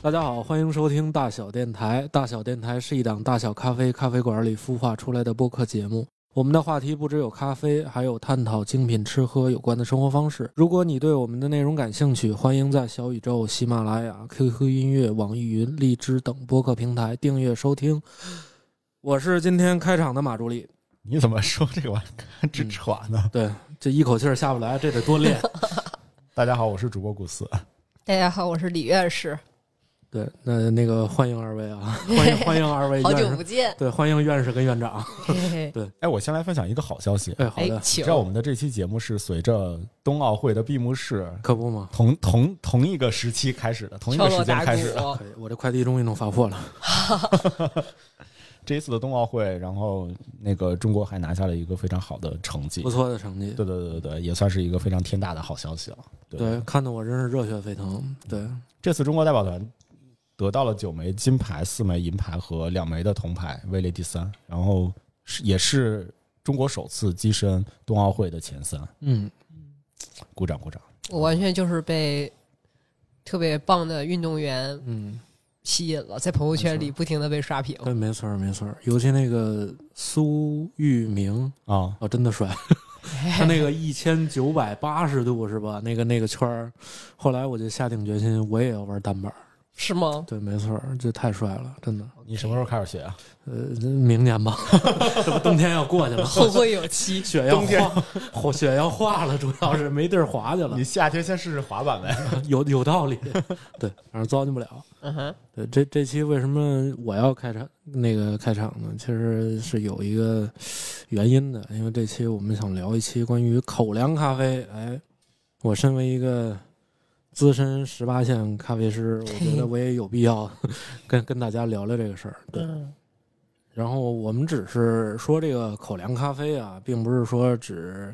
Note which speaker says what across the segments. Speaker 1: 大家好，欢迎收听大小电台。大小电台是一档大小咖啡咖啡馆里孵化出来的播客节目。我们的话题不只有咖啡，还有探讨精品吃喝有关的生活方式。如果你对我们的内容感兴趣，欢迎在小宇宙、喜马拉雅、QQ 音乐、网易云、荔枝等播客平台订阅收听。我是今天开场的马助理，
Speaker 2: 你怎么说这个玩意儿这
Speaker 1: 嗯
Speaker 2: 扯呢？
Speaker 1: 对，这一口气儿下不来，这得多练。
Speaker 2: 大家好，我是主播古斯。
Speaker 3: 大家哎好，我是李院士，
Speaker 1: 对，那那个欢迎二位啊，欢迎欢迎二位
Speaker 3: 好久
Speaker 1: 院
Speaker 3: 不
Speaker 1: 士，
Speaker 3: 见。
Speaker 1: 对，欢迎院士跟院长。
Speaker 3: 嘿嘿
Speaker 2: 哎，我先来分享一个好消息，
Speaker 1: 哎，好
Speaker 3: 哎
Speaker 1: 的，，
Speaker 2: 你
Speaker 3: 请
Speaker 2: 知道我们的这期节目是随着冬奥会的闭幕式
Speaker 1: 可不嘛。
Speaker 2: 同同同一个时期开始的，同一
Speaker 3: 敲
Speaker 2: 个
Speaker 3: 锣
Speaker 2: 时间
Speaker 3: 打
Speaker 2: 开始的。
Speaker 3: 鼓
Speaker 1: 可以，我这快递终于能发货了。
Speaker 2: 这一次的冬奥会，然后那个中国还拿下了一个非常好的成绩
Speaker 1: 不。错的成绩。
Speaker 2: 嗯对对对对对，也算是一个非常天大的好消息了。对，
Speaker 1: 对，看得我真是热血沸腾。对，
Speaker 2: 这次中国代表团得到了九枚金牌、四枚银牌和两枚的铜牌，位列第三，然后是也是中国首次跻身冬奥会的前三。
Speaker 1: 嗯，
Speaker 2: 鼓掌鼓掌！
Speaker 3: 我完全就是被特别棒的运动员
Speaker 1: 嗯，
Speaker 3: 吸引了，在朋友圈里不停的被刷
Speaker 2: 哦
Speaker 3: 屏。
Speaker 1: 对，没错儿没错儿，尤其那个苏玉明，
Speaker 2: 啊，
Speaker 1: 哦，真的 帅，
Speaker 3: 哎
Speaker 1: 他那个一千九百八十度是吧？那个那个圈儿，后来我就下定决心，我也要玩单板儿。
Speaker 3: 是吗？
Speaker 1: 对，没错儿，这太帅了，真的。
Speaker 2: 你什么时候开始学啊？
Speaker 1: 呃，这明年 吧，这不冬天要过去了，，
Speaker 3: 后会有期
Speaker 1: 雪要
Speaker 2: 冬天
Speaker 1: 化，雪要化了，主要是没地儿滑去了
Speaker 2: 你，夏天先试试滑板呗。
Speaker 1: 有有道理。对，反正糟践不了。
Speaker 3: 嗯哼，
Speaker 1: 对，这这期为什么我要开场那个开场呢？其实是有一个原因的，因为这期我们想聊一期关于口粮咖啡。哎，我身为一个资深十八线咖啡师，我觉得我也有必要 跟跟大家聊聊这个事儿。对，
Speaker 3: 嗯，
Speaker 1: 然后我们只是说这个口粮咖啡啊，并不是说只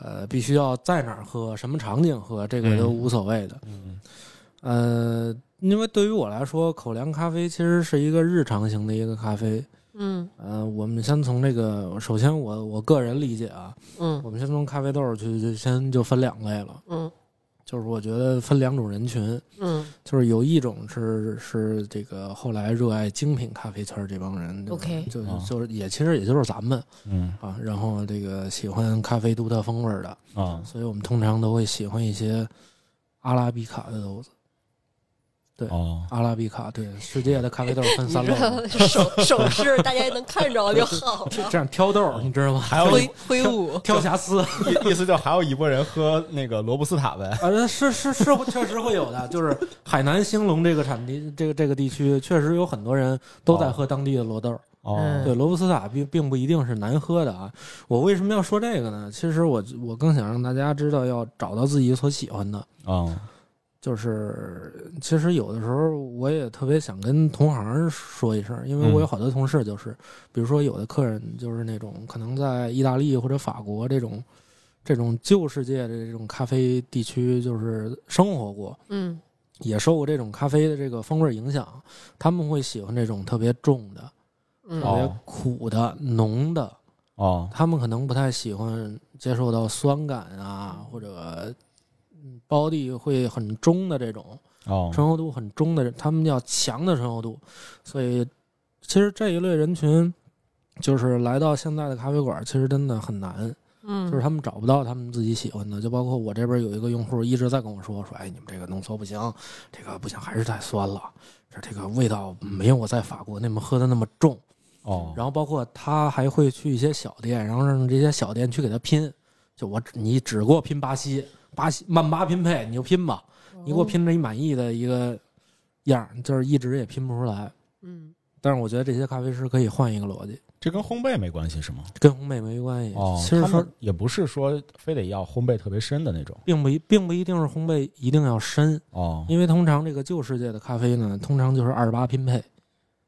Speaker 1: 呃必须要在哪儿喝、什么场景喝，这个都
Speaker 2: 嗯
Speaker 1: 无所谓的。
Speaker 2: 嗯，
Speaker 1: 呃，因为对于我来说，口粮咖啡其实是一个日常型的一个咖啡。
Speaker 3: 嗯
Speaker 1: 呃，我们先从这个，首先我我个人理解啊，
Speaker 3: 嗯
Speaker 1: 我们先从咖啡豆儿去就先就分两类了，
Speaker 3: 嗯
Speaker 1: 就是我觉得分两种人群，
Speaker 3: 嗯
Speaker 1: 就是有一种是是这个后来热爱精品咖啡圈儿这帮人
Speaker 3: OK
Speaker 1: 就
Speaker 2: 啊
Speaker 1: 就是也其实也就是咱们
Speaker 2: 嗯
Speaker 1: 啊，然后这个喜欢咖啡独特风味儿的，
Speaker 2: 啊，
Speaker 1: 所以我们通常都会喜欢一些阿拉比卡的豆子。
Speaker 2: 哦，
Speaker 1: 阿拉比卡，对，世界的咖啡豆分
Speaker 3: 你
Speaker 1: 三类，
Speaker 3: 这手手势大家也能看着就好
Speaker 1: 这
Speaker 3: 了，
Speaker 1: 这样挑豆儿，你知道吗？
Speaker 2: 还有
Speaker 3: 挥
Speaker 2: 一
Speaker 3: 挥舞，
Speaker 1: 挑瑕疵，啊，
Speaker 2: 意思就还有一波人喝那个罗布斯塔呗。
Speaker 1: 是是是，确实会有的。就是海南兴隆这个产地，这个这个地区，确实有很多人都在喝当地的罗豆儿。
Speaker 2: 哦
Speaker 3: 嗯，
Speaker 1: 对，罗布斯塔并并不一定是难喝的啊。我为什么要说这个呢？其实我我更想让大家知道，要找到自己所喜欢的。
Speaker 2: 啊，
Speaker 1: 就是其实有的时候我也特别想跟同行说一声，因为
Speaker 2: 嗯
Speaker 1: 我有好多同事就是，比如说有的客人就是那种可能在意大利或者法国这种这种旧世界的这种咖啡地区就是生活过，
Speaker 3: 嗯
Speaker 1: 也受过这种咖啡的这个风味影响，他们会喜欢这种特别重的、
Speaker 3: 嗯
Speaker 1: 特
Speaker 2: 哦
Speaker 1: 别苦的、浓的，
Speaker 2: 哦，
Speaker 1: 他们可能不太喜欢接受到酸感啊或者。嗯包地会很中的这种，
Speaker 2: 哦，
Speaker 1: 醇厚度很中的人，他们要强的醇厚度，所以其实这一类人群，就是来到现在的咖啡馆，其实真的很难，
Speaker 3: 嗯，
Speaker 1: 就是他们找不到他们自己喜欢的。就包括我这边有一个用户一直在跟我说，说哎，你们这个浓缩不行，这个不行，还是太酸了，这这个味道没有我在法国那么喝的那么重。
Speaker 2: 哦，
Speaker 1: 然后包括他还会去一些小店，然后让这些小店去给他拼，就我只你只给我拼巴西，巴西曼巴拼配，你就拼吧。
Speaker 3: 哦
Speaker 1: 你给我拼着一满意的一个样儿，就是一直也拼不出来。
Speaker 3: 嗯，
Speaker 1: 但是我觉得这些咖啡师可以换一个逻辑，
Speaker 2: 这跟烘焙没关系是吗？
Speaker 1: 跟烘焙没关系。
Speaker 2: 哦，
Speaker 1: 其实
Speaker 2: 他
Speaker 1: 说
Speaker 2: 们也不是说非得要烘焙特别深的那种。
Speaker 1: 并不一并不一定是烘焙一定要深，
Speaker 2: 哦，
Speaker 1: 因为通常这个旧世界的咖啡呢，通常就是二十八拼配，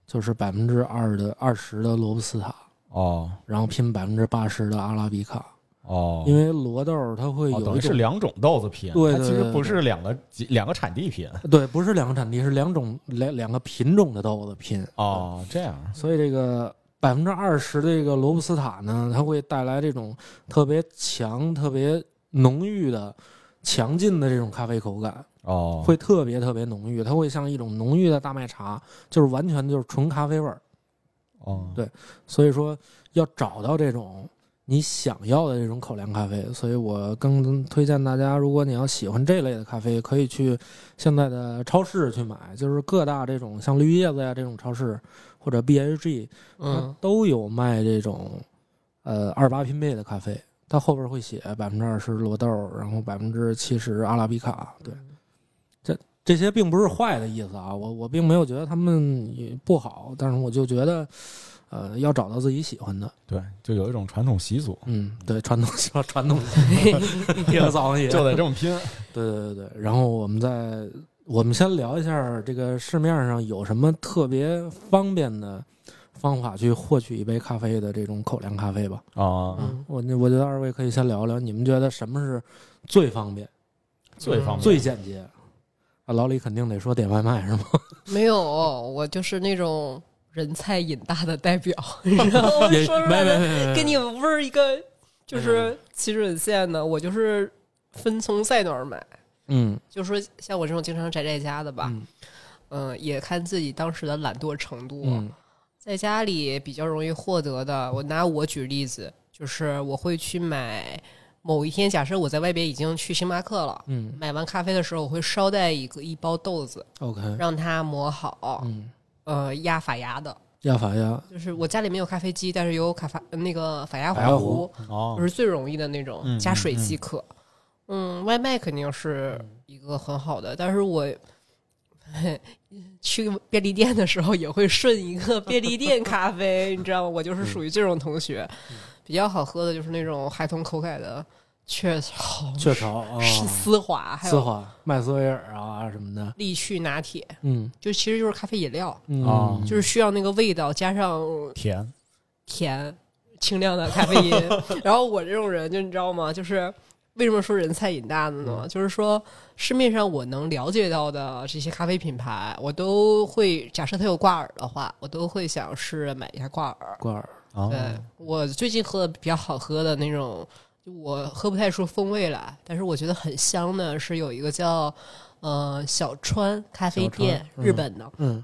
Speaker 1: 就是百分之二的二十的罗布斯塔，
Speaker 2: 哦，
Speaker 1: 然后拼百分之八十的阿拉比卡。
Speaker 2: 哦，
Speaker 1: 因为罗豆儿它会
Speaker 2: 哦
Speaker 1: 有
Speaker 2: 等
Speaker 1: 一
Speaker 2: 于是
Speaker 1: 种、
Speaker 2: 两种豆子品，
Speaker 1: 对
Speaker 2: 它
Speaker 1: 对
Speaker 2: 其
Speaker 1: 对
Speaker 2: 实不是两个几两个产地品。
Speaker 1: 对，不是两个产地，是两种两两个品种的豆子拼。
Speaker 2: 哦，这样
Speaker 1: 所以这个百分之二十的这个罗布斯塔呢，它会带来这种特别强、特别浓郁的、强劲的这种咖啡口感，
Speaker 2: 哦，
Speaker 1: 会特别特别浓郁，它会像一种浓郁的大麦茶，就是完全就是纯咖啡味儿。
Speaker 2: 哦，
Speaker 1: 对所以说要找到这种你想要的这种口粮咖啡，所以我更推荐大家，如果你要喜欢这类的咖啡，可以去现在的超市去买，就是各大这种像绿叶子呀、这种超市或者 BHG，它
Speaker 3: 嗯，
Speaker 1: 都有卖这种呃二八拼配的咖啡，它后边会写百分之二十罗豆，然后百分之七十阿拉比卡，对。这这些并不是坏的意思啊，我我并没有觉得他们也不好，但是我就觉得，呃，要找到自己喜欢的，
Speaker 2: 对，就有一种传统习俗，
Speaker 1: 嗯，对，传统 传统铁了嗓子
Speaker 2: 就
Speaker 1: 对
Speaker 2: 得这么 拼。
Speaker 1: 对对对。然后我们再我们先聊一下这个市面上有什么特别方便的方法去获取一杯咖啡的这种口粮咖啡吧。
Speaker 2: 啊、
Speaker 3: 嗯
Speaker 1: 我我觉得二位可以先聊聊，你们觉得什么是最方便、
Speaker 2: 最方便，
Speaker 1: 最简洁？啊，老李肯定得说点外卖是吗？
Speaker 3: 没有，我就是那种人菜瘾大的代 表，然后
Speaker 1: 也
Speaker 3: 说出
Speaker 1: 没
Speaker 3: 来
Speaker 1: 没
Speaker 3: 的
Speaker 1: 没嗯没
Speaker 3: 跟你不是一个就是起准线的，我就是分从在哪儿买。
Speaker 1: 嗯
Speaker 3: 就说像我这种经常宅在家的吧，
Speaker 1: 嗯
Speaker 3: 嗯、也看自己当时的懒惰程度。
Speaker 1: 嗯
Speaker 3: 在家里比较容易获得的，我拿我举例子，就是我会去买某一天，假设我在外边已经去星巴克了，
Speaker 1: 嗯
Speaker 3: 买完咖啡的时候，我会捎带一个一包豆子，
Speaker 1: ，OK，
Speaker 3: 让它磨好，
Speaker 1: 嗯，
Speaker 3: 呃，压法压的。
Speaker 1: 亚法亚，
Speaker 3: 就是我家里没有咖啡机，但是有卡法那个法压
Speaker 1: 法压
Speaker 3: 壶
Speaker 1: 壶，
Speaker 2: 哦
Speaker 3: 就，是最容易的那种
Speaker 2: 嗯，
Speaker 3: 加水即可。嗯，外卖肯定是一个很好的，但是我去便利店的时候也会顺一个便利店咖啡，你知道吗？我就是属于这种同学。比较好喝的就是那种孩童口感的雀巢，
Speaker 1: 雀巢啊，
Speaker 3: 是丝滑，还
Speaker 1: 丝
Speaker 3: 有
Speaker 1: 滑、麦斯威尔啊什么的，
Speaker 3: 利趣拿铁，
Speaker 1: 嗯
Speaker 3: 就其实就是咖啡饮料，
Speaker 1: 嗯
Speaker 2: 啊
Speaker 3: 就是需要那个味道加上
Speaker 2: 甜，
Speaker 3: 甜清亮的咖啡 因。然后我这种人，就你知道吗？就是为什么说人菜瘾大的
Speaker 1: 嗯
Speaker 3: 呢？就是说市面上我能了解到的这些咖啡品牌，我都会假设它有挂耳的话，我都会想试着买一下挂耳。
Speaker 1: 罐儿，
Speaker 2: 啊
Speaker 3: 对、我最近喝的比较好喝的那种，就我喝不太出风味来，但是我觉得很香的是有一个叫。呃，小川咖啡
Speaker 1: 小川
Speaker 3: 店，
Speaker 1: 嗯
Speaker 3: 日本的。
Speaker 1: 嗯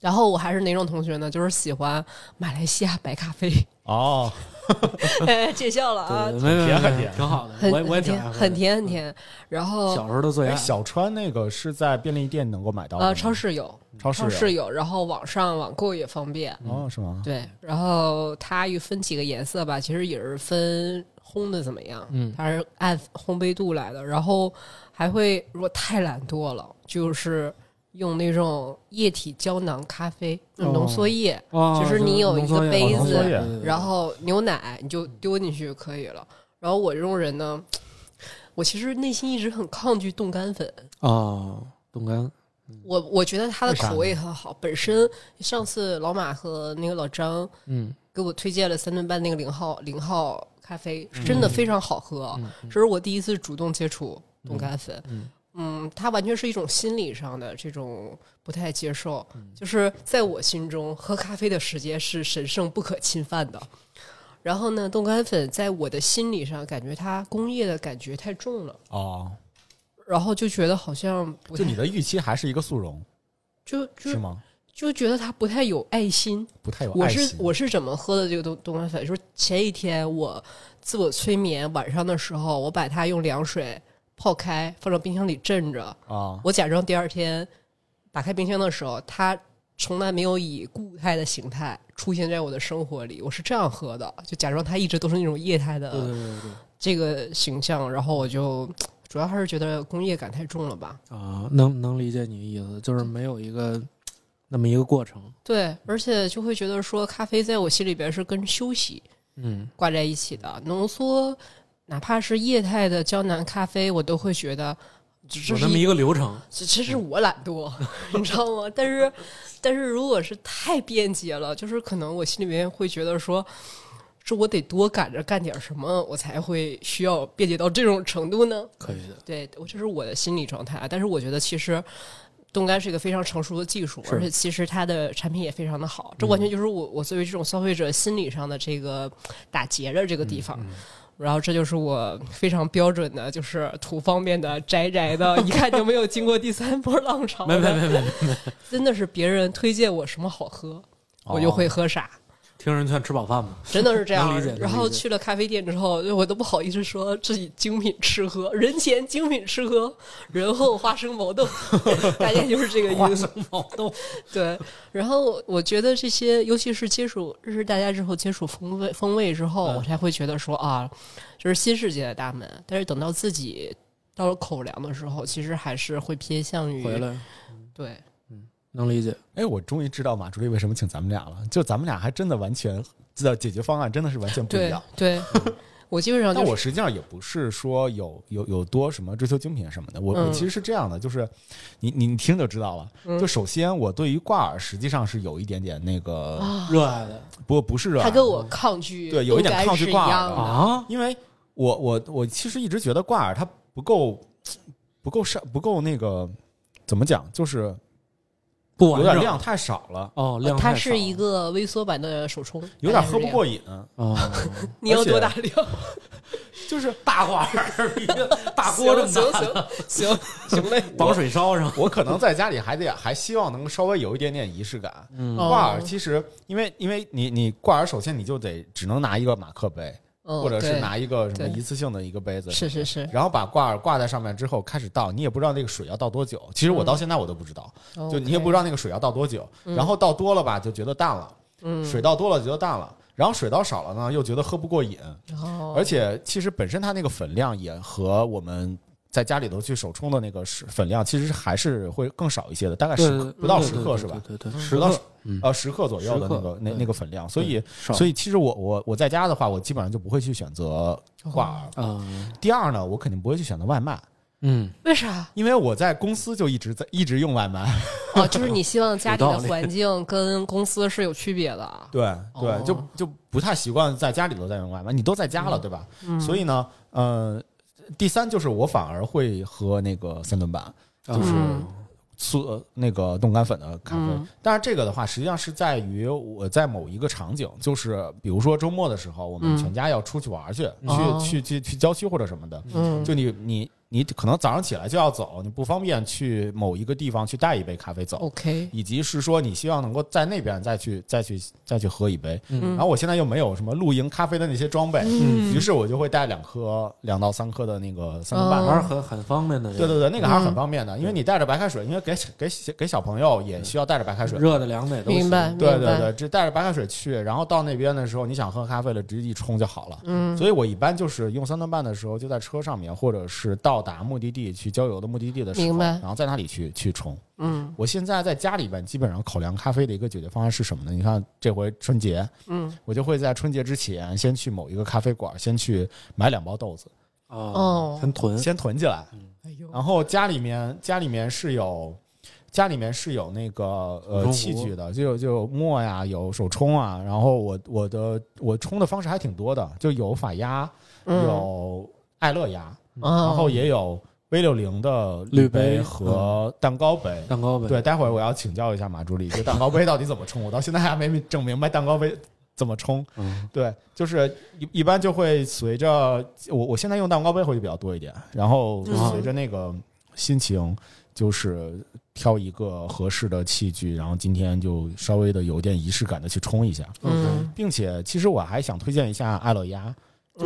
Speaker 3: 然后我还是哪种同学呢？就是喜欢马来西亚白咖啡。
Speaker 2: 哦，
Speaker 3: 哎，见笑了啊！
Speaker 1: 对，没没没
Speaker 2: 甜很
Speaker 1: 没，
Speaker 2: 甜
Speaker 1: 挺好的，
Speaker 3: 很
Speaker 1: 我也我也
Speaker 3: 很
Speaker 1: 挺爱喝的嗯
Speaker 3: 甜，很。甜很甜。然后
Speaker 1: 小时候的最
Speaker 2: 哎，
Speaker 1: 爱，
Speaker 2: 小川那个是在便利店能够买到的吗
Speaker 3: 呃，超市有，
Speaker 2: 超市
Speaker 3: 超
Speaker 2: 有
Speaker 1: 啊
Speaker 3: 市嗯有，然后网上网购也方便。
Speaker 1: 嗯
Speaker 2: 哦，是吗？
Speaker 3: 对，然后它又分几个颜色吧，其实也是分烘的怎么样，
Speaker 1: 嗯
Speaker 3: 它是按烘焙度来的。然后还会，如果太懒惰了，就是用那种液体胶囊咖啡，
Speaker 1: 哦
Speaker 3: 浓缩液，
Speaker 1: 哦
Speaker 3: 就是你有一个杯
Speaker 2: 子
Speaker 3: 然后牛奶你就丢进去就可以了。然后我这种人呢，我其实内心一直很抗拒冻干粉。
Speaker 1: 哦，冻干，
Speaker 3: 我我觉得它的
Speaker 2: 为啥呢
Speaker 3: 口味很好，本身上次老马和那个老张
Speaker 1: 嗯
Speaker 3: 给我推荐了三顿半那个零号零号咖啡，
Speaker 2: 嗯
Speaker 3: 是真的非常好喝，
Speaker 1: 嗯
Speaker 3: 这是我第一次主动接触冻干粉。
Speaker 1: 嗯
Speaker 3: 嗯，它完全是一种心理上的这种不太接受，
Speaker 2: 嗯
Speaker 3: 就是在我心中，喝咖啡的时间是神圣不可侵犯的。然后呢，冻干粉在我的心理上感觉它工业的感觉太重了，
Speaker 2: 哦，
Speaker 3: 然后就觉得好像不太
Speaker 2: 就你的预期还是一个速溶
Speaker 3: 就是就
Speaker 2: 吗？
Speaker 3: 就觉得它不太有爱心。
Speaker 2: 不太有
Speaker 3: 我
Speaker 2: 爱
Speaker 3: 是
Speaker 2: 心。
Speaker 3: 我是怎么喝的这个冻冻干粉？就是前一天我自我催眠，晚上的时候我把它用凉水泡开，放到冰箱里镇着。
Speaker 2: 啊
Speaker 3: 我假装第二天打开冰箱的时候，它从来没有以固态的形态出现在我的生活里。我是这样喝的，就假装它一直都是那种液态
Speaker 1: 对对
Speaker 3: 的
Speaker 1: 对对
Speaker 3: 这个形象。然后我就主要还是觉得工业感太重了吧。
Speaker 1: 啊，能能理解你的意思，就是没有一个那么一个过程，
Speaker 3: 对，而且就会觉得说，咖啡在我心里边是跟休息
Speaker 1: 嗯
Speaker 3: 挂在一起的。浓缩，哪怕是液态的胶囊咖啡，我都会觉得这这
Speaker 1: 有
Speaker 3: 是
Speaker 1: 那么一个流程，
Speaker 3: 这这是我懒惰， 你知道吗？但是，但是如果是太便捷了，就是可能我心里面会觉得说，这我得多赶着干点什么，我才会需要便捷到这种程度呢？
Speaker 1: 可以的，
Speaker 3: 对，我这是我的心理状态啊。但是我觉得其实冻干是一个非常成熟的技术，
Speaker 1: 是嗯
Speaker 3: 而且其实它的产品也非常的
Speaker 1: 嗯
Speaker 3: 好。这完全就是我我作为这种消费者心理上的这个打结的这个地方。然后这就是我非常标准的，就是土方面的宅宅的，一看就没有经过第三波浪潮
Speaker 1: 没
Speaker 3: 的。
Speaker 1: 没没没，没
Speaker 3: 真的是别人推荐我什么好喝，我就
Speaker 1: 哦
Speaker 3: 会喝啥，
Speaker 1: 听人劝吃饱饭嘛。
Speaker 3: 真的是这样
Speaker 1: 能理解能。理解
Speaker 3: 然后去了咖啡店之后，我都不好意思说自己精品吃喝，人前精品吃喝，人后花生 毛豆，大概就是这个意思。
Speaker 1: 毛豆，
Speaker 3: 对，然后我觉得这些，尤其是接触认识大家之后，接触风味风味之后，
Speaker 1: 嗯
Speaker 3: 我才会觉得说啊，这是新世界的大门。但是等到自己到了口粮的时候，其实还是会偏向于
Speaker 1: 回来
Speaker 3: 对
Speaker 1: 能理解。
Speaker 2: 哎，我终于知道马助理为什么请咱们俩了，就咱们俩还真的完全的解决方案真的是完全不一
Speaker 3: 对
Speaker 2: 样。
Speaker 3: 对， 我基本上
Speaker 2: 但
Speaker 3: 就
Speaker 2: 我
Speaker 3: 是
Speaker 2: 实际上也不是说有有有多什么追求精品什么的，我我
Speaker 3: 嗯
Speaker 2: 其实是这样的，就是你你你听就知道了。就首先我对于挂耳实际上是有一点点那个，
Speaker 1: 热爱的
Speaker 2: 不不是热爱
Speaker 3: 啊他哦跟我抗拒，
Speaker 2: 对有一点
Speaker 3: 应该
Speaker 2: 抗拒
Speaker 3: 是一
Speaker 2: 挂耳
Speaker 3: 样
Speaker 2: 的
Speaker 3: 的。
Speaker 1: 啊，
Speaker 2: 因为我我我其实一直觉得挂耳它不够不够上不够那个怎么讲，就是
Speaker 1: 不完
Speaker 2: 有点
Speaker 1: 整
Speaker 2: 量太少了，
Speaker 1: 哦，量
Speaker 3: 呃它
Speaker 1: 太少
Speaker 3: 是一个微缩版的手冲，
Speaker 2: 有点
Speaker 3: 大概是
Speaker 2: 喝不
Speaker 3: 这样。
Speaker 2: 过瘾。
Speaker 1: 哦，
Speaker 3: 你要
Speaker 2: 而且
Speaker 3: 多大量？
Speaker 2: 就是
Speaker 1: 大碗 儿，大锅这
Speaker 3: 行
Speaker 1: 么大，
Speaker 3: 行行行行嘞，
Speaker 1: 绑水烧上。
Speaker 2: 我可能在家里还得还希望能稍微有一点点仪式 感。
Speaker 1: 嗯
Speaker 3: 哦
Speaker 2: 挂耳其实因为因为你你挂耳，首先你就得只能拿一个马克杯，
Speaker 3: 嗯
Speaker 2: 或者是
Speaker 3: 对
Speaker 2: 拿一个什么
Speaker 3: 对
Speaker 2: 一次性的一个杯子，
Speaker 3: 是是是，
Speaker 2: 然后把挂耳挂在上面之后开始倒，你也不知道那个水要倒多
Speaker 3: 嗯
Speaker 2: 久。其实我到现在我都不知道，就你也不知
Speaker 3: 道，
Speaker 2: 道那个水要倒多久。然后倒多了吧，就觉得淡了；
Speaker 3: 嗯，
Speaker 2: 水倒多了就觉得淡了。然后水倒少了呢，又觉得喝不过瘾，
Speaker 3: 哦
Speaker 2: 而且其实本身它那个粉量也和我们在家里头去手冲的那个是粉量，其实还是会更少一些的，大概
Speaker 1: 对
Speaker 2: 十克不到十克是吧？
Speaker 1: 对对对，
Speaker 2: 不
Speaker 1: 十
Speaker 2: 到
Speaker 1: 克
Speaker 2: 十
Speaker 1: 嗯
Speaker 2: 呃十克左右的
Speaker 1: 十克
Speaker 2: 那个那
Speaker 1: 对
Speaker 2: 那个粉量，所以
Speaker 1: 少
Speaker 2: 所以其实我我我在家的话，我基本上就不会去选择挂耳。
Speaker 1: 啊，
Speaker 2: 第二呢，我肯定不会去选择外卖，
Speaker 1: 嗯，
Speaker 3: 为啥？
Speaker 2: 因为我在公司就一直在一直用外 卖。
Speaker 3: 哦，就是你希望家里
Speaker 1: 有
Speaker 3: 的
Speaker 1: 道理
Speaker 3: 环境跟公司是有区别的。
Speaker 2: 对对
Speaker 3: 哦，
Speaker 2: 就就不太习惯在家里头在用外卖，你都在家了，对吧？
Speaker 3: 嗯
Speaker 2: 所以呢，呃，第三就是我反而会喝那个三顿半，
Speaker 1: 就是
Speaker 3: 嗯
Speaker 2: 速呃那个冻干粉的咖啡
Speaker 3: 嗯。
Speaker 2: 但是这个的话，实际上是在于我在某一个场景，就是比如说周末的时候，我们
Speaker 3: 嗯
Speaker 2: 全家要出去玩去，
Speaker 3: 哦
Speaker 2: 去去去去郊区或者什么的，
Speaker 3: 嗯，
Speaker 2: 就你你你可能早上起来就要走，你不方便去某一个地方去带一杯咖啡走。
Speaker 3: OK，
Speaker 2: 以及是说你希望能够在那边再去再去再去喝一杯。
Speaker 3: 嗯
Speaker 2: 然后我现在又没有什么露营咖啡的那些装备，于是我就会带两颗两到三颗的那个三
Speaker 3: 嗯
Speaker 2: 顿
Speaker 3: 哦
Speaker 2: 半。
Speaker 1: 还是很很方便的这
Speaker 2: 对
Speaker 1: 个，
Speaker 2: 对对，那个还是很方便的，因为你带着白开水，因为给给给小朋友也需要带着白开水。
Speaker 1: 热的凉的也都行
Speaker 3: 明白
Speaker 2: 对
Speaker 3: 明
Speaker 2: 对
Speaker 3: 白
Speaker 2: 对，只带着白开水去，然后到那边的时候，你想喝咖啡了，直接一冲就好了。
Speaker 3: 嗯，
Speaker 2: 所以我一般就是用三顿半的时候，就在车上面，或者是到达目的地去郊游的目的地的时候，
Speaker 3: 明白
Speaker 2: 然后在那里去去冲。
Speaker 3: 嗯
Speaker 2: 我现在在家里边基本上口粮咖啡的一个解决方案是什么呢？你看这回春节，
Speaker 3: 嗯，
Speaker 2: 我就会在春节之前先去某一个咖啡馆，先去买两包豆子，
Speaker 1: 哦
Speaker 3: 哦，
Speaker 1: 先囤
Speaker 2: 先囤起来。
Speaker 3: 哎呦，
Speaker 2: 然后家里面家里面是有家里面是有那个
Speaker 1: 手冲壶
Speaker 2: 呃器具的，就有就有磨呀，有手冲啊。然后我我的我冲的方式还挺多的，就有法压，
Speaker 3: 嗯
Speaker 2: 有爱乐压，然
Speaker 3: 然
Speaker 2: 后也有 V 六零的
Speaker 1: 滤杯
Speaker 2: 杯和蛋糕杯。
Speaker 1: 蛋糕呗。
Speaker 2: 对，，待会儿我要请教一下马助理，这蛋糕杯到底怎么冲？我到现在还没整明白蛋糕杯怎么冲。
Speaker 1: 嗯，
Speaker 2: 对，就是一一般就会随着我我现在用蛋糕杯会比较多一点，然后
Speaker 3: 嗯
Speaker 2: 随着那个心情，就是挑一个合适的器具，然后今天就稍微的有点仪式感的去冲一下，
Speaker 3: 嗯
Speaker 2: 并且其实我还想推荐一下爱乐压，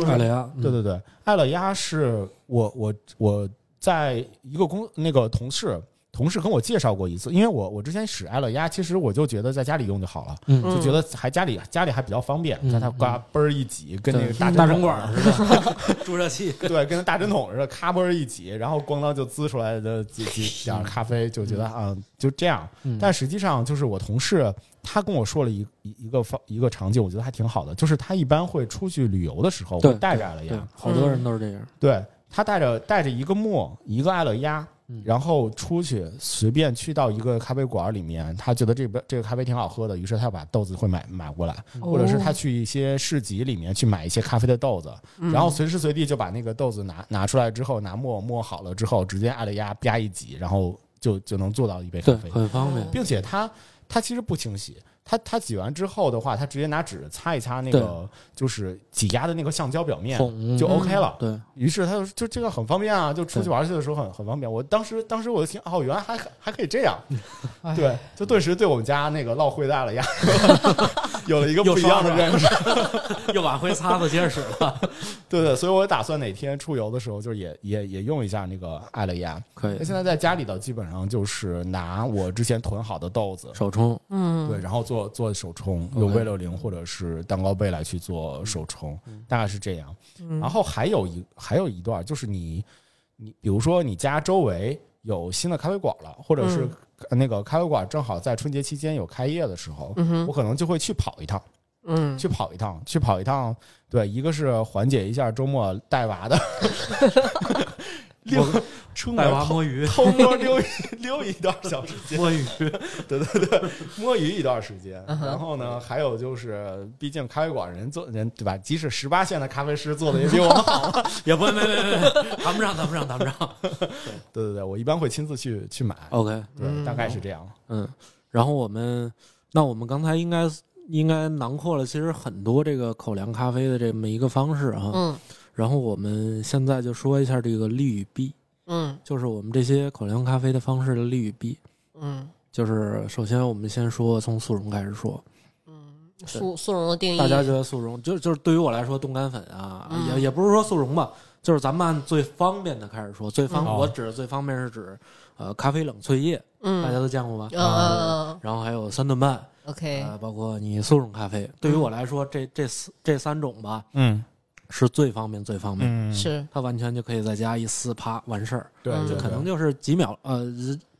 Speaker 1: 爱雷亚，
Speaker 2: 对对对，爱乐压是我我我在一个公那个同事同事跟我介绍过一次，因为我我之前使爱乐压，其实我就觉得在家里用就好了，
Speaker 1: 嗯
Speaker 2: 就觉得还家里家里还比较方便，
Speaker 1: 嗯
Speaker 2: 在它呱嘣儿一挤，跟那个
Speaker 1: 大
Speaker 2: 大
Speaker 1: 针
Speaker 2: 针
Speaker 1: 管儿
Speaker 2: 儿
Speaker 1: 似 的，注射器。
Speaker 2: 对，跟那大针筒似的，咔嘣儿一挤，然后咣当就滋出来 的几几点儿咖啡，就觉
Speaker 1: 嗯
Speaker 2: 得啊、就这样。但实际上就是我同事他跟我说了一一一个方一个场景，我觉得还挺好的，就是他一般会出去旅游的时候
Speaker 1: 对
Speaker 2: 会带着爱乐
Speaker 1: 对
Speaker 2: 压，，
Speaker 1: 好多人都是这样。
Speaker 2: 对他带着带着一个墨一个爱乐压
Speaker 1: 嗯。
Speaker 2: 然后出去随便去到一个咖啡馆里面，他觉得这边这个咖啡挺好喝的，于是他把豆子会买买过来，或者是
Speaker 3: 哦
Speaker 2: 他去一些市集里面去买一些咖啡的豆子，
Speaker 3: 嗯
Speaker 2: 然后随时随地就把那个豆子拿拿出来之后，拿磨磨好了之后，直接按着压啪一挤，然后就就能做到一杯咖
Speaker 1: 对，
Speaker 2: 啡，
Speaker 1: 很方便。
Speaker 2: 并且它它其实不清洗，它它挤完之后的话，它直接拿纸擦一擦那个就是挤压的那个橡胶表面
Speaker 1: 桶
Speaker 2: 就 OK 了。
Speaker 1: 对，
Speaker 2: 于是他就就这个很方便啊，就出去玩去的时候很很方便。我当时当时我就听哦，原来还还可以这样，
Speaker 3: 哎
Speaker 2: 对，就顿时对我们家那个落灰的阿拉亚有了一个不一样的认识。
Speaker 1: 又把灰擦子接着使了，
Speaker 2: 对对，所以我打算哪天出游的时候，就是也也也用一下那个艾乐亚。
Speaker 1: 可以
Speaker 2: 那现在在家里的基本上就是拿我之前囤好的豆子，
Speaker 1: 手冲。
Speaker 3: 嗯，
Speaker 2: 对，然后做做手冲，用
Speaker 1: OK
Speaker 2: 味六零或者是蛋糕杯来去做手冲，大概是这样。
Speaker 3: 嗯
Speaker 2: 然后还有一还有一段就是你你比如说你家周围有新的咖啡馆了，或者是那个咖啡馆正好在春节期间有开业的时候，我可能就会去跑一趟，
Speaker 3: 嗯，
Speaker 2: 去跑一趟，去跑一趟。对，一个是缓解一下周末带娃 的溜，出门
Speaker 1: 带娃
Speaker 2: 偷
Speaker 1: 摸鱼，
Speaker 2: 偷摸溜一溜一段小 时 间。
Speaker 1: 摸鱼，
Speaker 2: 对对对，摸鱼一段时间。
Speaker 3: 嗯哼
Speaker 2: 然后呢，还有就是，毕竟咖啡馆人做人对吧？即使十八线的咖啡师做的也比我们好。
Speaker 1: 也不，没没没没，谈不上，谈不上，谈不上。
Speaker 2: 对对对，我一般会亲自去去买。
Speaker 1: OK，
Speaker 2: 对，
Speaker 3: 嗯
Speaker 2: 大概是这样。
Speaker 1: 嗯，然后我们，那我们刚才应该应该囊括了，其实很多这个口粮咖啡的这么一个方式啊。
Speaker 3: 嗯
Speaker 1: 然后我们现在就说一下这个利与弊，
Speaker 3: 嗯
Speaker 1: 就是我们这些口粮咖啡的方式的利与弊。
Speaker 3: 嗯
Speaker 1: 就是首先我们先说从速溶开始说，
Speaker 3: 嗯，速速溶的定义，
Speaker 1: 大家觉得速溶就就是对于我来说冻干粉啊，
Speaker 3: 嗯
Speaker 1: 也也不是说速溶吧，就是咱们按最方便的开始说，最方、
Speaker 2: 嗯
Speaker 1: 我指的最方便是指呃咖啡冷萃液，
Speaker 3: 嗯，
Speaker 1: 大家都见过吧？
Speaker 3: 嗯嗯嗯
Speaker 1: 然后还有三顿半，
Speaker 3: 嗯，OK，
Speaker 1: 呃，包括你速溶咖啡，对于我来说，这这四这三种吧，
Speaker 2: 嗯
Speaker 1: 是最方便最方便，
Speaker 2: 嗯，
Speaker 3: 是，
Speaker 1: 它完全就可以在家一撕，啪完事儿，
Speaker 2: 对，
Speaker 3: 嗯
Speaker 2: 对
Speaker 1: 就
Speaker 2: 对
Speaker 1: 可能就是几秒呃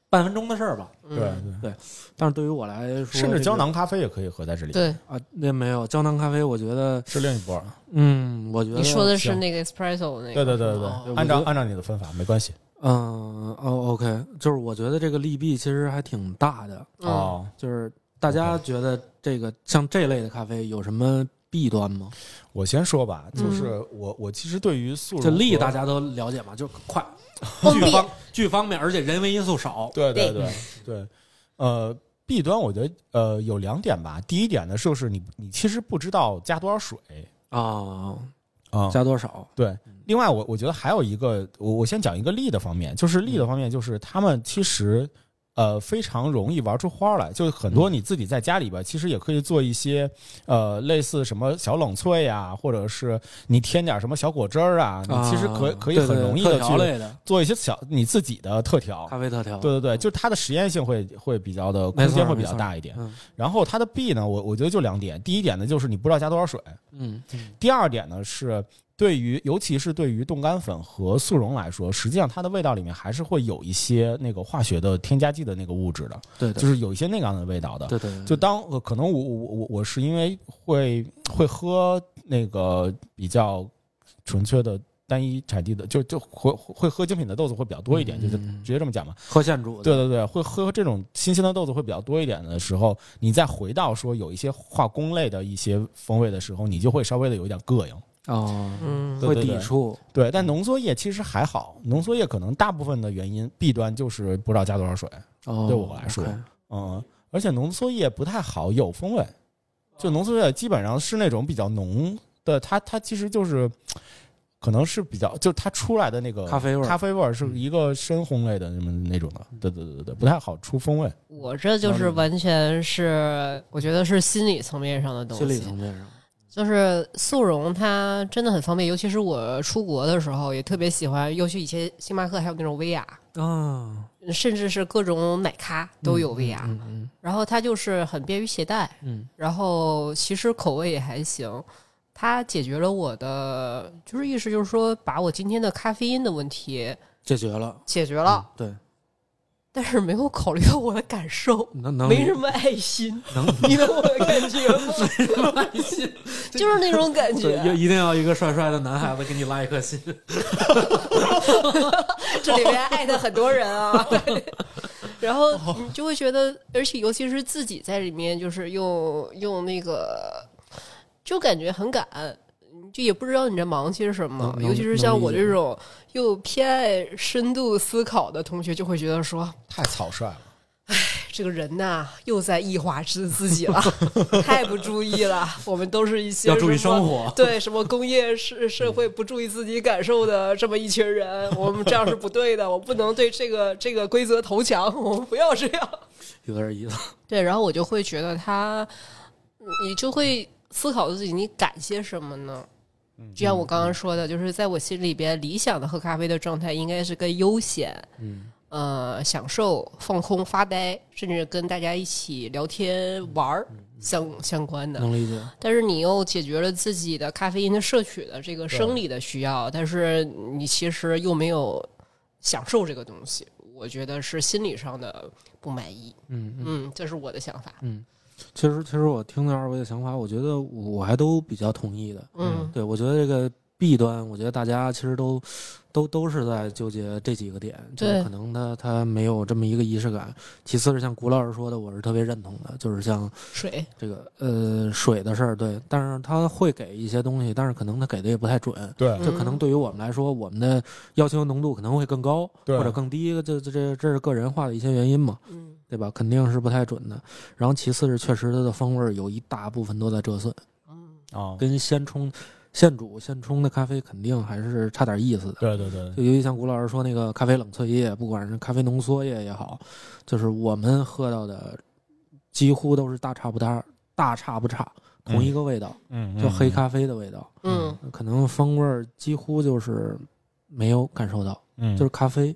Speaker 1: 半分钟的事儿吧。
Speaker 2: 对对
Speaker 3: 嗯，
Speaker 1: 但是对于我来说，
Speaker 2: 甚
Speaker 1: 这
Speaker 2: 至
Speaker 1: 个
Speaker 2: 胶囊咖啡也可以合在这里，
Speaker 3: 对，
Speaker 1: 啊，那没有胶囊咖啡，我觉得，
Speaker 2: 是另一波。
Speaker 1: 嗯，我觉得
Speaker 3: 你说的是
Speaker 2: 行
Speaker 3: 那个 espresso 那
Speaker 2: 对对对
Speaker 3: 个，
Speaker 2: 对
Speaker 1: 哦
Speaker 2: 对，
Speaker 1: 我
Speaker 2: 按
Speaker 1: 觉
Speaker 2: 照
Speaker 1: 得
Speaker 2: 按照你的分法没关系。
Speaker 1: 嗯哦，OK，就是我觉得这个利弊其实还挺大的，
Speaker 3: 嗯，
Speaker 2: 哦，
Speaker 1: 就是大家觉得这个像这类的咖啡有什么弊端吗？
Speaker 2: 我先说吧，就是我我其实对于速溶
Speaker 1: 这
Speaker 2: 和
Speaker 1: 利大家都了解嘛，就快，
Speaker 3: 碰
Speaker 1: 巨
Speaker 3: 壁，
Speaker 1: 方巨方便，而且人为因素少。
Speaker 2: 对对
Speaker 3: 对
Speaker 2: 对对，呃，弊端我觉得呃有两点吧。第一点呢，就是你你其实不知道加多少水
Speaker 1: 啊，
Speaker 2: 啊、
Speaker 1: 加多少？
Speaker 2: 对，另外我我觉得还有一个，我我先讲一个利的方面，就是利的方面就是他们其实。呃，非常容易玩出花来，就是很
Speaker 1: 嗯
Speaker 2: 多你自己在家里边，其实也可以做一些，呃，类似什么小冷萃呀、或者是你添点什么小果汁儿啊，你其实可
Speaker 1: 啊
Speaker 2: 可以
Speaker 1: 对
Speaker 2: 很
Speaker 1: 对
Speaker 2: 容易
Speaker 1: 特
Speaker 2: 的
Speaker 1: 调
Speaker 2: 去
Speaker 1: 类的
Speaker 2: 做一些小你自己的特调，
Speaker 1: 咖啡特调。
Speaker 2: 对对对，就是它的实验性会会比较的空
Speaker 1: 没错
Speaker 2: 间会比较
Speaker 1: 没错
Speaker 2: 大一点。
Speaker 1: 嗯
Speaker 2: 然后它的弊呢，我我觉得就两点，第一点呢就是你不知道加多少水，
Speaker 1: 嗯
Speaker 2: 第二点呢是对于尤其是对于冻干粉和速溶来说，实际上它的味道里面还是会有一些那个化学的添加剂的那个物质的，
Speaker 1: 对
Speaker 2: 就
Speaker 1: 对
Speaker 2: 是有一些那样的味道的。
Speaker 1: 对对，
Speaker 2: 就当呃可能我我我我是因为会会喝那个比较纯粹的单一产地的，就就会会喝精品的豆子会比较多一点，
Speaker 1: 嗯
Speaker 2: 就是
Speaker 1: 嗯嗯
Speaker 2: 直接这么讲嘛。
Speaker 1: 喝现煮的。
Speaker 2: 对对对，会喝这种新鲜的豆子会比较多一点的时候，你再回到说有一些化工类的一些风味的时候，你就会稍微的有一点膈应。
Speaker 1: 哦，
Speaker 3: 嗯
Speaker 1: 会
Speaker 2: 对对
Speaker 1: 抵
Speaker 2: 对
Speaker 1: 触。
Speaker 2: 对，但浓缩液其实还好，浓缩液可能大部分的原因弊端就是不知道加多少水，
Speaker 1: 哦，
Speaker 2: 对我来说
Speaker 1: OK
Speaker 2: 嗯，而且浓缩液不太好有风
Speaker 1: 啊
Speaker 2: 味，就浓缩液基本上是那种比较浓的，它它其实就是可能是比较就是它出来的那个
Speaker 1: 咖啡味儿嗯
Speaker 2: 咖啡味儿是一个深烘焙的那么那种的，对对对对对，不太好出风味。
Speaker 3: 我这
Speaker 1: 嗯
Speaker 3: 就是完全是，我觉得是心理层面上的东西。
Speaker 1: 心理层面上，
Speaker 3: 哦就是速溶，它真的很方便，尤其是我出国的时候，也特别喜欢，尤其以前星巴克还有那种薇娅，
Speaker 1: 啊，
Speaker 3: 甚至是各种奶咖都有
Speaker 1: 嗯
Speaker 3: 薇娅。
Speaker 1: 嗯嗯
Speaker 3: 然后它就是很便于携带，
Speaker 1: 嗯
Speaker 3: 然后其实口味也还行。它解决了我的，就是意思就是说，把我今天的咖啡因的问题
Speaker 1: 解决了。
Speaker 3: 解决了，
Speaker 1: 嗯对，
Speaker 3: 但是没有考虑到我的感受，
Speaker 1: 能能
Speaker 3: 没
Speaker 1: 理
Speaker 3: 什么爱心，
Speaker 1: 能
Speaker 3: 你懂我的感 觉吗？
Speaker 1: 耐心，
Speaker 3: 就是那种感
Speaker 1: 对，要
Speaker 3: 觉。
Speaker 1: 一定要一个帅帅的男孩子给你拉一颗心。
Speaker 3: 这里面艾特很多人啊，然后
Speaker 1: 哦
Speaker 3: 你就会觉得，而且尤其是自己在里面，就是用用那个，就感觉很赶。你就也不知道你在忙些什么，
Speaker 1: 能能
Speaker 3: 尤其是像我
Speaker 1: 能理解
Speaker 3: 这种又偏爱深度思考的同学，就会觉得说
Speaker 2: 太草率了。
Speaker 3: 这个人呐，又在异化自自己了，太不注意了。我们都是一些
Speaker 1: 要注意
Speaker 3: 什么
Speaker 1: 生活。
Speaker 3: 对什么工业社社会不注意自己感受的这么一群人，我们这样是不对的，我不能对这个这个规则投降，我们不要这样。
Speaker 1: 有点意思。
Speaker 3: 对，然后我就会觉得他，你就会思考自己，你感些什么呢？
Speaker 1: 嗯
Speaker 3: 就像我刚刚说的，就是在我心里边，理想的喝咖啡的状态应该是跟悠闲、
Speaker 1: 嗯，
Speaker 3: 呃享受、放空、发呆，甚至跟大家一起聊天玩儿
Speaker 1: 嗯
Speaker 3: 相相关的。
Speaker 1: 能理解。
Speaker 3: 但是你又解决了自己的咖啡因的摄取的这个生理的需要，但是你其实又没有享受这个东西，我觉得是心理上的不满意。
Speaker 1: 嗯嗯。
Speaker 3: 嗯，这是我的想法。
Speaker 1: 其实其实我听那二位的想法，我觉得我我还都比较同意的。
Speaker 3: 嗯
Speaker 1: 对，我觉得这个弊端，我觉得大家其实都都都是在纠结这几个点，就是
Speaker 3: 对
Speaker 1: 可能他他没有这么一个仪式感。其次是像谷老师说的，我是特别认同的，就是像
Speaker 3: 水，
Speaker 1: 这个呃水的事儿，对，但是他会给一些东西，但是可能他给的也不太准。
Speaker 2: 对
Speaker 3: 嗯
Speaker 2: 啊
Speaker 1: 这可能对于我们来说，我们的要求浓度可能会更高，
Speaker 2: 对
Speaker 1: 或者更低，这这这这是个人化的一些原因嘛。
Speaker 3: 嗯，
Speaker 1: 对吧？肯定是不太准的。然后其次是确实它的风味儿有一大部分都在折损，
Speaker 2: 啊，
Speaker 1: 跟现冲、现煮、现冲的咖啡肯定还是差点意思的。
Speaker 2: 对对对，
Speaker 1: 就尤其像谷老师说那个咖啡冷萃液，不管是咖啡浓缩液也好，就是我们喝到的几乎都是大差不差、大差不差，同一个味道，
Speaker 2: 嗯，
Speaker 1: 就黑咖啡的味道，
Speaker 3: 嗯
Speaker 1: 可能风味儿几乎就是没有感受到，
Speaker 2: 嗯，
Speaker 1: 就是咖啡。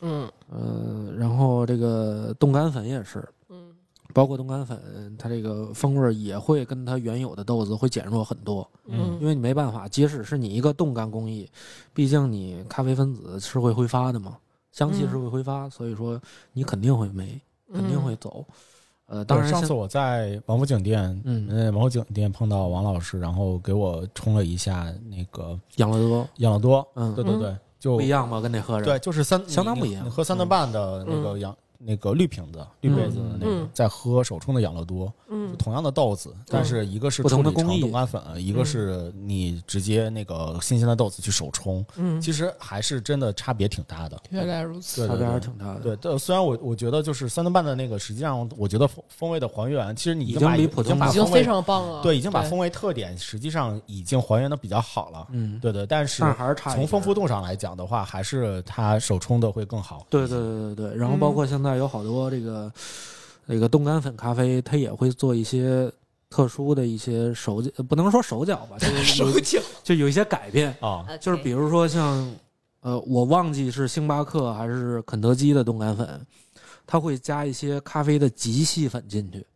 Speaker 3: 嗯
Speaker 1: 呃，然后这个冻干粉也是，
Speaker 3: 嗯
Speaker 1: 包括冻干粉，它这个风味儿也会跟它原有的豆子会减弱很多，
Speaker 3: 嗯
Speaker 1: 因为你没办法，即使是你一个冻干工艺，毕竟你咖啡分子是会挥发的嘛，香气是会挥发，所以说你肯定会没，肯
Speaker 3: 嗯
Speaker 1: 定会走。呃，当然
Speaker 2: 对上次
Speaker 1: 现，
Speaker 2: 我在王府井店，
Speaker 1: 嗯
Speaker 2: 呃，王府井店碰到王老师，然后给我冲了一下那个
Speaker 1: 养乐多，
Speaker 2: 养乐多，对
Speaker 1: 嗯，
Speaker 2: 对对，就
Speaker 1: 不一样吧，跟那喝着，
Speaker 2: 对，就是三
Speaker 1: 相当
Speaker 2: 你
Speaker 1: 不
Speaker 2: 你
Speaker 1: 一样嗯
Speaker 2: 你喝三顿半的那个养那个绿瓶子、绿杯子的那个
Speaker 3: 嗯，
Speaker 2: 再喝手冲的养乐多，就
Speaker 3: 嗯
Speaker 2: 同样的豆子，但是一个是
Speaker 1: 不同的
Speaker 2: 处理
Speaker 1: 工
Speaker 2: 成
Speaker 1: 艺
Speaker 2: 冻干粉，一
Speaker 3: 嗯
Speaker 2: 个是你直接那个新鲜的豆子去手冲，
Speaker 3: 嗯，
Speaker 2: 其实还是真的差别挺大的。
Speaker 3: 原来如此。
Speaker 2: 对
Speaker 1: 差
Speaker 2: 对
Speaker 1: 别还是
Speaker 2: 对。
Speaker 1: 挺大的。
Speaker 2: 对，但虽然我我觉得就是三顿半的那个，实际上我觉得风风味的还原，其实你
Speaker 1: 已
Speaker 2: 把
Speaker 1: 经比
Speaker 2: 已
Speaker 1: 普通
Speaker 2: 经把
Speaker 1: 的
Speaker 3: 已经
Speaker 2: 风味
Speaker 3: 非常棒了，
Speaker 2: 对，已经把风味特点实际上已经还原的比较好了。
Speaker 1: 嗯，
Speaker 2: 对对，但是
Speaker 1: 但是还是差一
Speaker 2: 从丰
Speaker 1: 点
Speaker 2: 富度上来讲的话，还是它手冲的会更好。
Speaker 1: 对对对对对，然后包括现在有好多这个、这个冻干粉咖啡，它也会做一些特殊的一些手脚，呃不能说手脚吧， 就是有
Speaker 3: 脚
Speaker 1: 就有一些改变，
Speaker 2: 啊，
Speaker 1: 就是比如说像呃，我忘记是星巴克还是肯德基的冻干粉，它会加一些咖啡的极细粉进去，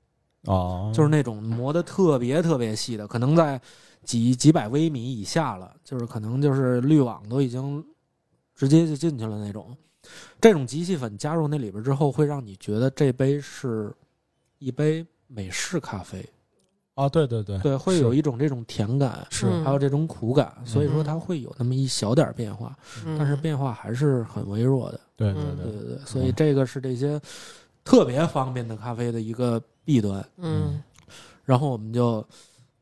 Speaker 2: 哦，
Speaker 1: 就是那种磨得特别特别细的，可能在几几百微米以下了，就是可能就是滤网都已经直接就进去了那种。这种极细粉加入那里边之后，会让你觉得这杯是一杯美式咖啡，
Speaker 3: 嗯
Speaker 2: 啊，对对对
Speaker 1: 对，会有一种这种甜感，
Speaker 2: 是
Speaker 3: 嗯
Speaker 1: 还有这种苦感，所以说
Speaker 3: 嗯
Speaker 1: 它会有那么一小点儿变化，但是变化还是很微弱的。
Speaker 2: 对
Speaker 3: 嗯
Speaker 1: 对
Speaker 2: 对对，
Speaker 1: 对对，所以这个是这些特别方便的咖啡的一个弊端。
Speaker 3: 嗯
Speaker 1: 然后我们就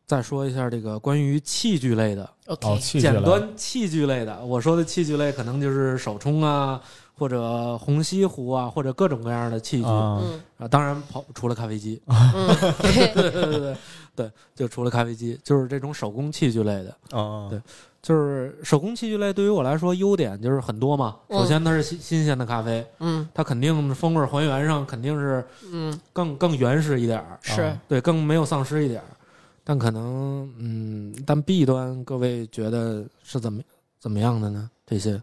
Speaker 1: 再说一下这个关于器具类的，
Speaker 2: 哦，
Speaker 3: 嗯，OK，
Speaker 2: 器具
Speaker 1: 简
Speaker 2: 了，
Speaker 1: 单器具类的。我说的器具类可能就是手冲啊，或者虹吸壶啊，或者各种各样的器具啊。
Speaker 2: 啊，
Speaker 3: 嗯
Speaker 1: 当然跑除了咖啡机，
Speaker 3: 嗯，对，
Speaker 1: 对对对对对，就除了咖啡机，就是这种手工器具类的。
Speaker 2: 啊，
Speaker 1: 对就是手工器具类对于我来说优点就是很多嘛。
Speaker 3: 嗯
Speaker 1: 首先它是新新鲜的咖啡，
Speaker 3: 嗯
Speaker 1: 它肯定风味还原上肯定是
Speaker 3: 嗯
Speaker 1: 更更原始一点儿。
Speaker 3: 是
Speaker 2: 啊，
Speaker 1: 对，更没有丧失一点儿。但可能，嗯，但弊端，各位觉得是怎么怎么样的呢？这些，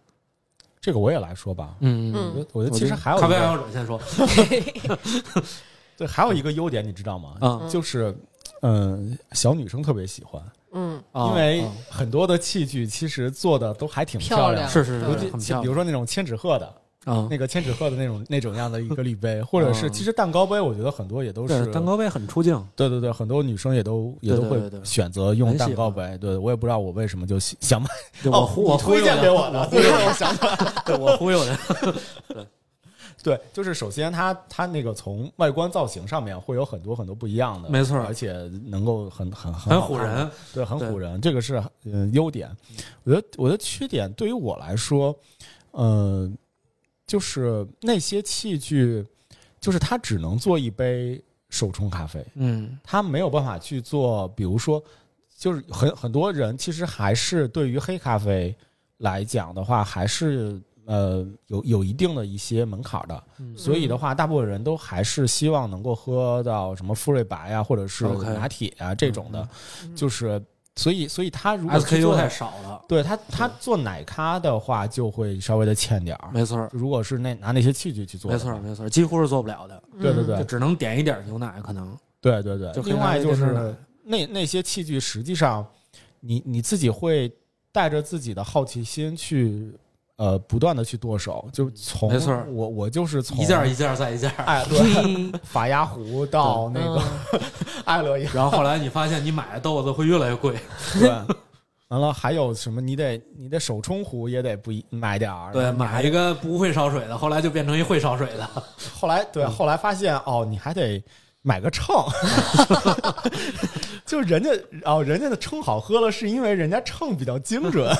Speaker 2: 这个我也来说吧。
Speaker 1: 嗯，
Speaker 2: 我
Speaker 3: 嗯
Speaker 2: 觉得我觉得其实还有
Speaker 1: 咖
Speaker 2: 一
Speaker 1: 啡啊
Speaker 2: 个
Speaker 1: 爱好者先说
Speaker 2: 对，还有一
Speaker 1: 嗯
Speaker 2: 个优点，你知道吗？
Speaker 1: 啊，
Speaker 2: 就是，嗯，小女生特别喜欢，
Speaker 3: 嗯
Speaker 1: 啊
Speaker 2: 因为
Speaker 1: 啊
Speaker 2: 很多的器具其实做的都还挺
Speaker 3: 漂
Speaker 2: 亮
Speaker 3: 亮
Speaker 2: 的，
Speaker 1: 是是
Speaker 3: 对
Speaker 2: 尤
Speaker 1: 是，很
Speaker 2: 其
Speaker 1: 漂
Speaker 2: 比如
Speaker 1: 亮
Speaker 2: 说那种千纸鹤的，
Speaker 1: 啊。
Speaker 2: 那个千纸鹤的那种那种样的一个 滤杯，或者是
Speaker 1: 嗯
Speaker 2: 其实蛋糕杯，我觉得很多也都是
Speaker 1: 对，蛋糕杯很出镜，
Speaker 2: 对对对，很多女生也都也
Speaker 1: 对
Speaker 2: 都
Speaker 1: 对对
Speaker 2: 会
Speaker 1: 对
Speaker 2: 选择用
Speaker 1: 很喜
Speaker 2: 蛋糕
Speaker 1: 欢
Speaker 2: 杯。对我也不知道我为什么就喜想买。
Speaker 1: 对我忽我
Speaker 2: 哦你
Speaker 1: 忽
Speaker 2: 推
Speaker 1: 悠
Speaker 2: 荐给
Speaker 1: 的，
Speaker 2: 我 的，对我 想起来
Speaker 1: 对我忽悠的，
Speaker 2: 对，就是首先它它那个从外观造型上面会有很多很多不一样的，
Speaker 1: 没错
Speaker 2: 而且能够很很很
Speaker 1: 很
Speaker 2: 好
Speaker 1: 唬
Speaker 2: 看
Speaker 1: 人，
Speaker 2: 对，很
Speaker 1: 对
Speaker 2: 唬人，这个是呃优点。我觉得我的缺点对于我来说，呃，就是那些器具就是它只能做一杯手冲咖啡，
Speaker 1: 嗯
Speaker 2: 它没有办法去做，比如说，就是很很多人其实还是对于黑咖啡来讲的话，还是呃有有一定的一些门槛的，
Speaker 1: 嗯
Speaker 2: 所以的话，大部分人都还是希望能够喝到什么馥芮白啊，或者是
Speaker 1: OK 嗯
Speaker 2: 拿铁啊这种的，就是所以所以他如果去
Speaker 1: ，SKU
Speaker 2: 做
Speaker 1: 太少了，
Speaker 2: 对他他做奶咖的话，就会稍微的欠点儿。
Speaker 1: 没错儿，
Speaker 2: 如果是那拿那些器具去做，
Speaker 1: 没错儿，。没错儿，几乎是做不了的，
Speaker 2: 对对
Speaker 3: 嗯
Speaker 1: 就
Speaker 2: 对
Speaker 1: 只能点一点牛奶，可能
Speaker 2: 对对对
Speaker 1: 就，黑
Speaker 2: 另
Speaker 1: 咖
Speaker 2: 外
Speaker 1: 啡
Speaker 2: 就
Speaker 1: 变成奶
Speaker 2: 是那那些器具，实际上你你自己会带着自己的好奇心去呃不断的去剁手，就从
Speaker 1: 嗯没错
Speaker 2: 我我就是从
Speaker 1: 一件儿一件儿再一 件儿。
Speaker 2: 哎对法压壶到那个
Speaker 1: 嗯
Speaker 2: 爱乐雅，
Speaker 1: 然后后来你发现你买的豆子会越来越贵，
Speaker 2: 对， 完了还有什么你得你的手冲壶也得不一买点儿，
Speaker 1: 对，
Speaker 2: 你还
Speaker 1: 买一个不会烧水的，后来就变成一会烧水的，
Speaker 2: 后来
Speaker 1: 嗯
Speaker 2: 对，后来发现哦，你还得买个 秤， 就人家哦，人家的称好喝了，是因为人家秤比较精准。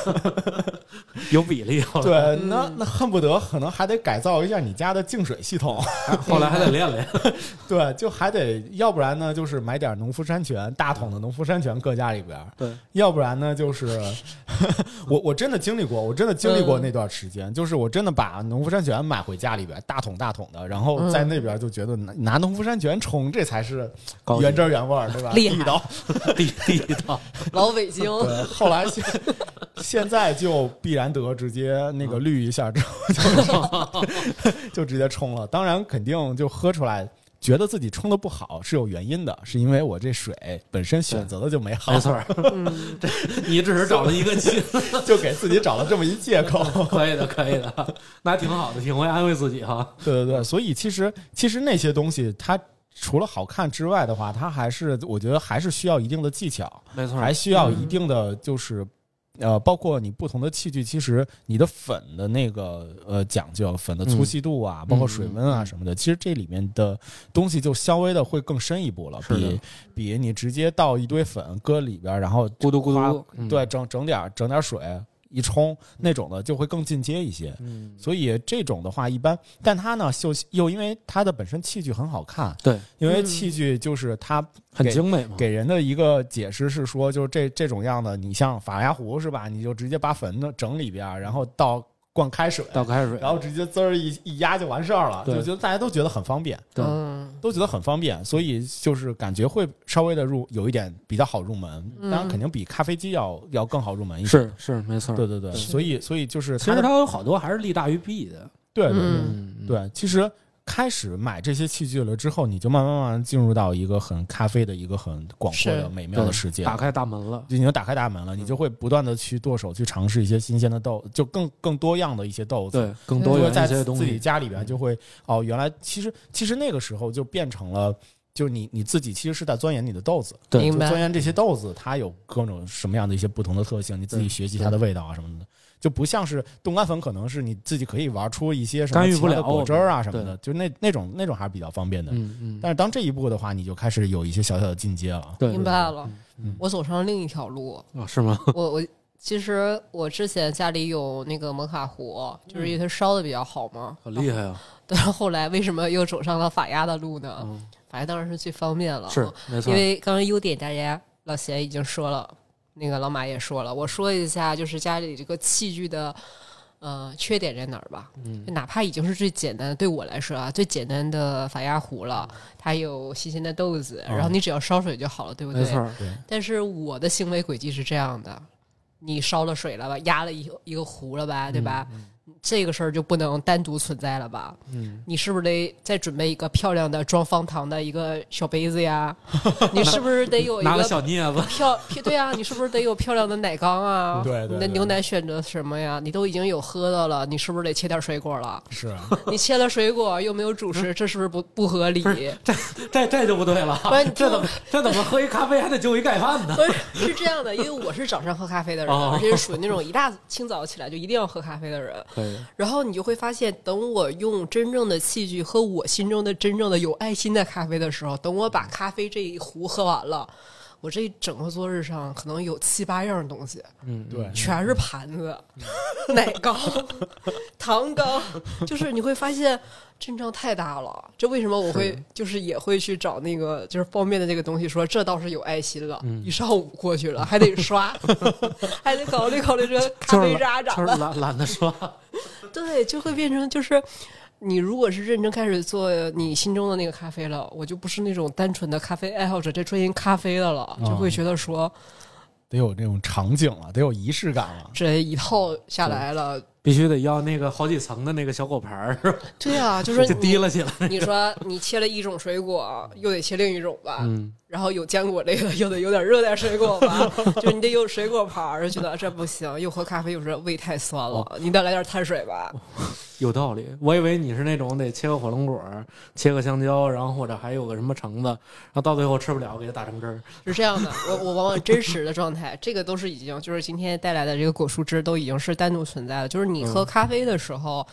Speaker 1: 有比例。后来
Speaker 2: 对，那那恨不得可能还得改造一下你家的净水系统。
Speaker 1: 后来还得练练。
Speaker 2: 对，就还得要不然呢，就是买点农夫山泉，大桶的农夫山泉搁家里边儿。
Speaker 1: 对，
Speaker 2: 要不然呢，就是 我我真的经历过，我真的经历过
Speaker 3: 嗯
Speaker 2: 那段时间，就是我真的把农夫山泉买回家里边，大桶大桶的，然后在那边就觉得拿拿农夫山泉冲，这才是
Speaker 1: 高级
Speaker 2: 原汁儿原味儿，对吧？
Speaker 3: 厉害
Speaker 2: 地道。
Speaker 1: 地地道，
Speaker 3: 老北京，
Speaker 2: 对，呃后来现现在就必然得直接那个滤一下之后就冲 就直接冲了，当然肯定就喝出来。觉得自己冲的不好是有原因的，是因为我这水本身选择的就没好，
Speaker 1: 没错儿。
Speaker 3: 嗯
Speaker 1: 这你只是找了一个亲，
Speaker 2: 就给自己找了这么一借口。
Speaker 1: 可以的，可以的，那还挺好的，挺会安慰自己哈。
Speaker 2: 对对对，所以其实其实那些东西，它除了好看之外的话，它还是我觉得还是需要一定的技巧，
Speaker 1: 没错
Speaker 2: 还需要一定的就是。呃，包括你不同的器具，其实你的粉的那个呃讲究，粉的
Speaker 1: 嗯
Speaker 2: 粗细度啊，包括水温啊什么的，其实这里面的东西就稍微的会更深一步了，
Speaker 1: 是的
Speaker 2: 比比你直接倒一堆粉搁里边儿，然后
Speaker 1: 咕嘟咕
Speaker 2: 夸
Speaker 1: 嘟，嗯，
Speaker 2: 对整整点儿整点儿水一冲那种的，就会更进阶一些。
Speaker 1: 嗯，
Speaker 2: 所以这种的话，一般，但它呢，就又因为它的本身器具很好看，
Speaker 1: 对，
Speaker 2: 因为
Speaker 3: 嗯
Speaker 2: 器具就是它
Speaker 1: 很
Speaker 2: 给
Speaker 1: 精美嘛。
Speaker 2: 给人的一个解释是说，就是这这种样的，你像法压壶是吧？你就直接把粉弄整里边儿，然后倒灌开水，
Speaker 1: 倒开水，
Speaker 2: 然后直接滋儿一一压就完事儿了，
Speaker 1: 对
Speaker 2: 就觉得大家都觉得很方便，
Speaker 1: 对
Speaker 3: 嗯，
Speaker 2: 都觉得很方便，所以就是感觉会稍微的入有一点比较好入门，当然
Speaker 3: 嗯
Speaker 2: 肯定比咖啡机要要更好入门一些。
Speaker 1: 是是没错儿。
Speaker 2: 对对对，
Speaker 1: 是
Speaker 2: 所以所以就是
Speaker 1: 其
Speaker 2: 它
Speaker 1: 实
Speaker 2: 的
Speaker 1: 它有好多还是利大于弊的。
Speaker 2: 对对对
Speaker 3: 嗯
Speaker 1: 嗯，嗯，
Speaker 2: 对，其实开始买这些器具了之后，你就慢慢慢慢进入到一个很咖啡的一个很广阔的
Speaker 3: 是
Speaker 2: 美
Speaker 1: 对
Speaker 2: 妙的世界，
Speaker 1: 打开大门了。
Speaker 2: 就已经打开大门了，
Speaker 1: 嗯
Speaker 2: 你就会不断的去剁手去尝试一些新鲜的豆，就更更多样的一些豆子。
Speaker 1: 对，更
Speaker 3: 嗯
Speaker 1: 多
Speaker 2: 就
Speaker 1: 元
Speaker 2: 会在
Speaker 1: 一些
Speaker 2: 自
Speaker 1: 东
Speaker 2: 己
Speaker 1: 西。嗯
Speaker 2: 家里边就会哦，原来其实其实那个时候就变成了，就是你你自己其实是在钻研你的豆子，
Speaker 1: 对
Speaker 2: 就
Speaker 3: 明
Speaker 2: 钻
Speaker 3: 白，
Speaker 2: 研这些豆子，它有各种什么样的一些不同的特性，你自己
Speaker 1: 对
Speaker 2: 学习它的味道啊什么的，就不像是冻干粉，可能是你自己可以玩出一些什么
Speaker 1: 干预
Speaker 2: 其他
Speaker 1: 不了
Speaker 2: 的果汁儿啊什么
Speaker 1: 对
Speaker 2: 的，就那那种那种还是比较方便的。
Speaker 1: 嗯嗯，
Speaker 2: 但是当这一步的话，你就开始有一些小小的进阶了。
Speaker 1: 对
Speaker 3: 明白了
Speaker 2: 嗯。
Speaker 3: 我走上另一条路，
Speaker 1: 啊，是吗？
Speaker 3: 我我其实我之前家里有那个摩卡壶，就是
Speaker 1: 嗯
Speaker 3: 因为它烧的比较好嘛。
Speaker 1: 好厉害啊！
Speaker 3: 但是后 来为什么又走上了法压的路呢？
Speaker 1: 嗯，
Speaker 3: 法压当然是最方便了，
Speaker 1: 是没错
Speaker 3: 因。为刚刚优点大家老贤已经说了，那个老马也说了，我说一下就是家里这个器具的。呃，缺点在哪儿吧？
Speaker 1: 嗯
Speaker 3: 就哪怕已经是最简单的，对我来说啊，最简单的法压壶了，它有新鲜的豆子，
Speaker 2: 嗯
Speaker 3: 然后你只要烧水就好了，对不对？
Speaker 1: 没错儿，
Speaker 3: 但是我的行为轨迹是这样的：你烧了水了吧，压了一一个壶了吧，对吧？这个事儿就不能单独存在了吧？
Speaker 1: 嗯，
Speaker 3: 你是不是得再准备一个漂亮的装方糖的一个小杯子 呀？你是不是得有一
Speaker 1: 拿个
Speaker 3: 个
Speaker 1: 小镊子，
Speaker 3: 漂漂？对啊呀、你是不是得有漂亮的奶 缸啊？
Speaker 2: 对对
Speaker 3: 你的
Speaker 2: 对
Speaker 3: 牛奶选择什么呀？你都已经有喝的了，你是不是得切点水果 了？
Speaker 2: 是啊，
Speaker 3: 你切了水果又没有主
Speaker 1: 嗯
Speaker 3: 食，这是不是不不合理？啊
Speaker 1: 这这就不对了
Speaker 3: 不是你。
Speaker 1: 这怎么这怎么喝一咖啡还得就一盖饭呢？
Speaker 3: 不是是这样的，因为我是早上喝咖啡的人，
Speaker 1: 哦
Speaker 3: 而且是属于那种一大清早起来就一定要喝咖啡的人。
Speaker 1: 可以，
Speaker 3: 然后你就会发现，等我用真正的器具喝我心中的真正的有爱心的咖啡的时候，等我把咖啡这一壶喝完了，我这一整个坐日上可能有七八样东西，
Speaker 1: 嗯，
Speaker 2: 对
Speaker 3: 全是盘子、奶糕、糖糕，就是你会发现阵仗太大了。这为什么我会
Speaker 2: 是
Speaker 3: 就是也会去找那个就是方便的这个东西说，这倒是有爱心了，
Speaker 1: 嗯
Speaker 3: 一上午过去了，还得刷，还得考虑考虑这咖啡渣咋
Speaker 1: 就是
Speaker 3: 办。
Speaker 1: 懒懒得 刷，
Speaker 3: 对，就会变成就是。你如果是认真开始做你心中的那个咖啡了，我就不是那种单纯的咖啡爱好者，在追寻咖啡的了，就
Speaker 1: 哦
Speaker 3: 会觉得说，
Speaker 2: 得有这种场景了，得有仪式感了。
Speaker 3: 这一套下来了，
Speaker 1: 必须得要那个好几层的那个小果盘儿，是吧
Speaker 3: 对啊，就是
Speaker 1: 就
Speaker 3: 你
Speaker 1: 提了起来。
Speaker 3: 你说你切了一种水果，又得切另一种吧，
Speaker 1: 嗯，
Speaker 3: 然后有坚果类的，又得有点热带水果吧，就你得有水果盘儿，觉得这不行，又喝咖啡，又是胃太酸
Speaker 1: 哦
Speaker 3: 了，你得来点碳水吧。
Speaker 1: 有道理。我以为你是那种得切个火龙果儿，切个香蕉，然后或者还有个什么橙子，然后到最后吃不了，给它打成汁儿。
Speaker 3: 是这样的，我我往往真实的状态，这个都是已经就是今天带来的这个果蔬汁都已经是单独存在的，就是你喝咖啡的时候，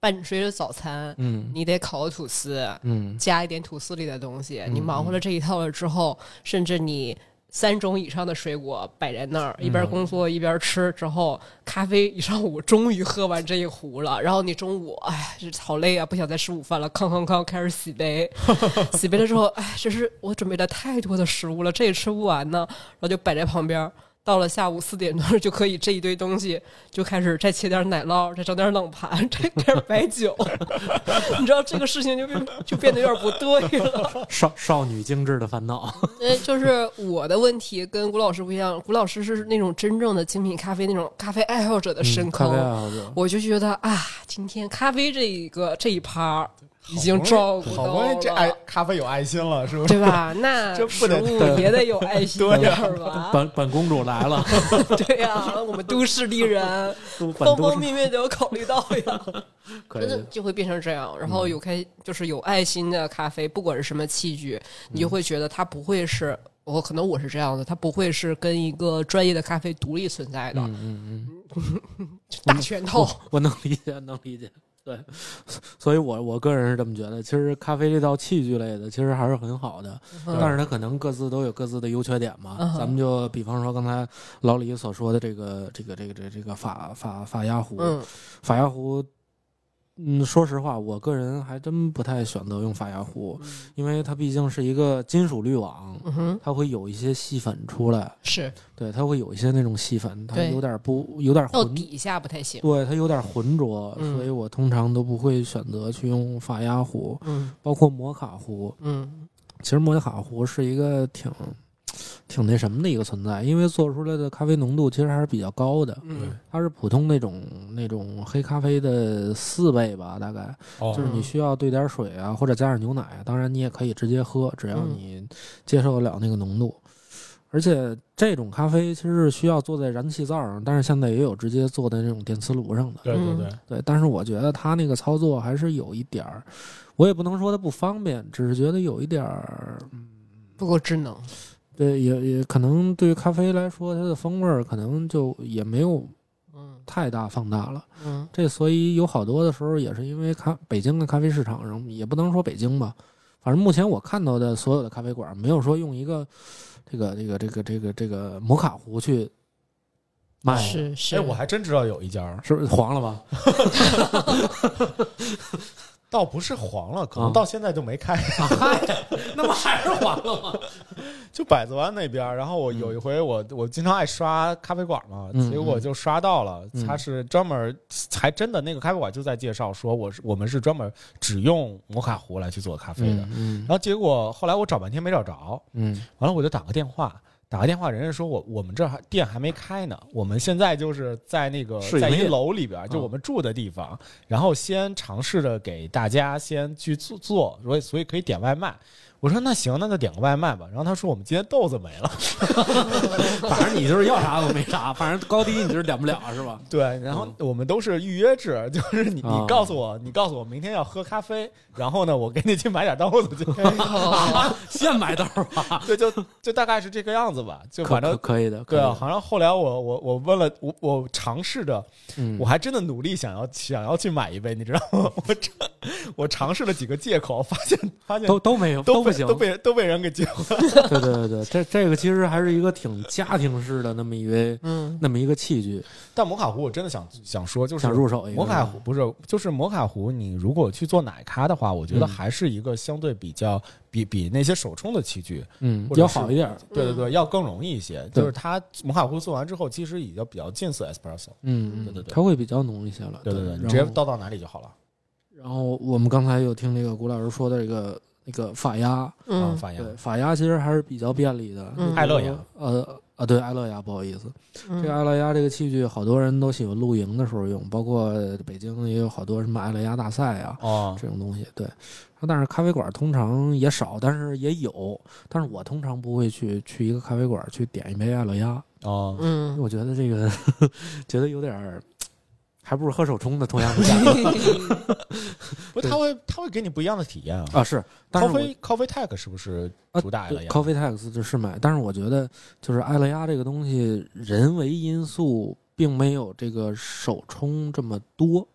Speaker 3: 伴随着早餐，
Speaker 1: 嗯
Speaker 3: 你得烤个吐司，
Speaker 1: 嗯，
Speaker 3: 加一点吐司里的东西。
Speaker 1: 嗯
Speaker 3: 你忙活了这一套了之后，甚至你三种以上的水果摆在那儿，
Speaker 1: 嗯
Speaker 3: 一边工作一边吃之后，咖啡一上午终于喝完这一壶了。然后你中午，哎，这好累啊，不想再吃午饭了，康康康开始洗 杯，洗杯了之后，哎，这是我准备了太多的食物了，这也吃不完呢，然后就摆在旁边儿。到了下午四点多就可以这一堆东西就开始再切点奶酪，再整点冷盘， 再点白酒， 你知道这个事情就变就变得有点不对了。
Speaker 1: 少少女精致的烦恼。
Speaker 3: 对，呃就是我的问题跟谷老师不一样，谷老师是那种真正的精品咖啡那种咖啡爱好者的 深
Speaker 1: 嗯咖
Speaker 3: 坑，
Speaker 1: 啡爱好者，
Speaker 3: 我就觉得啊，今天咖啡这一个这一趴儿已经照顾
Speaker 2: 好
Speaker 3: 到
Speaker 2: 不容易
Speaker 3: 了，
Speaker 2: 这爱咖啡有爱心了，是不是？
Speaker 3: 对吧？那
Speaker 2: 这
Speaker 3: 食
Speaker 2: 不能
Speaker 3: 物也得有爱心
Speaker 2: 对
Speaker 3: 点儿 吧？
Speaker 1: 本本公主来 了，
Speaker 3: 对呀、我们都市丽人，
Speaker 1: 都本都
Speaker 3: 方方
Speaker 1: 是
Speaker 3: 面面都要考虑到呀。
Speaker 1: 可
Speaker 3: 真的
Speaker 1: 以。
Speaker 3: 就会变成这样。然
Speaker 2: 嗯
Speaker 3: 后有开就是有爱心的咖啡，不管是什么器具，
Speaker 2: 嗯
Speaker 3: 你就会觉得它不会是我可能我是这样的，它不会是跟一个专业的咖啡独立存在的
Speaker 1: 嗯嗯嗯，
Speaker 3: 大拳头。
Speaker 1: 我我能理解，能理解。对，所以我我个人是这么觉得。其实咖啡这道器具类的，其实还是很好的，
Speaker 3: 嗯
Speaker 1: 但是它可能各自都有各自的优缺点嘛。
Speaker 3: 嗯哼
Speaker 1: 咱们就比方说刚才老李所说的这个这个这个这个这个法法法压壶，
Speaker 3: 嗯，
Speaker 1: 法压壶，嗯，说实话，我个人还真不太选择用法压壶，因为它毕竟是一个金属滤网，
Speaker 3: 嗯哼，
Speaker 1: 它会有一些细粉出来，
Speaker 3: 是
Speaker 1: 对，它会有一些那种细粉，它
Speaker 3: 对
Speaker 1: 有点不有点
Speaker 3: 到
Speaker 1: 浑，
Speaker 3: 底下不太行。
Speaker 1: 对，它有点浑浊，
Speaker 3: 嗯
Speaker 1: 所以我通常都不会选择去用法压壶，
Speaker 3: 嗯
Speaker 1: 包括摩卡壶，
Speaker 3: 嗯
Speaker 1: 其实摩卡壶是一个挺挺那什么的一个存在，因为做出来的咖啡浓度其实还是比较高的，
Speaker 3: 嗯，
Speaker 1: 它是普通那种那种黑咖啡的四倍吧，大概
Speaker 2: 哦
Speaker 3: 嗯
Speaker 1: 就是你需要兑点水啊，或者加点牛奶，当然你也可以直接喝，只要
Speaker 3: 嗯
Speaker 1: 你接受得了那个浓度。而且这种咖啡其实是需要做在燃气灶上，但是现在也有直接做在那种电磁炉上的。
Speaker 2: 对对对，
Speaker 1: 对，但是我觉得他那个操作还是有一点儿，我也不能说它不方便，只是觉得有一点儿
Speaker 3: 不够智能。
Speaker 1: 对，也也可能对于咖啡来说，它的风味儿可能就也没有
Speaker 3: 嗯
Speaker 1: 太大放大了。
Speaker 3: 嗯
Speaker 1: 这所以有好多的时候也是因为咖北京的咖啡市场上，也不能说北京吧，反正目前我看到的所有的咖啡馆，没有说用一个这个这个这个这个这个摩卡壶去卖，
Speaker 3: 是是
Speaker 2: 哎，我还真知道有一家，
Speaker 1: 是不是黄了吧？
Speaker 2: 倒不是黄了，可
Speaker 1: 啊
Speaker 2: 能到现在就没开，
Speaker 1: 啊嗨， 那不还是黄了吗？
Speaker 2: 就百子湾那边儿。然后我
Speaker 1: 嗯
Speaker 2: 有一回我，我经常爱刷咖啡馆嘛，
Speaker 1: 嗯
Speaker 2: 结果就刷到了，
Speaker 1: 嗯
Speaker 2: 他是专门还真的那个咖啡馆就在介绍说，我是我们是专门只用摩卡壶来去做咖啡的。
Speaker 1: 嗯
Speaker 2: 然后结果后来我找半天没找着，
Speaker 1: 嗯
Speaker 2: 完了我就打个电话。打个电话，人家说我我们这儿还店还没开呢，我们现在就是在那个
Speaker 1: 试营
Speaker 2: 在一
Speaker 1: 业
Speaker 2: 楼里
Speaker 1: 嗯
Speaker 2: 边儿，就我们住的地方，然后先尝试着给大家先去做做，所以所以可以点外卖。我说那行，那就点个外卖吧。然后他说我们今天豆子 没了，
Speaker 1: 反正你就是要啥我没啥，反正高低你就是两不了是吧？
Speaker 2: 对，然后
Speaker 1: 嗯
Speaker 2: 我们都是预约制，就是你
Speaker 1: 哦
Speaker 2: 你告诉我，你告诉我明天要喝咖啡，然后呢，我给你去买点豆 子去。
Speaker 3: 嗯
Speaker 1: 啊，现买豆儿吧，
Speaker 2: 对，就就大概是这个样子吧，就
Speaker 1: 可
Speaker 2: 反
Speaker 1: 可
Speaker 2: 正。
Speaker 1: 可以的，
Speaker 2: 对
Speaker 1: 可以
Speaker 2: 啊，
Speaker 1: 的
Speaker 2: 好像后来我我我问了我我尝试着
Speaker 1: 嗯
Speaker 2: 我还真的努力想要想要 去买一杯，你知道吗？我尝我尝试了几个借口，发现发现
Speaker 1: 都都没有
Speaker 2: 都
Speaker 1: 被
Speaker 2: 被
Speaker 1: 行
Speaker 2: 都。被人都被人给结婚。
Speaker 1: 对对对对，这这个其实还是一个挺家庭式的那么一位
Speaker 3: 嗯，
Speaker 1: 那么一个器具，
Speaker 2: 但摩卡壶我真的想想说，就是
Speaker 1: 想入手一个
Speaker 2: 摩卡壶不是，就是摩卡壶。你如果去做奶咖的话，我觉得
Speaker 1: 嗯
Speaker 2: 还是一个相对比较比比那些手冲的器具，
Speaker 1: 嗯
Speaker 2: 或者
Speaker 1: 要
Speaker 2: 是
Speaker 1: 好一点儿，
Speaker 2: 对对对，要更容易一些。
Speaker 1: 对
Speaker 2: 就是它摩卡壶做完之后，其实已经比较近似 espresso。
Speaker 1: 嗯，
Speaker 2: 对对对
Speaker 1: 它会比较浓一些了。
Speaker 2: 对对对，
Speaker 1: 然
Speaker 2: 你直接
Speaker 1: 后
Speaker 2: 倒到哪里就好了。
Speaker 1: 然后我们刚才有听那个谷老师说的这个那个法压，
Speaker 2: 啊，
Speaker 3: 嗯，
Speaker 2: 发
Speaker 1: 对
Speaker 2: 言。
Speaker 1: 法压其实还是比较便利的。
Speaker 3: 嗯
Speaker 2: 爱乐雅，
Speaker 1: 呃啊，对，爱乐雅，不好意思，
Speaker 3: 嗯
Speaker 1: 这个爱乐压这个器具，好多人都喜欢露营的时候用，包括北京也有好多什么爱乐压大赛啊
Speaker 2: 哦，
Speaker 1: 这种东西。对，但是咖啡馆通常也少，但是也有。但是我通常不会去去一个咖啡馆去点一杯爱乐压，
Speaker 2: 哦，
Speaker 1: 因
Speaker 3: 嗯
Speaker 1: 为，我觉得这个 觉得有点儿，还不如喝手冲的同样的价
Speaker 3: 嗯
Speaker 2: 不，它会它会给你不一样的体验啊。
Speaker 1: 啊。是，但是我
Speaker 2: Coffee Coffee Tech 是不是
Speaker 1: 啊
Speaker 2: 主打爱乐
Speaker 1: 对
Speaker 2: 雅？
Speaker 1: ，Coffee Tax 这是买，但是我觉得就是爱乐压这个东西，人为因素并没有这个手冲这么多。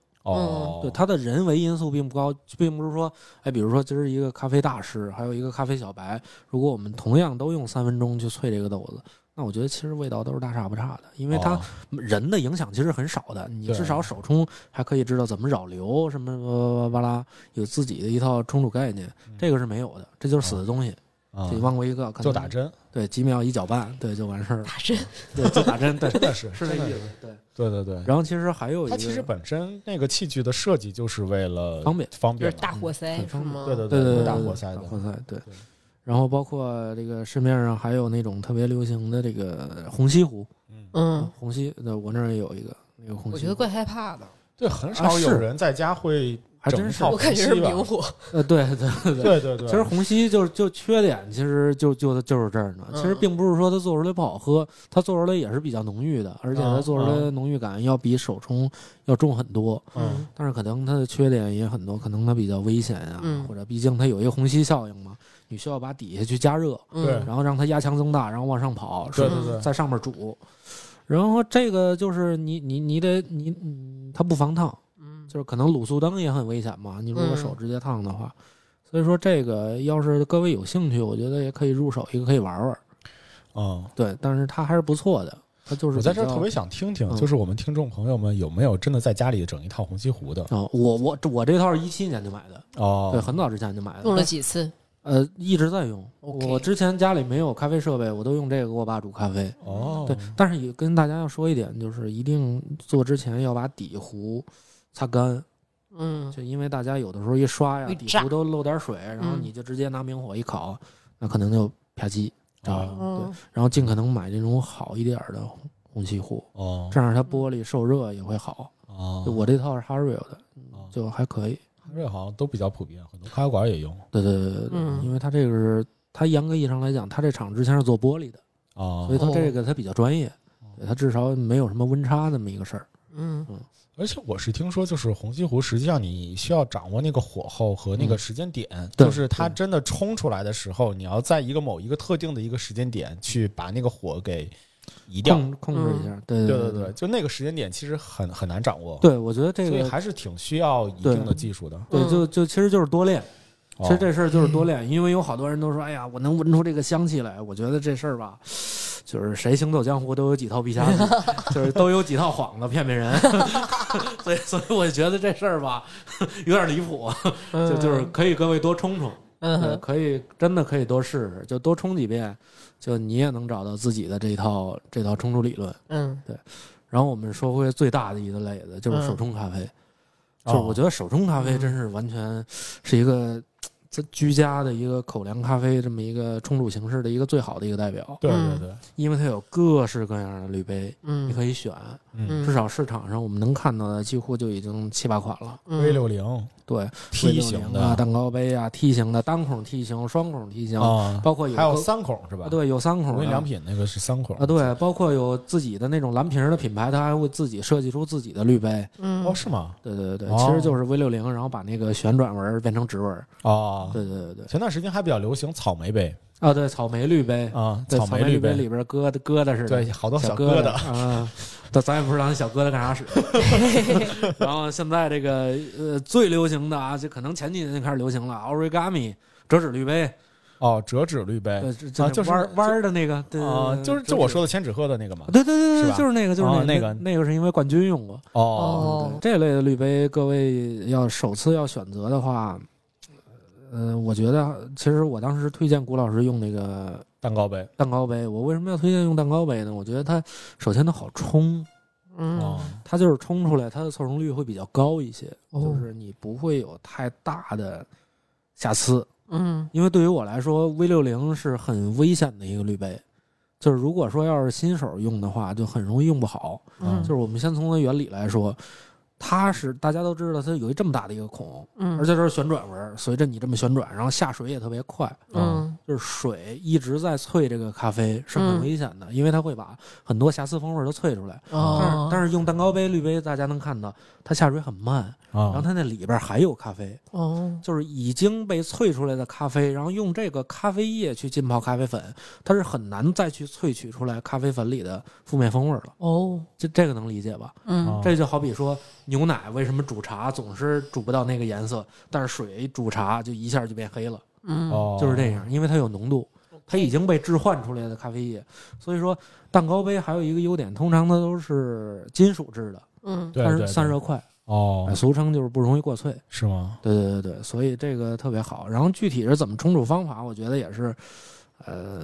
Speaker 1: 嗯
Speaker 2: 哦，
Speaker 1: 对，它的人为因素并不高，并不是说，哎，比如说今儿一个咖啡大师，还有一个咖啡小白，如果我们同样都用三分钟去萃这个豆子。那我觉得其实味道都是大差不差的，因为它
Speaker 2: 哦
Speaker 1: 人的影响其实很少的。你
Speaker 2: 对
Speaker 1: 至少手冲还可以知道怎么扰流，什么哇哇哇啦，有自己的一套冲煮概念，这个是没有的，这就是死的东西。
Speaker 2: 啊
Speaker 1: 这往过一个，可能
Speaker 2: 嗯就打针，
Speaker 1: 对，几秒一搅拌，对，就完事 儿了。
Speaker 3: 大神，
Speaker 1: 对，就打针，对，
Speaker 2: 真的 是
Speaker 1: 是这
Speaker 2: 真的
Speaker 1: 意思。对，
Speaker 2: 对对对。
Speaker 1: 然后其实还有一
Speaker 2: 它
Speaker 1: 个，
Speaker 2: 其实本身那个器具的设计就是为了
Speaker 1: 方便
Speaker 2: 方
Speaker 3: 就是
Speaker 2: 便嘛
Speaker 3: 大活塞
Speaker 1: 很
Speaker 3: 是
Speaker 1: 方便
Speaker 3: 吗？
Speaker 2: 对对
Speaker 1: 对对对，
Speaker 2: 大
Speaker 1: 对
Speaker 2: 活塞
Speaker 1: 大
Speaker 2: 的嗯
Speaker 1: 活塞对
Speaker 2: 对。
Speaker 1: 然后包括这个市面上还有那种特别流行的这个虹吸壶，
Speaker 3: 嗯，
Speaker 1: 虹吸，对我那儿也有一个那个
Speaker 2: 嗯
Speaker 1: 虹吸壶，
Speaker 3: 我觉得怪害怕的，
Speaker 2: 对，很少
Speaker 1: 啊
Speaker 2: 有
Speaker 1: 是
Speaker 2: 人在家会
Speaker 1: 还
Speaker 2: 整
Speaker 1: 真
Speaker 2: 一
Speaker 1: 是
Speaker 2: 套
Speaker 3: 我感觉是
Speaker 2: 虹吸吧
Speaker 3: 明火，
Speaker 1: 呃，对对对对。
Speaker 2: 对对对，
Speaker 1: 其实虹吸就是就缺点，其实就就就是这儿呢。
Speaker 3: 嗯
Speaker 1: 其实并不是说它做出来不好喝，它做出来也是比较浓郁的，而且它
Speaker 2: 嗯
Speaker 1: 做出来的浓郁感要比手冲要重很多。
Speaker 2: 嗯，
Speaker 1: 但是可能它的缺点也很多，可能它比较危险啊，
Speaker 3: 嗯
Speaker 1: 或者毕竟它有一个虹吸效应嘛，你需要把底下去加热，
Speaker 2: 对
Speaker 3: 嗯
Speaker 1: 然后让它压强增大，然后往上跑，是
Speaker 2: 对 对对，
Speaker 1: 在上面煮。然后这个就是你你你得你嗯，它不防烫，
Speaker 3: 嗯
Speaker 1: 就是可能卤素灯也很危险嘛，你如果
Speaker 3: 嗯
Speaker 1: 手直接烫的话。所以说这个要是各位有兴趣，我觉得也可以入手一个，可以玩玩。
Speaker 2: 嗯。
Speaker 1: 对，但是它还是不错的，它就是
Speaker 2: 我在这儿
Speaker 1: 比较
Speaker 2: 特别想听听，
Speaker 1: 嗯
Speaker 2: 就是我们听众朋友们有没有真的在家里整一套虹吸壶的？
Speaker 1: 啊、我我我这套是一七年就买的，
Speaker 2: 哦
Speaker 1: 对，很早之前就买的，
Speaker 3: 用了几次？
Speaker 1: 呃，一直在用。
Speaker 3: OK
Speaker 1: 我之前家里没有咖啡设备，我都用这个给我爸煮咖啡。
Speaker 2: 哦，
Speaker 1: 对，但是也跟大家要说一点，就是一定做之前要把底壶擦干，
Speaker 3: 嗯
Speaker 1: 就因为大家有的时候一刷呀，
Speaker 3: 会
Speaker 1: 底
Speaker 3: 炸
Speaker 1: 壶都漏点水，然后
Speaker 3: 嗯
Speaker 1: 你就直接拿明火一烤，那可能就啪叽炸了。
Speaker 3: 哦
Speaker 1: 对，然后尽可能买这种好一点的红红漆壶，
Speaker 2: 哦
Speaker 1: 这样它玻璃受热也会好。就
Speaker 2: 哦，
Speaker 1: 我这套是 Harwell 的，
Speaker 2: 哦
Speaker 1: 就还可以。
Speaker 2: 这好像都比较普遍，很多咖啡馆也用
Speaker 1: 对对对对对，
Speaker 3: 嗯
Speaker 1: 因为它这个是它严格意义上来讲，它这厂之前是做玻璃的。
Speaker 2: 啊
Speaker 1: 所以。
Speaker 3: 哦
Speaker 1: 它这个它比较专业，
Speaker 2: 哦
Speaker 1: 对它至少没有什么温差那么一个事儿。
Speaker 3: 嗯
Speaker 2: 而且我是听说，就是虹吸壶，实际上你需要掌握那个火候和那个
Speaker 1: 嗯
Speaker 2: 时间点，
Speaker 1: 对
Speaker 2: 就是它
Speaker 1: 对
Speaker 2: 真的冲出来的时候，你要在一个某一个特定的一个时间点去把那个火给移掉。
Speaker 1: 控控制一
Speaker 3: 嗯
Speaker 1: 下，对
Speaker 2: 对
Speaker 1: 对
Speaker 2: 对对，就那个时间点其实很很难掌握。
Speaker 1: 对，我觉得这
Speaker 2: 所以
Speaker 1: 个
Speaker 2: 还是挺需要一定的技术的。
Speaker 1: 对，
Speaker 3: 嗯
Speaker 1: 就就其实就是多练，
Speaker 2: 哦
Speaker 1: 其实这事儿就是多练，因为有好多人都说，哎呀，我能闻出这个香气来。我觉得这事儿吧，就是谁行走江湖都有几套皮夹子，就是都有几套幌子骗骗人， 所以所以我觉得这事儿吧有点离谱，啊就就是可以各位多冲冲。
Speaker 3: 嗯
Speaker 1: 对，
Speaker 3: 哼
Speaker 1: 可以真的可以多试试，就多冲几遍，就你也能找到自己的这一套这套冲煮理论。
Speaker 3: 嗯
Speaker 1: 然后我们说回最大的一个类的，就是
Speaker 3: 嗯
Speaker 1: 手冲咖啡，
Speaker 2: 哦嗯
Speaker 1: 就是我觉得手冲咖啡真是完全是一个这居家的一个口粮咖啡这么一个冲煮形式的一个最好的一个代表，
Speaker 2: 对对
Speaker 3: 嗯
Speaker 2: 对，
Speaker 1: 因为它有各式各样的滤杯，你
Speaker 3: 嗯
Speaker 1: 可以选，
Speaker 2: 嗯
Speaker 1: 至少市场上我们能看到的几乎就已经七八款了。
Speaker 3: 嗯
Speaker 2: ，V 六零
Speaker 1: 对60
Speaker 2: T 型
Speaker 1: 啊、
Speaker 2: 的
Speaker 1: 蛋糕杯啊、T 型的单孔 T 型、双孔 T 型，
Speaker 2: 啊，
Speaker 1: 包括有
Speaker 2: 还有
Speaker 1: 各
Speaker 2: 三孔是吧？
Speaker 1: 啊，，对，有三
Speaker 2: 无
Speaker 1: 孔的
Speaker 2: 印良品那个是三孔
Speaker 1: 啊，对，包括有自己的那种蓝瓶儿的品牌，它还会自己设计出自己的滤杯。
Speaker 3: 嗯
Speaker 2: 哦，是吗？
Speaker 1: 对对对对，
Speaker 2: 哦
Speaker 1: 其实就是 V 六零，然后把那个旋转纹儿变成直纹儿。
Speaker 2: 啊，
Speaker 1: 对对对对，
Speaker 2: 前段时间还比较流行草莓杯
Speaker 1: 啊，对，草莓滤杯，
Speaker 2: 啊，
Speaker 1: 对，
Speaker 2: 草
Speaker 1: 哦莓
Speaker 2: 滤
Speaker 1: 杯里边疙瘩疙瘩似的，
Speaker 2: 对，好多小
Speaker 1: 疙
Speaker 2: 疙瘩，
Speaker 1: 啊。 但咱也不知道那小疙瘩干 啥使。然后现在这个呃最流行的啊，就可能前几年就开始流行了，origami 折纸滤杯，
Speaker 2: 哦，折纸绿杯
Speaker 1: 对，就
Speaker 2: 啊就是
Speaker 1: 弯儿弯儿的那个，对，
Speaker 2: 啊，
Speaker 1: 对
Speaker 2: 就是就我说，的千纸鹤的那个嘛
Speaker 1: 对。对对对
Speaker 2: 是
Speaker 1: 对，
Speaker 2: 吧
Speaker 1: 就是那个，就是
Speaker 2: 哦
Speaker 1: 那
Speaker 2: 那个
Speaker 1: 那个是因为冠军用过。
Speaker 2: 哦，
Speaker 3: 哦
Speaker 1: 对对这类的滤杯，各位要首次要选择的话，呃，我觉得其实我当时推荐谷老师用那个
Speaker 2: 蛋糕杯。
Speaker 1: 蛋糕杯。我为什么要推荐用蛋糕杯呢？我觉得它首先它好冲，
Speaker 2: 哦
Speaker 3: 嗯，
Speaker 1: 它就是冲出来它的凑成率会比较高一些，
Speaker 3: 哦
Speaker 1: 就是你不会有太大的瑕疵。
Speaker 3: 嗯
Speaker 1: 因为对于我来说，V 六零是很危险的一个滤杯，就是如果说要是新手用的话，就很容易用不好。
Speaker 3: 嗯，
Speaker 1: 就是我们先从它原理来说，它是大家都知道它有一这么大的一个孔，
Speaker 3: 嗯，
Speaker 1: 而且它是旋转纹儿，随着你这么旋转，然后下水也特别快，
Speaker 3: 嗯
Speaker 1: 就是水一直在萃这个咖啡是很危险的，因为它会把很多瑕疵风味儿都萃出来。但是
Speaker 3: 哦，
Speaker 1: 嗯但
Speaker 3: 是
Speaker 1: 是用蛋糕杯、滤杯，大家能看到它下水很慢，然后
Speaker 2: 啊，
Speaker 1: 它那里边儿还有咖啡，
Speaker 3: 哦，
Speaker 1: 就是已经被萃出来的咖啡，然后用这个咖啡液去浸泡咖啡粉，它是很难再去萃取出来咖啡粉里的负面风味儿了。
Speaker 3: 哦，
Speaker 1: 这这个能理解吧？
Speaker 2: 啊
Speaker 3: 嗯，
Speaker 1: 这就好比说牛奶为什么煮茶总是煮不到那个颜色，但是水煮茶就一下就变黑了，
Speaker 3: 嗯，
Speaker 2: 哦，
Speaker 1: 就是这样，因为它有浓度，它已经被置换出来的咖啡液。所以说，蛋糕杯还有一个优点，通常它都是金属制的，
Speaker 3: 嗯，
Speaker 2: 对。
Speaker 1: 但
Speaker 2: 对
Speaker 1: 是
Speaker 2: 对，
Speaker 1: 散热快，
Speaker 2: 哦
Speaker 1: 哎，俗称就是不容易过萃。
Speaker 2: 是吗？
Speaker 1: 对对对对，所以这个特别好。然后具体是怎么冲煮方法，我觉得也是，呃，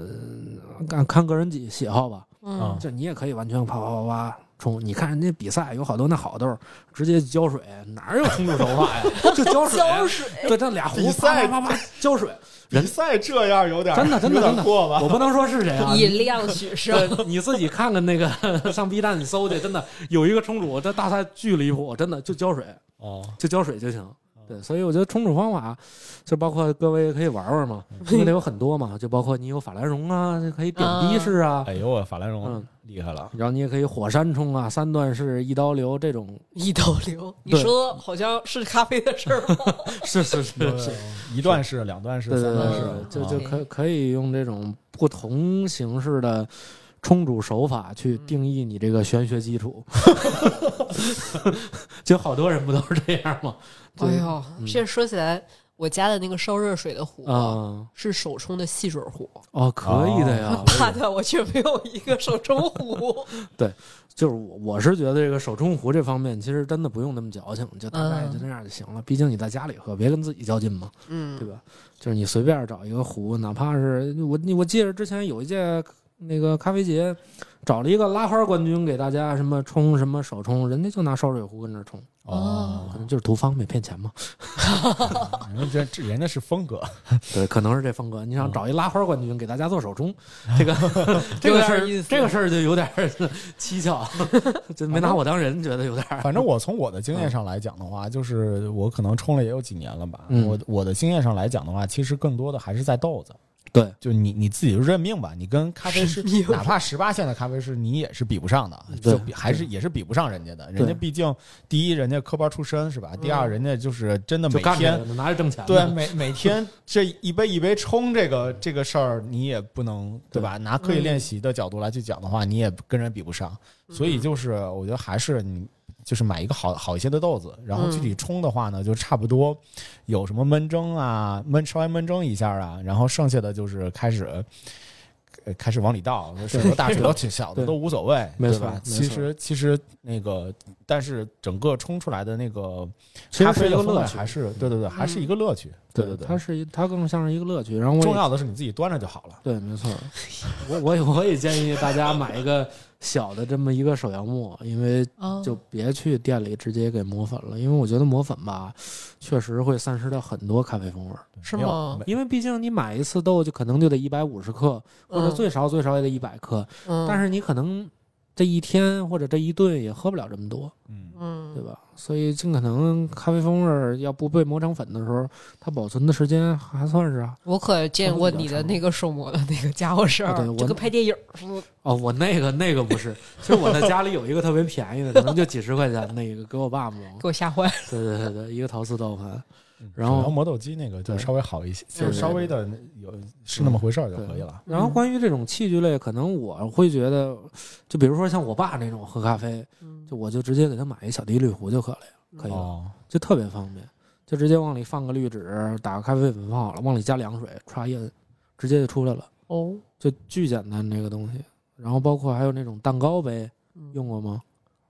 Speaker 1: 看看个人喜喜好吧。
Speaker 2: 啊
Speaker 3: 嗯，
Speaker 1: 就你也可以完全啪啪啪啪冲。你看人家比赛有好多那好豆儿，直接浇水，哪有冲煮手 法呀？就浇水，啊
Speaker 3: 浇水，
Speaker 1: 对，他俩壶
Speaker 2: 比
Speaker 1: 啪
Speaker 2: 赛
Speaker 1: 啪啪啪浇水。
Speaker 2: 比赛这样有点
Speaker 1: 真的真的
Speaker 2: 有点
Speaker 1: 真的
Speaker 2: 过吧？
Speaker 1: 我不能说是 谁啊，
Speaker 3: 以量取胜，
Speaker 1: 对你自己看看那个 上 B 站你搜去，真的有一个冲煮，这大赛巨离谱，真的就浇水，
Speaker 2: 哦，
Speaker 1: 就浇水就行。对，所以我觉得冲煮方法，就包括各位可以玩 玩嘛，因为它有很多嘛，就包括你有法兰绒啊，就可以点滴式啊，
Speaker 2: 哎呦，我法兰绒
Speaker 1: 嗯
Speaker 2: 厉害了。
Speaker 1: 然后你也可以火山冲啊、三段式、一刀流这种
Speaker 3: 一刀流，你
Speaker 1: 对
Speaker 3: 说好像是咖啡的事儿吗，
Speaker 1: 是是 是
Speaker 2: 对，一段式、两段式、
Speaker 1: 对对
Speaker 2: 三段式
Speaker 1: 对
Speaker 3: 嗯，
Speaker 1: 就
Speaker 2: 啊
Speaker 1: 就可可以用这种不同形式的冲煮手法去定义你这个玄学基础。就好多人不都是这样吗？
Speaker 3: 哎
Speaker 1: 对嗯
Speaker 3: 呦，这说起来，我家的那个烧热水的壶
Speaker 1: 啊，
Speaker 3: 是手冲的细水壶，
Speaker 1: 哦，可以的呀
Speaker 2: 哦。
Speaker 3: 怕的我却没有一个手冲壶。
Speaker 1: 就是我我是觉得这个手冲壶这方面，其实真的不用那么矫情，就大概就那样就行了。毕竟你在家里喝，别跟自己较劲嘛，对
Speaker 3: 嗯
Speaker 1: 吧？就是你随便找一个壶，哪怕是我我记得之前有一届那个咖啡节，找了一个拉花冠军给大家什么冲什么手冲，人家就拿烧水壶跟那冲，
Speaker 2: 哦
Speaker 1: 可，能就是图方便骗钱嘛。哦
Speaker 2: 人家这这人家是风格，
Speaker 1: 对，可能是这风格。你想找一拉花冠军给大家做手冲，这 个这
Speaker 3: 有
Speaker 1: 个
Speaker 3: 点
Speaker 1: 事
Speaker 3: 意
Speaker 1: 儿
Speaker 3: 思
Speaker 1: 这个事儿就有点儿 蹊跷，就没拿我当人，觉得有点儿
Speaker 2: 反正我从我的经验上来讲的话，就是我可能冲了也有几年了吧。
Speaker 1: 嗯
Speaker 2: 我我的经验上来讲的话，其实更多的还是在豆子。
Speaker 1: 对，
Speaker 2: 就你你自己就认命吧。你跟咖啡师
Speaker 3: 认命，
Speaker 2: 哪怕十八线的咖啡师，你也是比不上的，
Speaker 1: 对
Speaker 2: 就比还是也是比不上人家的。人家
Speaker 1: 对嗯
Speaker 2: 毕竟第一，人家科班出身是吧？第二，人家就是真的
Speaker 1: 就
Speaker 2: 每
Speaker 1: 干这
Speaker 2: 天
Speaker 1: 个的，拿着挣钱的。
Speaker 2: 对，啊每每天这一杯一杯冲这个这个事儿，你也不能对吧？拿刻意
Speaker 1: 嗯
Speaker 2: 练习的角度来去讲的话，你也跟人比不上。所以就是，我觉得还是你就是买一个好好一些的豆子，然后具
Speaker 1: 嗯
Speaker 2: 体冲的话呢，就差不多有什么焖蒸啊，焖稍微焖蒸一下啊，然后剩下的就是开始。呃开始往里倒，水多大水多挺小的
Speaker 1: 对
Speaker 2: 都无所谓，
Speaker 1: 没
Speaker 2: 对
Speaker 1: 错
Speaker 2: 吧？
Speaker 1: 没
Speaker 2: 其
Speaker 1: 错
Speaker 2: 实其实那个，但是整个冲出来的那个
Speaker 1: 其
Speaker 2: 咖
Speaker 1: 实是
Speaker 2: 啡
Speaker 1: 一
Speaker 2: 的
Speaker 1: 个
Speaker 2: 风味
Speaker 1: 乐趣
Speaker 2: 还。是对对
Speaker 3: 嗯
Speaker 2: 对，还是一个乐趣。对对，
Speaker 1: 它是一它更像是一个乐趣。然后我
Speaker 2: 重
Speaker 1: 也
Speaker 2: 要的是你自己端着就好了。
Speaker 1: 对，没错。我我也我也建议大家买一个小的这么一个手摇木，因为
Speaker 3: 啊
Speaker 1: 就别去店里直接给磨粉了，因为我觉得磨粉吧，确实会散失掉很多咖啡风味儿。
Speaker 3: 是
Speaker 2: 没有
Speaker 3: 吗？
Speaker 2: 没
Speaker 1: 因为毕竟你买一次豆就可能就得一百五十克，或者
Speaker 3: 嗯
Speaker 1: 最少最少也得一百克，
Speaker 3: 嗯
Speaker 1: 但是你可能这一天或者这一顿也喝不了这么多，
Speaker 2: 嗯，
Speaker 1: 对
Speaker 3: 嗯
Speaker 1: 吧？所以尽可能咖啡风味儿要不被磨成粉的时候，它保存的时间还算是啊。
Speaker 3: 我可见过你的那个手磨的那个家伙事
Speaker 1: 啊对
Speaker 3: 儿，
Speaker 1: 我
Speaker 3: 就跟拍电影似的。
Speaker 1: 哦，我那个那个不是，其实我在家里有一个特别便宜的，可能就几十块钱那个，给我爸磨。
Speaker 3: 给我吓坏了。
Speaker 1: 对对对对，一个陶瓷豆盘。然
Speaker 2: 然
Speaker 1: 后
Speaker 2: 后嗯磨豆机那个就
Speaker 1: 对
Speaker 2: 稍微好一些，
Speaker 1: 对
Speaker 2: 就是稍微的有是那么回事儿就可以了。
Speaker 1: 然后关于这种器具类，可能我会觉得，就比如说像我爸那种喝咖啡，就我就直接给他买一小滴滤壶就可了呀，嗯可以了，
Speaker 2: 哦，
Speaker 1: 就特别方便，就直接往里放个滤纸，打个咖啡粉放好了，往里加凉水，歘一摁，直接就出来了，
Speaker 3: 哦，
Speaker 1: 就巨简单这个东西。然后包括还有那种蛋糕杯，用过吗？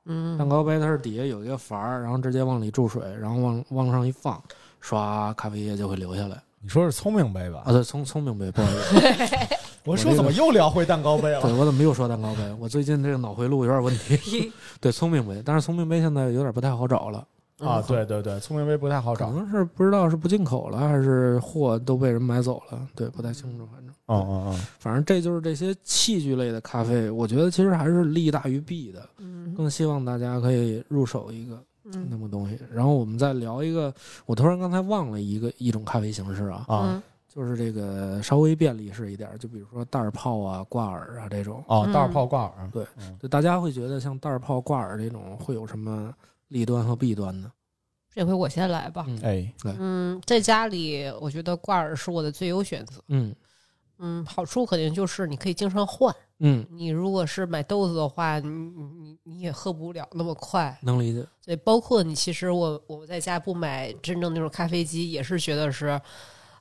Speaker 3: 嗯，
Speaker 1: 蛋糕杯它是底下有一个阀儿，然后直接往里注水，然后往往上一放，唰，咖啡液就会流下来。
Speaker 2: 你说是聪明杯吧
Speaker 1: 啊，？对，聪聪明杯，不好意思，
Speaker 2: 我说怎么又聊回蛋糕杯
Speaker 1: 对
Speaker 2: 了？
Speaker 1: 我怎么又说蛋糕杯？我最近这个脑回路有点问题。 对，聪明杯，但是聪明杯现在有点不太好找了，
Speaker 3: 嗯
Speaker 2: 啊，
Speaker 1: 嗯
Speaker 2: 对对对，聪明杯不太好
Speaker 1: 可
Speaker 2: 找。嗯
Speaker 1: 能是不知道是不进口了，还是货都被人买走了，对，不太清楚，反正。
Speaker 2: 嗯嗯，
Speaker 1: 反正这就是这些器具类的咖啡，我觉得其实还是利大于弊的，
Speaker 3: 嗯
Speaker 1: 更希望大家可以入手一个那
Speaker 3: 嗯
Speaker 1: 么东西。然后我们再聊一个，我突然刚才忘了一个一种咖啡形式啊，
Speaker 2: 啊
Speaker 3: 嗯
Speaker 1: 就是这个稍微便利式一点儿，就比如说袋儿泡啊、挂耳啊这种，
Speaker 2: 哦，
Speaker 3: 嗯
Speaker 2: 袋儿泡挂耳，
Speaker 1: 对
Speaker 2: 嗯，
Speaker 1: 就大家会觉得像袋儿泡、挂耳这种会有什么利端和弊端呢？
Speaker 3: 这回我先来吧。
Speaker 1: 嗯
Speaker 2: 哎，
Speaker 3: 嗯，在家里，我觉得挂耳是我的最优选择。
Speaker 1: 嗯
Speaker 3: 嗯，好处肯定就是你可以经常换。
Speaker 1: 嗯，
Speaker 3: 你如果是买豆子的话，你你你也喝不了那么快。
Speaker 1: 能理解。
Speaker 3: 所以，包括你，其实我我在家不买真正那种咖啡机，也是觉得是，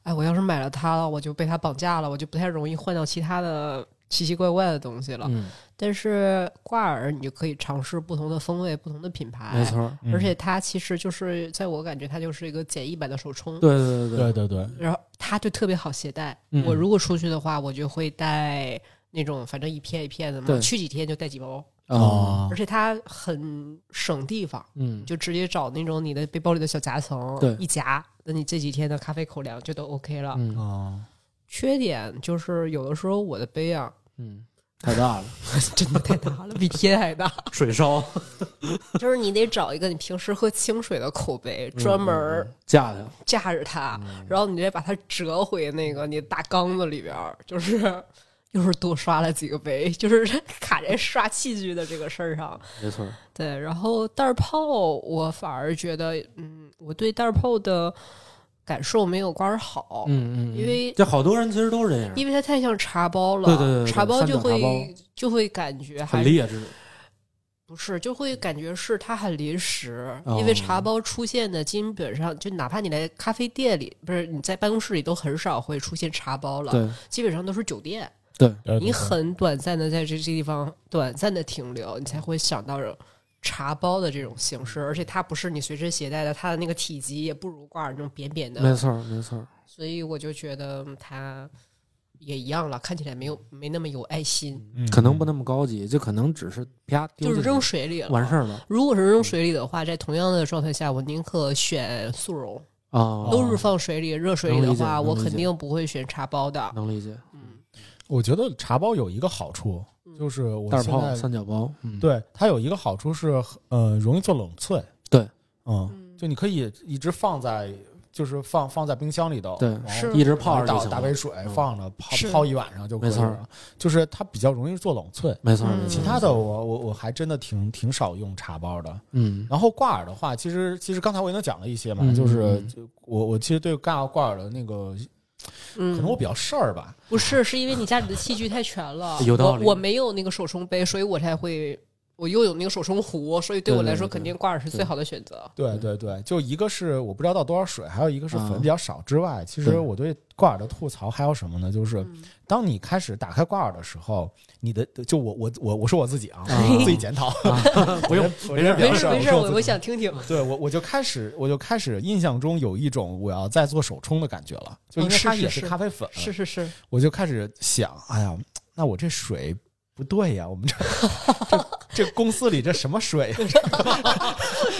Speaker 3: 哎，我要是买了它了，我就被它绑架了，我就不太容易换到其他的奇奇怪怪的东西了。
Speaker 1: 嗯，
Speaker 3: 但是挂耳，你就可以尝试不同的风味、不同的品牌，
Speaker 1: 没错儿。
Speaker 2: 嗯
Speaker 3: 而且它其实就是在我感觉，它就是一个简易版的手冲，
Speaker 1: 对对对
Speaker 2: 对，对对，
Speaker 3: 然后它就特别好携带。
Speaker 1: 嗯
Speaker 3: 我如果出去的话，我就会带那种反正一片一片的嘛
Speaker 1: 对，
Speaker 3: 去几天就带几包，
Speaker 2: 哦
Speaker 1: 啊，
Speaker 3: 而且它很省地方，
Speaker 1: 嗯
Speaker 3: 你，就直接找那种你的背包里的小夹层，
Speaker 1: 对
Speaker 3: 一夹，那你这几天的咖啡口粮就都 OK 了。
Speaker 1: 嗯
Speaker 2: 啊，
Speaker 3: 缺点就是有的时候我的杯啊，
Speaker 1: 嗯，太大了，
Speaker 3: 真的太大了，比天还大。
Speaker 1: 水烧。
Speaker 3: 就是你得找一个你平时喝清水的口杯，专门
Speaker 1: 嗯
Speaker 3: 儿
Speaker 1: 架它，
Speaker 3: 架着它，
Speaker 1: 嗯
Speaker 3: 然后你再把它折回那个你的大缸子里边儿，就是 又是多刷了几个杯， 就是卡在刷器具的这个事儿上。
Speaker 1: 没错儿。
Speaker 3: 对，然后袋儿泡，我反而觉得，嗯，我对袋儿泡的感受没有瓜儿好，
Speaker 1: 嗯嗯，
Speaker 3: 因为
Speaker 1: 这好多人其实都是这样，
Speaker 3: 因为它太像茶包了，
Speaker 1: 对对对对
Speaker 3: 茶包就
Speaker 1: 三角茶包
Speaker 3: 会就会感觉还
Speaker 1: 很
Speaker 3: 是
Speaker 1: 劣质。
Speaker 3: 不是，就会感觉是它很临时，
Speaker 1: 哦
Speaker 3: 因为茶包出现的基本上就哪怕你来咖啡店里，不是你在办公室里都很少会出现茶包了，
Speaker 1: 对
Speaker 3: 基本上都是酒店，
Speaker 1: 对，
Speaker 2: 对
Speaker 3: 你很短暂的在这这地方短暂的停留，你才会想到茶包的这种形式，而且它不是你随身携带的，它的那个体积也不如挂耳那种扁扁
Speaker 1: 没
Speaker 3: 的，
Speaker 1: 错儿没错
Speaker 2: 嗯
Speaker 1: 儿。
Speaker 3: 所以我就觉得它也一样了，看起来没有没那么有爱心，
Speaker 2: 嗯
Speaker 1: 可能不那么高级，就可能只是啪丢进
Speaker 3: 就是
Speaker 1: 去
Speaker 3: 扔水里了，
Speaker 1: 完事儿了
Speaker 3: 如果是扔水里的话，在同样的状态下，我宁可选速溶。
Speaker 1: 啊，
Speaker 3: 都是放水里、热水里的话，
Speaker 1: 能理解能
Speaker 3: 我
Speaker 1: 理解
Speaker 3: 肯定不会选茶包的。
Speaker 1: 能理解。
Speaker 3: 嗯，
Speaker 2: 我觉得茶包有一个好处，就是我
Speaker 1: 袋儿
Speaker 2: 现
Speaker 1: 泡、
Speaker 2: 在
Speaker 1: 三角包，嗯，
Speaker 2: 对它有一个好处是，呃，容易做冷萃。
Speaker 1: 对，
Speaker 2: 嗯，就你可以一直放在，就是放放在冰箱里头，
Speaker 1: 对
Speaker 2: 然后
Speaker 3: 是
Speaker 1: 一直泡着就
Speaker 2: 倒
Speaker 1: 行
Speaker 2: 大
Speaker 1: 了。嗯
Speaker 2: 杯水放着泡
Speaker 3: 是
Speaker 2: 泡一晚上就可以
Speaker 1: 没错
Speaker 2: 了。就是它比较容易做冷萃。
Speaker 1: 没错儿，
Speaker 3: 嗯
Speaker 1: 没错儿
Speaker 2: 其他的我我我还真的挺挺少用茶包的。
Speaker 1: 嗯
Speaker 2: 然后挂耳的话，其实其实刚才我也能讲了一些嘛，
Speaker 1: 嗯
Speaker 2: 就是
Speaker 1: 嗯，
Speaker 2: 就我我其实对挂挂耳的那个，可能
Speaker 3: 嗯，
Speaker 2: 我比较事儿吧。
Speaker 3: 不是，是因为你家里的器具太全了
Speaker 1: 有道理
Speaker 3: 我我没有那个手冲杯，所以我才会，我又有那个手冲壶，所以对我来
Speaker 1: 对对
Speaker 3: 说
Speaker 1: 对
Speaker 3: 肯定挂耳是最好的选择。
Speaker 2: 对对对，就一个是我不知道倒多少水，还有一个是
Speaker 1: 啊
Speaker 2: 粉比较少之外，其
Speaker 1: 对
Speaker 2: 实我对挂耳的吐槽还有什么呢？就是
Speaker 3: 嗯
Speaker 2: 当你开始打开挂耳的时候，你的就我我我我说我自己啊，
Speaker 1: 啊
Speaker 2: 自己检 讨，
Speaker 1: 不用
Speaker 2: 我这
Speaker 3: 啊没事
Speaker 2: 儿
Speaker 3: 没事，
Speaker 2: 我
Speaker 3: 我
Speaker 2: 说
Speaker 3: 我
Speaker 2: 自己
Speaker 3: 想听听。
Speaker 2: 对我我就开始我就开始印象中有一种我要在做手冲的感觉了，就因为
Speaker 3: 哦是
Speaker 2: 它
Speaker 3: 是
Speaker 2: 也
Speaker 3: 是
Speaker 2: 咖啡粉，
Speaker 3: 是是是，
Speaker 2: 我就开始想，哎呀，那我这水不对呀，我们这 这这公司里这什么水 呀？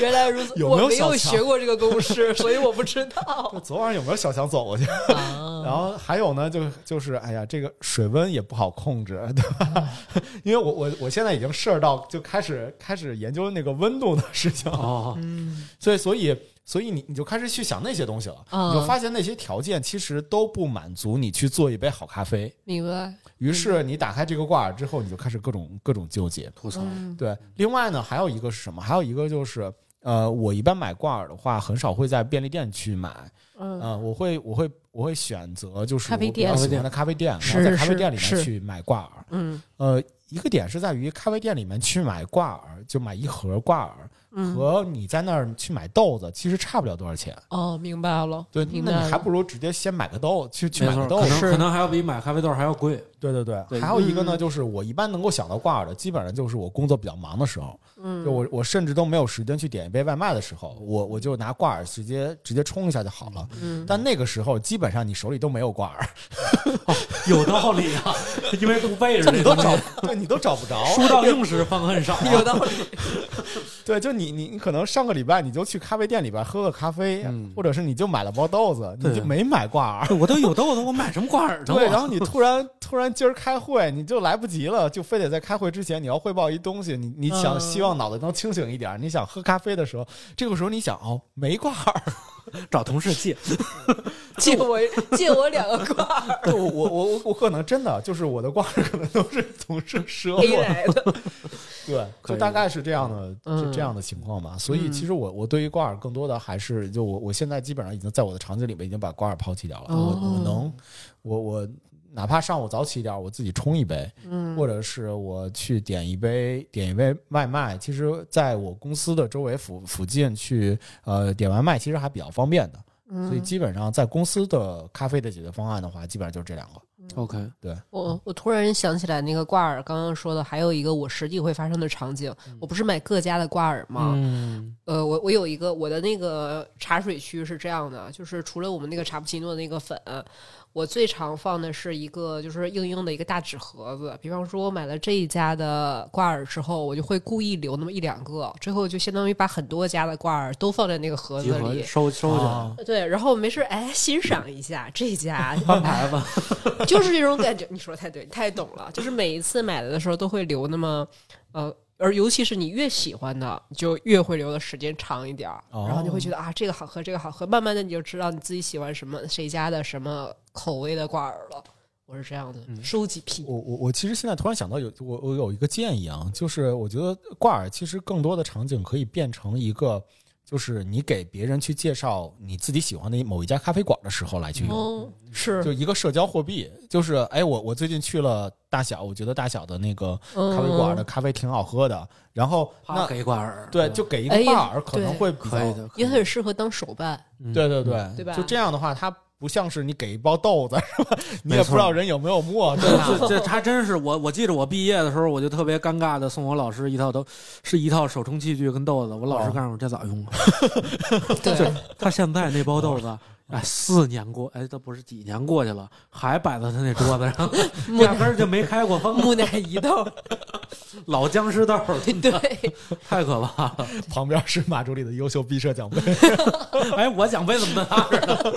Speaker 3: 原来如此，
Speaker 2: 有没
Speaker 3: 我
Speaker 2: 有
Speaker 3: 没
Speaker 2: 小
Speaker 3: 有
Speaker 2: 强
Speaker 3: 学过这个公式，所以我不知 道。
Speaker 2: 昨晚有没有小强走过去？然
Speaker 3: 啊，
Speaker 2: 后还有呢，就就是哎呀，这个水温也不好控制， 对吧？
Speaker 3: 嗯
Speaker 2: 因为我我我现在已经事儿到就开始开始研究那个温度的事情，
Speaker 1: 哦，
Speaker 3: 嗯，
Speaker 2: 所以所以所以你你就开始去想那些东西了，
Speaker 3: 啊
Speaker 2: 你就发现那些条件其实都不满足你去做一杯好咖啡。
Speaker 3: 明白。
Speaker 2: 于是你打开这个挂耳之后，你就开始各种各种纠结。
Speaker 1: 吐槽，
Speaker 3: 嗯
Speaker 2: 对，另外呢，还有一个是什么？还有一个就是，呃，我一般买挂耳的话，很少会在便利店去买，
Speaker 3: 嗯，
Speaker 2: 呃，我会我会我会选择就是
Speaker 3: 咖啡
Speaker 2: 我比较
Speaker 3: 店
Speaker 2: 喜欢的咖啡店，然
Speaker 3: 是
Speaker 2: 后在咖啡
Speaker 3: 是
Speaker 2: 店里面
Speaker 3: 是
Speaker 2: 去买挂耳。
Speaker 3: 嗯
Speaker 2: 呃，一个点是在于咖啡店里面去买挂耳，就买一盒挂耳，
Speaker 3: 嗯
Speaker 2: 和你在那儿去买豆子其实差不了多少钱。
Speaker 3: 哦，明白了，
Speaker 2: 对，
Speaker 3: 明
Speaker 2: 那
Speaker 3: 白
Speaker 2: 你还
Speaker 3: 了，
Speaker 2: 不如直接先买个豆，去去
Speaker 1: 没
Speaker 2: 买
Speaker 1: 错，
Speaker 2: 个豆
Speaker 1: 可能
Speaker 2: 子。
Speaker 1: 可能还要比买咖啡豆还要贵。
Speaker 2: 对对对，
Speaker 1: 对
Speaker 2: 还有一个
Speaker 3: 嗯
Speaker 2: 呢，就是我一般能够想到挂耳的，基本上就是我工作比较忙的时候，就
Speaker 3: 嗯，
Speaker 2: 我我甚至都没有时间去点一杯外卖的时候，我我就拿挂耳直接直接冲一下就好了。
Speaker 3: 嗯
Speaker 2: 但那个时候基本上你手里都没有挂耳，
Speaker 1: 有道理啊，因为不备着
Speaker 2: 就 你
Speaker 1: 这
Speaker 2: 都
Speaker 1: 东
Speaker 2: 找
Speaker 1: 西，
Speaker 2: 对你都找不着。
Speaker 1: 书到用时方恨少啊。
Speaker 3: 有道理，
Speaker 2: 对，就你你你可能上个礼拜你就去咖啡店里边喝个咖啡，
Speaker 1: 嗯
Speaker 2: 或者是你就买了包豆子，
Speaker 1: 对
Speaker 2: 你就没买挂耳。
Speaker 1: 对我都有豆子，我买什么挂耳呢？
Speaker 2: 对，
Speaker 1: 我
Speaker 2: 然后你突然突然今儿开会，你就来不及了，就非得在开会之前你要汇报一东西，你你想
Speaker 3: 嗯
Speaker 2: 希望脑袋能清醒一点，你想喝咖啡的时候，这个时候你想哦没挂耳，
Speaker 1: 找同事借，
Speaker 3: 借我借我两个挂耳
Speaker 2: 我我我我我可能真的就是我的挂耳可能都是同事赊
Speaker 3: A
Speaker 2: 我，
Speaker 3: 来的，
Speaker 2: 对，
Speaker 1: 可
Speaker 2: 就
Speaker 1: 以
Speaker 2: 大概是这样的，
Speaker 3: 嗯
Speaker 2: 是这样的情况嘛。所以其实我我对于挂耳更多的还是就我我现在基本上已经在我的场景里面已经把挂耳抛弃掉了，
Speaker 3: 哦
Speaker 2: 我我能我我。哪怕上午早起一点，我自己冲一杯，
Speaker 3: 嗯
Speaker 2: 或者是我去点一杯点一杯外卖。其实，在我公司的周围附附近去呃点外卖，其实还比较方便的。
Speaker 3: 嗯
Speaker 2: 所以基本上在公司的咖啡的解决方案的话，基本上就是这两个。
Speaker 1: OK，
Speaker 3: 我我突然想起来，那个挂耳刚刚说的，还有一个我实际会发生的场景，我不是买各家的挂耳吗？
Speaker 1: 嗯，
Speaker 3: 呃，我我有一个我的那个茶水区是这样的，就是除了我们那个茶布奇诺的那个粉，我最常放的是一个就是硬硬的一个大纸盒子。比方说，我买了这一家的挂耳之后，我就会故意留那么一两个，最后就相当于把很多家的挂耳都放在那个盒
Speaker 1: 集
Speaker 3: 子
Speaker 1: 合哦
Speaker 3: 里。
Speaker 1: 收收起来，
Speaker 3: 对，然后没事，哎，欣赏一下 这家，
Speaker 1: 翻牌吧。
Speaker 3: 就是这种感觉。你说的太对，你太懂了。就是每一次买了的时候都会留那么，呃，而尤其是你越喜欢的，你就越会留的时间长一点儿，
Speaker 2: 哦
Speaker 3: 然后你会觉得啊，这个好喝，这个好喝。慢慢的你就知道你自己喜欢什么，谁家的什么口味的挂耳了。我是这样的，
Speaker 2: 嗯
Speaker 3: 收集癖。
Speaker 2: 我我我其实现在突然想到有我我有一个建议啊，就是我觉得挂耳其实更多的场景可以变成一个，就是你给别人去介绍你自己喜欢的某一家咖啡馆的时候来去用。
Speaker 3: 嗯，是
Speaker 2: 就一个社交货币，就是哎，我我最近去了大小，我觉得大小的那个咖
Speaker 3: 咖
Speaker 2: 啡馆的。咖啡挺好喝的，然后
Speaker 1: 啪
Speaker 2: 那
Speaker 1: 给挂耳，
Speaker 2: 对就给一
Speaker 3: 哎
Speaker 2: 个
Speaker 3: 呀
Speaker 2: 挂耳可能
Speaker 3: 对
Speaker 2: 会比较
Speaker 1: 可以的，嗯可以
Speaker 3: 也
Speaker 1: 的
Speaker 3: 很适合当手 办，
Speaker 2: 对对对
Speaker 3: 对吧
Speaker 2: 就这样的话，它不像是你给一包豆子是 吧？你
Speaker 1: 没
Speaker 2: 也不
Speaker 1: 错
Speaker 2: 知道人有没有mua，对 吧？
Speaker 1: 这这还真是我，我记得我毕业的时候，我就特别尴尬的送我老师一套都是一套手冲器具跟豆子，我老师
Speaker 2: 哦
Speaker 1: 告诉我这咋用啊？
Speaker 3: 对，
Speaker 1: 他现在那包豆子，哎，四年过，哎，都不是几年过去了，还摆在他那桌子上，
Speaker 3: 木
Speaker 1: 压
Speaker 3: 乃
Speaker 1: 根儿就没开过封，
Speaker 3: 木乃伊豆，
Speaker 1: 老僵尸豆儿，
Speaker 3: 对，
Speaker 1: 太可怕了。
Speaker 2: 旁边是马助理的优秀毕设奖杯，
Speaker 1: 哎，我奖杯怎么跟他似的？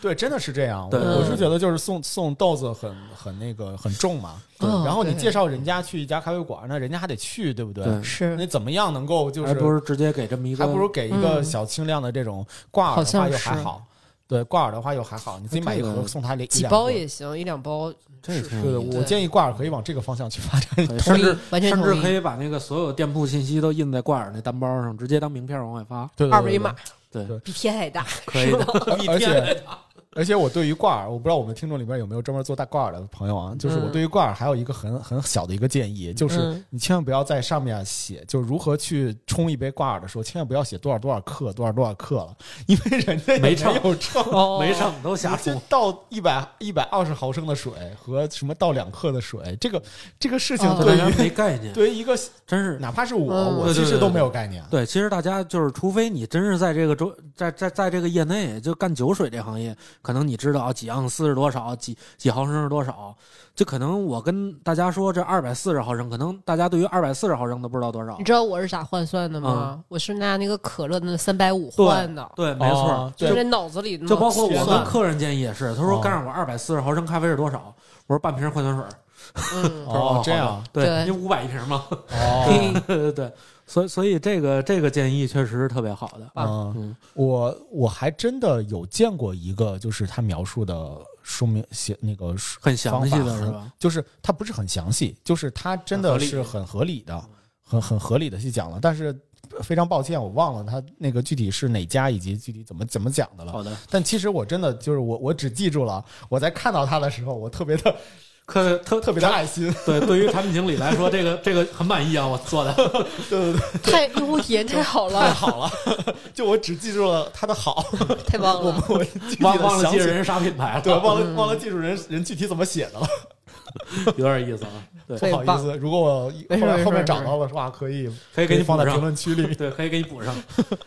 Speaker 2: 对，真的是这样。我
Speaker 1: 对
Speaker 2: 我是觉得就是送送豆子很很那个很重嘛，
Speaker 3: 嗯
Speaker 2: 然后你
Speaker 3: 对
Speaker 2: 介绍人家去一家咖啡馆，那人家还得去，对不对？
Speaker 1: 对
Speaker 3: 是
Speaker 2: 那怎么样能够就
Speaker 1: 还
Speaker 2: 是
Speaker 1: 不如直接给这么一个，
Speaker 2: 还不如给一个小轻量的这种挂耳的话又还
Speaker 3: 嗯好
Speaker 2: 好。对，挂耳的话又还好，你自己买一
Speaker 1: 这
Speaker 2: 盒
Speaker 1: 个
Speaker 2: 送他两
Speaker 3: 几包。也行，一两包，
Speaker 1: 这也挺
Speaker 2: 一两
Speaker 1: 有意
Speaker 2: 盒对
Speaker 1: 思
Speaker 2: 对，
Speaker 1: 的
Speaker 2: 我建议挂耳可以往这个方向去发展。
Speaker 1: 可以
Speaker 3: 同
Speaker 1: 甚
Speaker 3: 意
Speaker 1: 至，
Speaker 3: 完全
Speaker 1: 甚
Speaker 3: 同
Speaker 1: 至
Speaker 3: 意
Speaker 1: 可以把那个所有店铺信息都印在挂耳那单包上，直接当名片往外发。
Speaker 2: 对对对
Speaker 3: 二维码
Speaker 1: 对，
Speaker 2: 对
Speaker 3: 比天还大，
Speaker 1: 可以
Speaker 3: 是吧
Speaker 1: 的。
Speaker 2: 而而且而且我对于挂耳，我不知道我们听众里边有没有专门做大挂耳的朋友啊。就是我
Speaker 3: 嗯
Speaker 2: 对于挂耳还有一个很很小的一个建议，就是
Speaker 3: 嗯
Speaker 2: 你千万不要在上面写，就是如何去冲一杯挂耳的时候，千万不要写多少多少克、多少多少克了， 因为人家也
Speaker 1: 没
Speaker 2: 没
Speaker 1: 称
Speaker 2: 有称。
Speaker 3: 哦
Speaker 1: 没上都瞎
Speaker 2: 你
Speaker 1: 冲
Speaker 2: 这，倒一百一百二十毫升的水和什么倒两克的水，这个这个事情
Speaker 3: 哦
Speaker 1: 大
Speaker 2: 对
Speaker 1: 家
Speaker 2: 于、
Speaker 1: 没概念，
Speaker 2: 对于一个
Speaker 1: 真是
Speaker 2: 哪怕是我，
Speaker 3: 嗯
Speaker 2: 我
Speaker 1: 对对
Speaker 2: 其实
Speaker 1: 对
Speaker 2: 都
Speaker 1: 对
Speaker 2: 没有概念。
Speaker 1: 对，其实大家就是，除非你真是在这个周，在在在这个业内就干酒水这行业，可能你知道啊几盎司是多少，几几毫升是多少，就可能我跟大家说这二百四十毫升，可能大家对于二百四十毫升都不知道多少
Speaker 3: 你。知道我是咋换算的吗？我是拿那个可乐的那三百五换的，
Speaker 1: 嗯对，没错，
Speaker 2: 哦
Speaker 3: 就
Speaker 2: 对
Speaker 3: 是在脑子里那么
Speaker 1: 就包括我跟
Speaker 3: 算
Speaker 1: 客人建议也是，他
Speaker 2: 哦
Speaker 1: 说告诉我二百四十毫升咖啡是多少，我说半瓶矿泉水儿，
Speaker 3: 嗯，
Speaker 1: 他说
Speaker 2: 哦，这样
Speaker 1: 好的对，因
Speaker 3: 对
Speaker 1: 为五百一瓶嘛，
Speaker 2: 哦。
Speaker 1: 对对 对，所以所以这个这个建议确实是特别好的，
Speaker 2: 嗯，
Speaker 1: 嗯，
Speaker 2: 我我还真的有见过一个，就是他描述的说明写那个说
Speaker 1: 很详细
Speaker 2: 方
Speaker 1: 的
Speaker 2: 法
Speaker 1: 是 吧？
Speaker 2: 就是他不是很详细，就是他真的是很合理的，很很合理的去讲了。但是非常抱歉，我忘了他那个具体是哪家以及具体怎么怎么讲的 了。
Speaker 1: 好的，
Speaker 2: 但其实我真的就是我我只记住了，我在看到他的时候，我特别的
Speaker 1: 特特
Speaker 2: 特别的爱 心。
Speaker 1: 对，对于产品经理来说，这个这个很满意啊，我做的
Speaker 2: 对对对，
Speaker 3: 太用户体验太好
Speaker 2: 太
Speaker 3: 了，
Speaker 2: 好了，就我只记住了他的好，
Speaker 3: 太棒了。
Speaker 2: 我具体地
Speaker 1: 忘忘了
Speaker 2: 想
Speaker 1: 记
Speaker 2: 起
Speaker 1: 着人嗯啥品牌了，
Speaker 2: 对，忘了忘了记住人人具体怎么写的了，
Speaker 1: 有点意思 啊。对，
Speaker 3: 对
Speaker 2: 不好意思。如果我
Speaker 3: 没事
Speaker 2: 后
Speaker 3: 没
Speaker 2: 来
Speaker 3: 事
Speaker 2: 后
Speaker 3: 没
Speaker 2: 面
Speaker 3: 事
Speaker 2: 找到了，哇，可以
Speaker 1: 可以给你
Speaker 2: 放
Speaker 1: 补
Speaker 2: 在
Speaker 1: 上
Speaker 2: 评。论区里。
Speaker 1: 对，可以给你补上。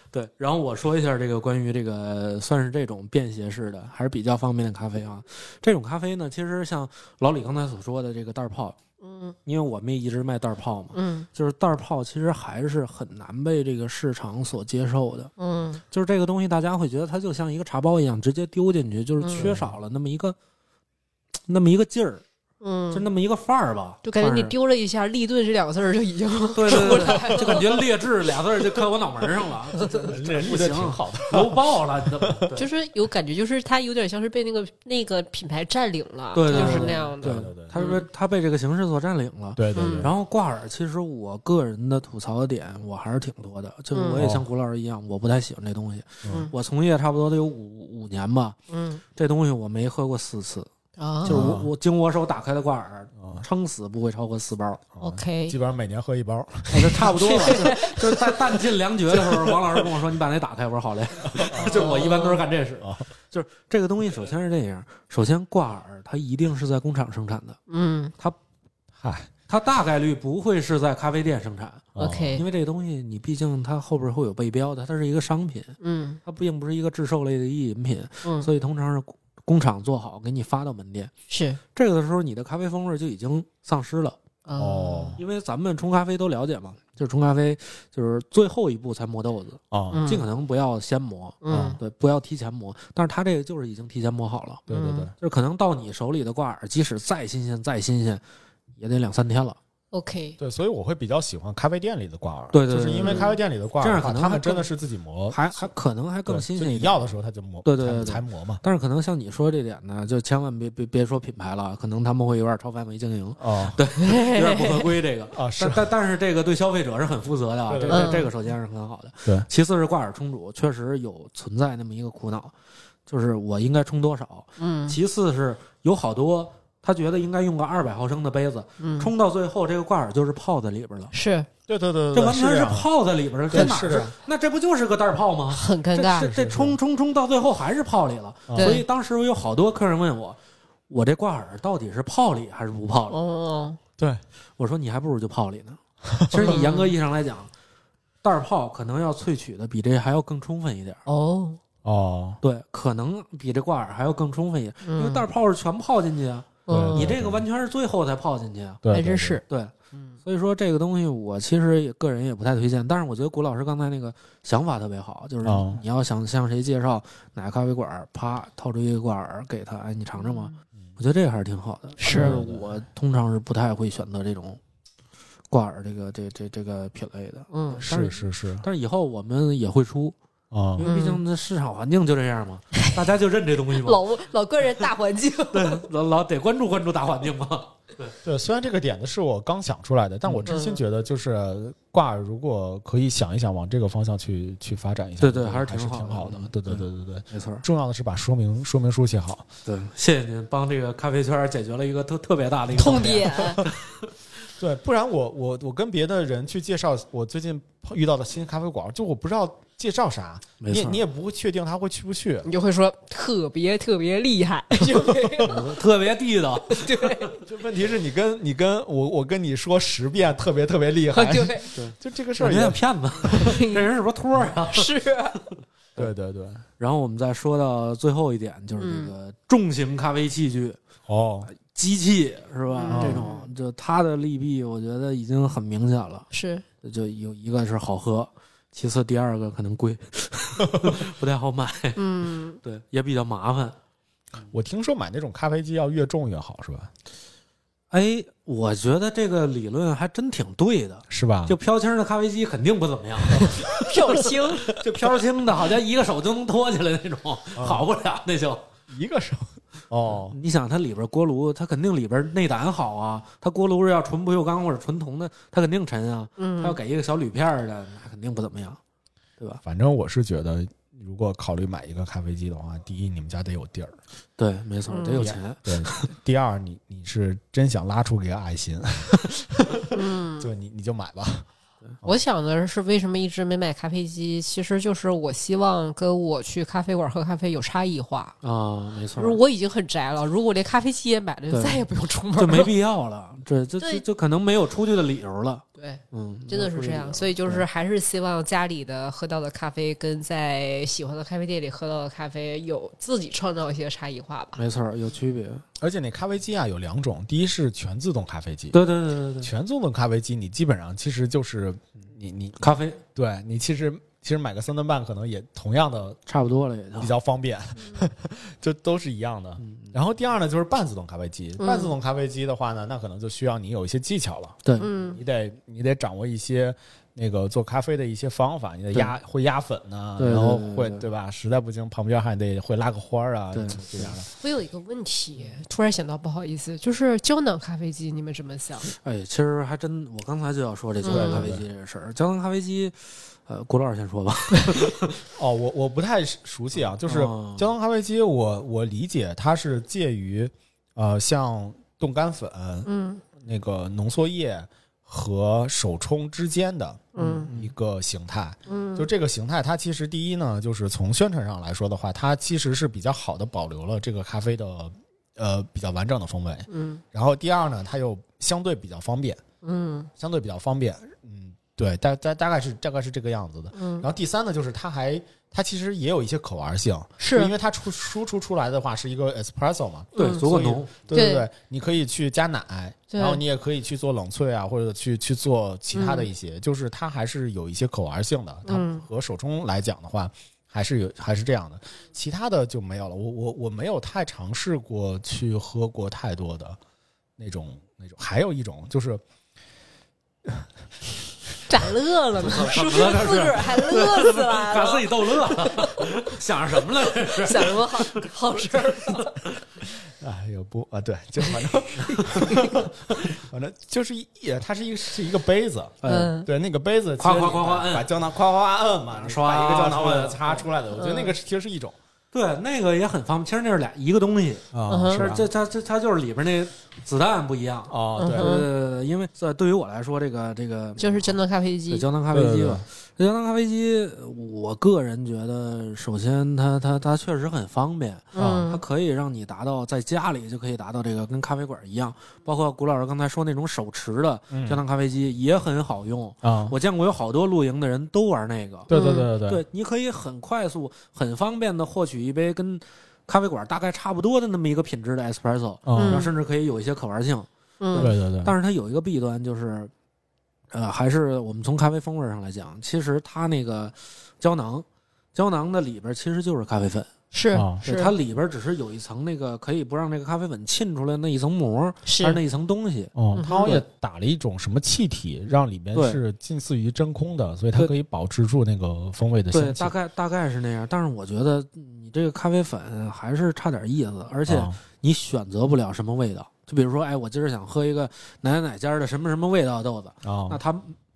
Speaker 1: 对，然后我说一下这个关于这个算是这种便携式的，还是比较方便的咖啡啊。这种咖啡呢，其实像老李刚才所说的这个袋儿泡，
Speaker 3: 嗯
Speaker 1: 因为我们也一直卖袋儿泡嘛，
Speaker 3: 嗯
Speaker 1: 就是袋儿泡其实还是很难被这个市场所接受的。
Speaker 3: 嗯
Speaker 1: 就是这个东西，大家会觉得它就像一个茶包一样，直接丢进去，就是缺少了那么一个、那么一个劲儿，就
Speaker 3: 嗯，
Speaker 1: 那么一个范儿吧。
Speaker 3: 就感觉你
Speaker 1: 算是
Speaker 3: 丢了一下“立顿”这两个字儿就已经
Speaker 1: 对对 对对，就感觉劣质俩字儿就刻我脑门儿上了，这这这
Speaker 2: 人
Speaker 1: 不
Speaker 2: 觉得挺
Speaker 1: 行，
Speaker 2: 好的，
Speaker 1: 楼爆了，你 怎么？对
Speaker 3: 就是有感觉，就是它有点像是被那个那个品牌占领了，
Speaker 1: 对对
Speaker 3: 就是
Speaker 1: 对
Speaker 3: 那样的。
Speaker 1: 对
Speaker 2: 对对
Speaker 1: 他是不是他被这个形式所占领了？
Speaker 2: 对对
Speaker 3: 嗯
Speaker 2: 对。
Speaker 1: 然后挂耳，其实我个人的吐槽的点我还是挺多的，就是我也
Speaker 2: 嗯
Speaker 1: 像古老师一样，我不太喜欢这东西。
Speaker 3: 嗯
Speaker 1: 我从业差不多得有五五年吧，
Speaker 3: 嗯
Speaker 1: 这东西我没喝过四次，
Speaker 3: 啊
Speaker 1: 就是我
Speaker 2: 啊
Speaker 1: 我经我手打开的挂耳，
Speaker 2: 啊
Speaker 1: 撑死不会超过四包，
Speaker 3: ，OK，
Speaker 2: 基本上每年喝一包，啊
Speaker 1: 我哦就差不多 了。就是就是在弹尽粮绝的时候，王老师跟我说：“你把那打开。”我说：“好嘞。”就是 我一般都是干这事
Speaker 2: 啊。
Speaker 1: 哦就是这个东西，首先是这样，首先挂耳它一定是在工厂生产的，
Speaker 3: 嗯
Speaker 2: 嗨
Speaker 1: 它大概率不会是在咖啡店生产。哦因
Speaker 3: ，OK，
Speaker 1: 为这个东西，你毕竟它后边会有背标的，它是一个商品，
Speaker 3: 嗯
Speaker 1: 它并不是一个制售类的饮品，
Speaker 3: 嗯，
Speaker 1: 所以通常是工工厂做好给你发到门店。
Speaker 3: 是
Speaker 1: 这个的时候，你的咖啡风味就已经丧失了，
Speaker 3: 啊
Speaker 2: 哦
Speaker 1: 因为咱们冲咖啡都了解嘛，就是冲咖啡就是最后一步才磨豆子，
Speaker 2: 啊，
Speaker 3: 嗯
Speaker 1: 尽可能不要先磨，
Speaker 3: 嗯
Speaker 1: 对，不要提前磨。但是它这个就是已经提前磨好了，
Speaker 2: 对对对，
Speaker 3: 嗯
Speaker 1: 就是可能到你手里的挂耳，即使再新鲜再新鲜，也得两三天了。
Speaker 3: ，OK，
Speaker 2: 对，所以我会比较喜欢咖啡店里的挂耳，
Speaker 1: 对对
Speaker 2: 就是
Speaker 1: 对
Speaker 2: 因为
Speaker 3: 对
Speaker 2: 咖啡店里的挂
Speaker 1: 这
Speaker 2: 耳
Speaker 1: 样
Speaker 2: 的话，
Speaker 1: 可能
Speaker 2: 他
Speaker 1: 还
Speaker 2: 们真
Speaker 1: 更
Speaker 2: 的是自己磨，
Speaker 1: 还还可能还
Speaker 2: 对
Speaker 1: 更新哦
Speaker 2: 就
Speaker 1: 鲜一
Speaker 2: 你
Speaker 1: 点。
Speaker 2: 要的时候他就磨，
Speaker 1: 对对
Speaker 2: 才
Speaker 1: 对对
Speaker 2: 才磨嘛，
Speaker 1: 但是可能像你说这点呢，就千万别别别说品牌了，可能他们会有点超范围经营，
Speaker 2: 哦
Speaker 1: 有点不合规这个。
Speaker 2: 啊是
Speaker 1: 但，但但是这个对消费者是很负责的啊，
Speaker 2: 对
Speaker 1: 这
Speaker 2: 对嗯
Speaker 1: 这
Speaker 3: 对
Speaker 1: 这个首先是很好的。
Speaker 2: 对，
Speaker 1: 其次是挂耳冲煮，确实有存在那么一个苦恼，就是我应该冲多少。
Speaker 3: 嗯
Speaker 1: 其次是有好多他觉得应该用个二百毫升的杯子，
Speaker 3: 嗯，
Speaker 1: 冲到最后这个挂耳就是泡在里边了，
Speaker 3: 是
Speaker 2: 对对对对，
Speaker 1: 这完
Speaker 2: 是
Speaker 1: 全是
Speaker 2: 样的
Speaker 1: 泡在里边了，
Speaker 2: 对
Speaker 1: 这哪
Speaker 2: 是啊
Speaker 1: 是
Speaker 2: 的？
Speaker 1: 那这不就是个袋儿泡吗？
Speaker 3: 很尴
Speaker 1: 这
Speaker 3: 尬
Speaker 1: 这，这
Speaker 2: 是
Speaker 1: 冲冲冲到最后还是泡里了。
Speaker 2: 啊
Speaker 3: 对
Speaker 1: 所以当时我有好多客人问我，我这挂耳到底是泡里还是不泡里？
Speaker 3: 哦，
Speaker 2: 对
Speaker 1: 我说你还不如就泡里呢。其实你严格意义上来讲，袋儿泡可能要萃取的比这还要更充分一点儿，
Speaker 3: 哦，
Speaker 2: 哦，
Speaker 1: 对，可能比这挂耳还要更充分一点儿，哦因为
Speaker 3: 嗯
Speaker 1: 袋儿泡是全泡进去啊，
Speaker 3: 嗯
Speaker 1: 你这个完全是最后才泡进去啊。
Speaker 2: 对，
Speaker 3: 还
Speaker 2: 对
Speaker 3: 真，是，
Speaker 1: 对，
Speaker 3: 嗯
Speaker 1: 所以说这个东西我其实也个人也不太推荐，但是我觉得谷老师刚才那个想法特别好，就是
Speaker 2: 哦
Speaker 1: 你要想向谁介绍哪个咖啡馆儿，啪掏出一个挂耳给他，哎，你尝尝吧。我觉得这个还是挺好的。
Speaker 3: 是
Speaker 1: 但我通常是不太会选择这种挂耳这个这这这个品类的，
Speaker 3: 嗯
Speaker 2: 对对是是是
Speaker 1: 但是以后我们也会出，
Speaker 2: 啊
Speaker 1: 因为毕竟这市场环境就这样嘛，大家就认这东西嘛，
Speaker 3: 老老个人 大环境，
Speaker 1: 对老老得关注关注大环境嘛。
Speaker 2: 对，虽然这个点子是我刚想出来的，但我真心觉得就是挂耳，如果可以想一想往这个方向去去发展一下，
Speaker 1: 对对
Speaker 2: 我觉得
Speaker 1: 还
Speaker 2: 还
Speaker 1: 是挺
Speaker 2: 挺
Speaker 1: 好的
Speaker 2: 好的
Speaker 1: 嗯，
Speaker 2: 对对对对对。
Speaker 1: 没错，
Speaker 2: 重要的是把说明说明书写好，
Speaker 1: 对， 谢谢您帮这个咖啡圈儿解决了一个特特别大的一个
Speaker 3: 痛
Speaker 1: 痛点。
Speaker 3: 点，
Speaker 2: 对，不然我我我跟别的人去介绍我最近遇到的新咖啡馆，就我不知道介绍啥，
Speaker 1: 没
Speaker 2: 你也
Speaker 1: 错，
Speaker 2: 你也不会确定他会去不 去，
Speaker 3: 你就会说特别特别厉害， 就会
Speaker 1: 特别地道，
Speaker 2: 就问题是你跟你跟我我跟你说十遍特别特别厉害，
Speaker 3: 对，
Speaker 2: 就这个事
Speaker 1: 有
Speaker 2: 儿也
Speaker 1: 点骗子，这人是不是托儿啊？
Speaker 3: 是
Speaker 2: 对对对，
Speaker 1: 然后我们再说到最后一点，就是
Speaker 3: 嗯
Speaker 1: 这个重型咖啡器具。
Speaker 2: 哦，
Speaker 1: 机器是吧？
Speaker 3: 嗯
Speaker 1: 这种就它的利弊，我觉得已经很明显了。
Speaker 3: 是，
Speaker 1: 就有一个是好喝，其次第二个可能贵，不太好买，
Speaker 3: 嗯，
Speaker 1: 对，也比较麻烦。
Speaker 2: 我听说买那种咖啡机要越重越好，是吧？
Speaker 1: 哎，我觉得这个理论还真挺对的。
Speaker 2: 是吧？
Speaker 1: 啊就飘轻的咖啡机肯定不怎么样，
Speaker 3: 肉 青，
Speaker 1: 就飘轻的，好像一个手就能托起来那种，好不了那就。
Speaker 2: 一个手 哦，
Speaker 1: 你想它里边锅炉，它肯定里边内胆好啊，它锅炉是要纯不锈钢或者纯铜的，它肯定沉啊。它要
Speaker 3: 嗯
Speaker 1: 给一个小铝片儿的，那肯定不怎么样，对吧？
Speaker 2: 反正我是觉得如果考虑买一个咖啡机的话，第一，你们家得有地儿；
Speaker 1: 对，没错，
Speaker 3: 嗯
Speaker 1: 得有钱。
Speaker 2: 对， 第二，你你是真想拉出给个爱心，
Speaker 3: 嗯，
Speaker 2: 就你你就买吧。
Speaker 3: 我想的是，为什么一直没买咖啡机？其实就是我希望跟我去咖啡馆喝咖啡有差异化。
Speaker 1: 啊，没错
Speaker 3: 就，是我已经很宅了，如果连咖啡机也买了，就
Speaker 1: 对
Speaker 3: 再也不用出门了。
Speaker 1: 就没必要了，这这
Speaker 3: 对
Speaker 1: 这这可能没有出去的理由了。
Speaker 3: 对，
Speaker 1: 嗯，
Speaker 3: 真的是这样。所以就是还是希望家里的喝到的咖啡跟在喜欢的咖啡店里喝到的咖啡有自己创造一些差异化吧。
Speaker 1: 没错，有区别。
Speaker 2: 而且那咖啡机啊有两种，第一是全自动咖啡机，
Speaker 1: 对对对对对对，
Speaker 2: 全自动咖啡机你基本上其实就是你你
Speaker 1: 咖啡
Speaker 2: 对你其实其实买个三顿半可能也同样的
Speaker 1: 差不多了也就
Speaker 3: 嗯
Speaker 2: 比。较方便， 就都是一样的。
Speaker 1: 嗯，
Speaker 2: 然后第二呢，就是半自动咖啡机。
Speaker 3: 嗯
Speaker 2: 半自动咖啡机的话呢，那可能就需要你有一些技巧了，
Speaker 1: 对，
Speaker 3: 嗯
Speaker 2: 你得你得掌握一些那个做咖啡的一些方法，你得压会压粉呐、
Speaker 1: 对对
Speaker 2: 然后
Speaker 1: 对对
Speaker 2: 会
Speaker 1: 对
Speaker 2: 对吧？实在不行，旁边还得会拉个花儿啊，
Speaker 1: 对
Speaker 2: 这样的。
Speaker 3: 我有一个问题，突然想到，不好意思，就是胶囊咖啡机，你们怎么想？
Speaker 1: 哎，其实还真，我刚才就要
Speaker 3: 嗯
Speaker 1: 说这胶囊咖啡机这事儿。胶囊咖啡机，呃，郭老师先说吧。
Speaker 2: 哦，我我不太熟悉啊，就是
Speaker 1: 哦
Speaker 2: 胶囊咖啡机我，我理解它是介于呃像冻干粉、
Speaker 3: 嗯
Speaker 2: 那个浓缩液和手冲之间的
Speaker 3: 嗯
Speaker 2: 一个形态。
Speaker 3: 嗯，
Speaker 2: 就这个形态，它其实第一呢，就是从宣传上来说的话，它其实是比较好的保留了这个咖啡的呃比较完整的风味。
Speaker 3: 嗯
Speaker 2: 然后第二呢，它又相对比较方便，
Speaker 3: 嗯
Speaker 2: 相对比较方便。嗯，对，大大大概是大概是这个样子的。然
Speaker 3: 嗯，
Speaker 2: 后第三呢，就是它还它其实也有一些可玩性，因
Speaker 3: 是
Speaker 2: 为它出输出出来的话是一个 espresso 嘛，
Speaker 1: 对，
Speaker 3: 嗯
Speaker 1: 足够
Speaker 2: 所以
Speaker 1: 浓。
Speaker 2: 对对
Speaker 3: 对
Speaker 2: 对，你可以去加奶，
Speaker 3: 对
Speaker 2: 然后你也可以去做冷萃啊，或者去去做其他的一些，就是它还是有一些可玩性的。它
Speaker 3: 嗯
Speaker 2: 和手冲来讲的话，还是有还是这样的，其他的就没有了。我我我没有太尝试过去喝过太多的那种那种，还有一种就是
Speaker 3: 咋乐了呢？是不是自个儿还乐死来
Speaker 1: 把自
Speaker 3: 了？
Speaker 1: 己逗乐 了，想着什么了？这是
Speaker 3: 想什么好好事儿？
Speaker 2: 哎呦不啊，对，就反正反正 就是一它是一个是一个杯子，
Speaker 1: 嗯，
Speaker 3: 嗯
Speaker 2: 对，那个杯子
Speaker 1: 夸
Speaker 2: 其实
Speaker 1: 夸
Speaker 2: 你
Speaker 1: 夸夸
Speaker 2: 把
Speaker 1: 摁
Speaker 2: 把胶囊夸夸夸摁嘛，你
Speaker 1: 刷
Speaker 2: 把一个胶囊
Speaker 1: 出来
Speaker 2: 往
Speaker 1: 了
Speaker 2: 擦出来的，我觉得那个是其实是一种
Speaker 1: 对，那个也很方便。其实那是俩一个东西，
Speaker 3: 嗯
Speaker 2: 啊
Speaker 3: 哼
Speaker 1: 是这它这它就是里边那子弹不一样。
Speaker 2: 哦，
Speaker 1: 对
Speaker 2: 对
Speaker 3: 嗯，
Speaker 1: 对对对，呃因为在对于我来说，这个这个
Speaker 3: 就是胶囊咖啡
Speaker 1: 对啊
Speaker 3: 机，
Speaker 1: 胶囊咖啡机
Speaker 2: 对对
Speaker 1: 吧。这胶囊咖啡机，我个人觉得，首先它它它确实很方便，它
Speaker 3: 嗯
Speaker 1: 可以让你达到在家里就可以达到这个跟咖啡馆一样。包括古老师刚才说那种手持的
Speaker 2: 嗯
Speaker 1: 胶囊咖啡机也很好用，
Speaker 2: 啊，
Speaker 1: 我见过有好多露营的人都玩那个。
Speaker 2: 对对对对对，
Speaker 1: 对，你可以很快速、很方便的获取一杯跟咖啡馆大概差不多的那么一个品质的 espresso，然后
Speaker 2: 嗯，
Speaker 1: 甚至可以有一些可玩性。
Speaker 2: 对
Speaker 3: 嗯
Speaker 2: 对对，
Speaker 1: 但是它有一个弊端，就是，呃，还是我们从咖啡风味上来讲，其实它那个胶囊，胶囊的里边其实就是咖啡粉，
Speaker 3: 是
Speaker 2: 啊
Speaker 1: 对
Speaker 3: 是
Speaker 1: 它里边只是有一层那个可以不让那个咖啡粉沁出来那一层膜，它是那一层东西。
Speaker 2: 哦
Speaker 3: 嗯，
Speaker 2: 它好像也打了一种什么气体，让里面
Speaker 1: 对
Speaker 2: 是近似于真空的，所以它可以保持住那个风味的
Speaker 1: 对，
Speaker 2: 香气
Speaker 1: 大。概大概是那样。但是我觉得你这个咖啡粉还是差点意思，而
Speaker 2: 而
Speaker 1: 且你选择不了什么味道。就比如说，哎，我今儿想喝一个哪哪哪家的什么什么味道的豆子，那
Speaker 2: 啊，
Speaker 1: 它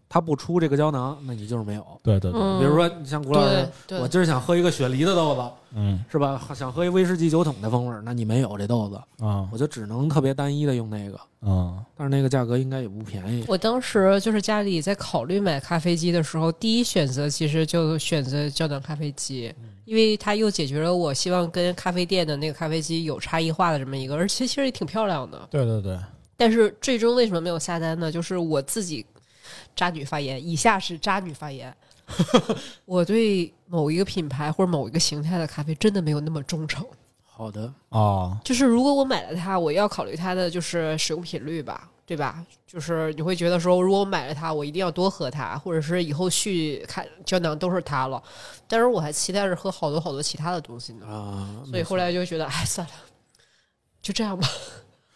Speaker 1: 它不出这个胶囊，那你就是没有。
Speaker 2: 对对对，
Speaker 3: 嗯
Speaker 1: 比如说，你像古老师
Speaker 3: 对，对
Speaker 1: 我今儿想喝一个雪梨的豆子，
Speaker 2: 嗯
Speaker 1: 是吧？想喝一威士忌酒桶的风味儿，那你没有这豆子，
Speaker 2: 啊
Speaker 1: 我就只能特别单一的用那个。
Speaker 2: 啊
Speaker 1: 但是那个价格应该也不便宜。
Speaker 3: 我当时就是家里在考虑买咖啡机的时候，第一选择其实就选择胶囊咖啡机，
Speaker 1: 嗯
Speaker 3: 因为它又解决了我希望跟咖啡店的那个咖啡机有差异化的这么一个，而且其实也挺漂亮的。
Speaker 2: 对对对，
Speaker 3: 但是最终为什么没有下单呢？就是我自己渣女发言，以下是渣女发言。我对某一个品牌或者某一个形态的咖啡真的没有那么忠诚。
Speaker 1: 好的，
Speaker 2: 哦，
Speaker 3: 就是如果我买了它，我要考虑它的就是使用频率吧，对吧？就是你会觉得说，如果我买了它，我一定要多喝它，或者是以后续看胶囊都是它了。但是我还期待着喝好多好多其他的东西呢，
Speaker 1: 啊，
Speaker 3: 所以后来就觉得，哎，算了，就这样吧。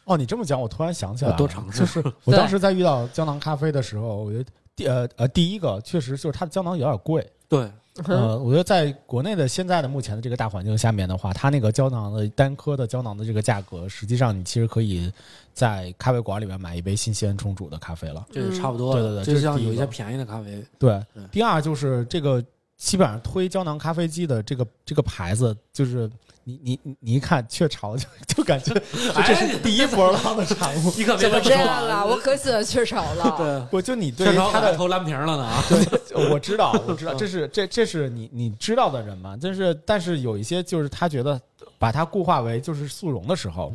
Speaker 2: 哦，你这么讲，我突然想起来了，
Speaker 1: 多尝试
Speaker 2: 就是我当
Speaker 3: 对
Speaker 2: 时在遇到胶囊咖啡的时候，我觉得第呃呃第一个确实就是它的胶囊有点贵，
Speaker 1: 对，
Speaker 3: 嗯
Speaker 2: 呃，我觉得在国内的现在的目前的这个大环境下面的话，它那个胶囊的单颗的胶囊的这个价格，实际上你其实可以在咖啡馆里面买一杯新鲜冲煮的咖啡了。
Speaker 1: 这也
Speaker 3: 嗯
Speaker 1: 差不多了。
Speaker 2: 对对对这
Speaker 1: 就是像
Speaker 2: 第一
Speaker 1: 有一
Speaker 2: 个
Speaker 1: 些便宜的咖啡，
Speaker 2: 对
Speaker 1: 对，
Speaker 2: 第二就是这个基本上推胶囊咖啡机的这个这个牌子，就是你你你你一看雀巢就就感觉就这是第一波浪的产 物。
Speaker 4: 你可
Speaker 3: 怎
Speaker 4: 别
Speaker 3: 么
Speaker 4: 么
Speaker 3: 这
Speaker 4: 说
Speaker 3: 样
Speaker 4: 啊
Speaker 3: 了？我可喜欢雀巢了。
Speaker 4: 对，
Speaker 2: 我就你对
Speaker 4: 雀
Speaker 2: 于
Speaker 4: 巢哎
Speaker 2: 它
Speaker 4: 把
Speaker 2: 的
Speaker 4: 投蓝瓶了呢啊！
Speaker 2: 对， 我知道，我知道，
Speaker 4: 嗯
Speaker 2: 这是这这是你你知道的人嘛？但是但是有一些就是他觉得把它固化为就是速溶的时候，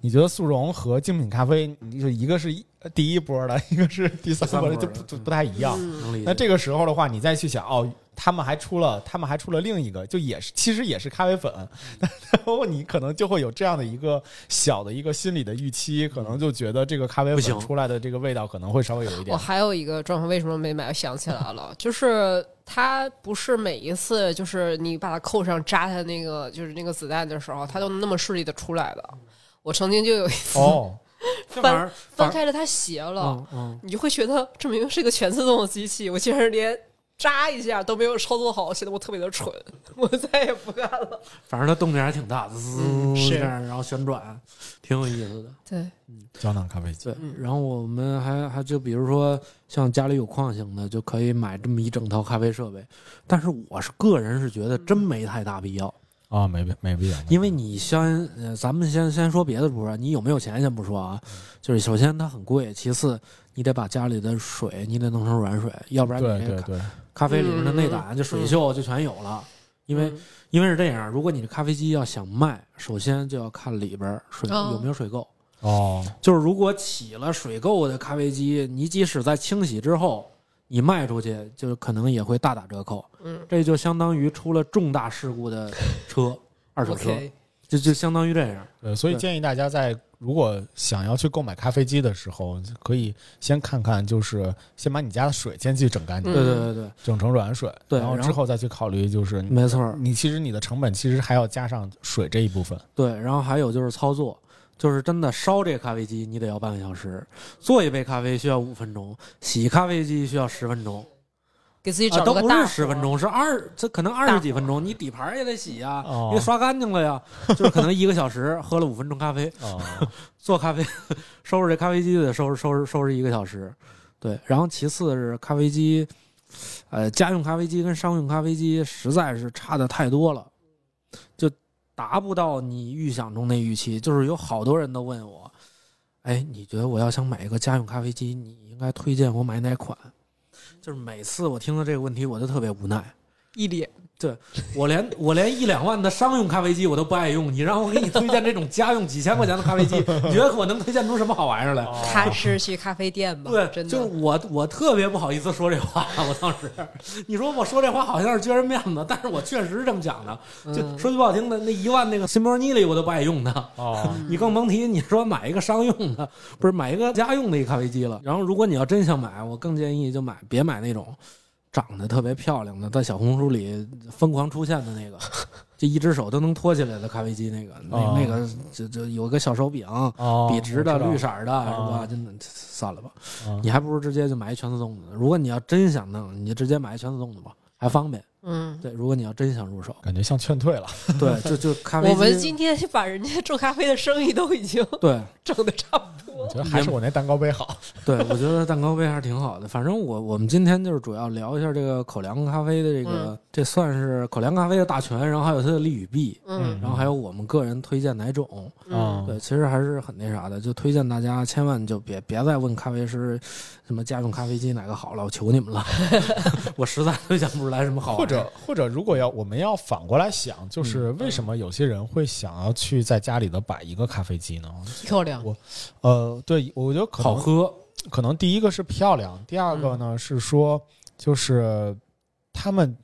Speaker 2: 你觉得速溶和精品咖啡，你就一个是一一个是一波的，一个是第三波的，
Speaker 4: 第三波的
Speaker 2: 就不就不太一样。
Speaker 3: 嗯，
Speaker 4: 能理解。
Speaker 2: 那这个时候的话，你再去想哦，他们还出了，他们还出了另一个，就也是其实也是咖啡粉， 然后你可能就会有这样的一个小的一个心理的预期，可能就觉得这个咖啡
Speaker 4: 不
Speaker 2: 粉
Speaker 4: 行
Speaker 2: 出来的这个味道可能会稍微有一
Speaker 3: 我
Speaker 2: 点。
Speaker 3: 还有一个状况，为什么没买？我想起来了， 就是它不是每一次，就是你把它扣上扎它那个，就是那个子弹的时候，它都能那么顺利的出来
Speaker 4: 嗯
Speaker 3: 的。我曾经就有一次
Speaker 2: 哦，
Speaker 4: 这玩意儿啊
Speaker 3: 翻，开了它斜了，
Speaker 4: 嗯嗯，
Speaker 3: 你就会觉得这明明是一个全自动的机器，我竟然连扎一下都没有操作好，显得我特别的蠢， 我再也不干了。
Speaker 4: 反正它动静还挺大的，滋
Speaker 3: 嗯是
Speaker 4: 这样，然后旋转，挺有意思的。
Speaker 3: 对，
Speaker 2: 胶囊咖啡机。
Speaker 4: 对
Speaker 3: 嗯，
Speaker 4: 然后我们还还就比如说像家里有矿型的，就可以买这么一整套咖啡设备。但是我是个人是觉得真没太大必要，
Speaker 2: 啊、没必没必要，
Speaker 4: 因为你先呃，咱们先先说别的不说，你有没有钱先不说啊，
Speaker 2: 嗯
Speaker 4: 就是首先它很贵，其次你得把家里的水你得弄成软水，要不然
Speaker 2: 对
Speaker 4: 你这
Speaker 2: 对
Speaker 4: 咖
Speaker 2: 对，
Speaker 4: 咖啡里面的内胆就水锈就全有了。因为
Speaker 3: 嗯
Speaker 4: 因为是这样，如果你的咖啡机要想卖，首先就要看里边水
Speaker 3: 哦
Speaker 4: 有没有水垢。
Speaker 2: 哦，
Speaker 4: 就是如果起了水垢的咖啡机，你即使在清洗之后，你卖出去就可能也会大打折扣。
Speaker 3: 嗯
Speaker 4: 这就相当于出了重大事故的 车，二手车，
Speaker 3: ，OK，
Speaker 4: 就就相当于这样。
Speaker 2: 呃，所以
Speaker 4: 对
Speaker 2: 建议大家在如果想要去购买咖啡机的时候，可以先看看，就是先把你家的水先去整干净，
Speaker 4: 对
Speaker 3: 嗯
Speaker 4: 对对对，
Speaker 2: 整成软水，
Speaker 4: 嗯对
Speaker 2: 然后
Speaker 4: 然
Speaker 2: 之
Speaker 4: 后嗯
Speaker 2: 后再去考虑，就是你
Speaker 4: 没错儿。
Speaker 2: 你其实你的成本其实还要加上水这一部分。
Speaker 4: 对，然后还有就是操作，就是真的烧这咖啡机你得要半个小时，做一杯咖啡需要五分钟，洗咖啡机需要十分钟，
Speaker 3: 给自己
Speaker 4: 啊，
Speaker 3: 找了
Speaker 4: 都
Speaker 3: 个
Speaker 4: 不
Speaker 3: 大
Speaker 4: 是
Speaker 3: 活
Speaker 4: 十分，钟，是二，这可能二十几分钟，你底盘也得洗呀、
Speaker 2: 哦
Speaker 4: 你得刷干净了呀，就是可能一个小时喝了五分钟咖啡，
Speaker 2: 哦，
Speaker 4: 做咖啡， 收拾这咖啡机就得收拾收拾收拾一个小时，对。然后其次是咖啡机，呃，家用咖啡机跟商用咖啡机实在是差的太多了，就达不到你预想中的预期。就是有好多人都问我，哎，你觉得我要想买一个家用咖啡机，你应该推荐我买哪款？就是每次我听到这个问题，我就特别无奈。
Speaker 3: 一脸
Speaker 4: 我连我连一两万的商用咖啡机我都不爱用，你让我给你推荐这种家用几千块钱的咖啡机，你觉得我能推荐出什么好玩意儿来？
Speaker 3: 踏实去咖啡店吧，
Speaker 4: 哦对，
Speaker 3: 哦真
Speaker 4: 就
Speaker 3: 的
Speaker 4: 是。我我特别不好意思说这话，我当时你说我说这话好像是撅人面子，但是我确实是这么想的。就
Speaker 3: 嗯
Speaker 4: 说句不好听的，那一万那个 s i m o n i 里我都不爱用它。
Speaker 2: 哦，
Speaker 4: 你更甭提你说买一个商用的，不是买一个家用的一咖啡机了。然后如果你要真想买，我更建议就买别买那种长得特别漂亮的，在小红书里疯狂出现的那个，就一只手都能托起来的咖啡机那个，那、
Speaker 2: 哦
Speaker 4: 那个就就有个小手柄。
Speaker 2: 哦，
Speaker 4: 笔直的、绿色儿的，是吧
Speaker 2: 哦？
Speaker 4: 真的，算了吧，
Speaker 2: 哦，
Speaker 4: 你还不如直接就买一全自动的。如果你要真想弄，你就直接买一全自动的吧，还方便。
Speaker 3: 嗯，
Speaker 4: 对，如果你要真想入手
Speaker 2: 感觉像劝退了。
Speaker 4: 对，就就咖啡机。
Speaker 3: 我们今天就把人家做咖啡的生意都已经
Speaker 4: 对
Speaker 3: 整的差不多
Speaker 2: 我。觉得还是我那蛋糕杯好。
Speaker 4: 对，我觉得蛋糕杯还是挺好的。反正我我们今天就是主要聊一下这个口粮咖啡的这个，这算是口粮咖啡的大全，然后还有它的利与弊，
Speaker 3: 嗯
Speaker 4: 然后还有我们个人推荐哪种。
Speaker 2: 嗯
Speaker 4: 对，其实还是很那啥的，就推荐大家千万就别别再问咖啡师什么家用咖啡机哪个好了，我求你们了，我实在推荐不出来什么好玩
Speaker 2: 或
Speaker 4: 儿
Speaker 2: 者或者，如果要我们要反过来想，就是
Speaker 4: 嗯
Speaker 2: 为什么有些人会想要去在家里头摆一个咖啡机呢？
Speaker 3: 漂亮
Speaker 2: 我呃，对，我觉得可
Speaker 4: 好
Speaker 2: 能
Speaker 4: 喝，
Speaker 2: 可能第一个是漂亮，第二个呢、是说就是他们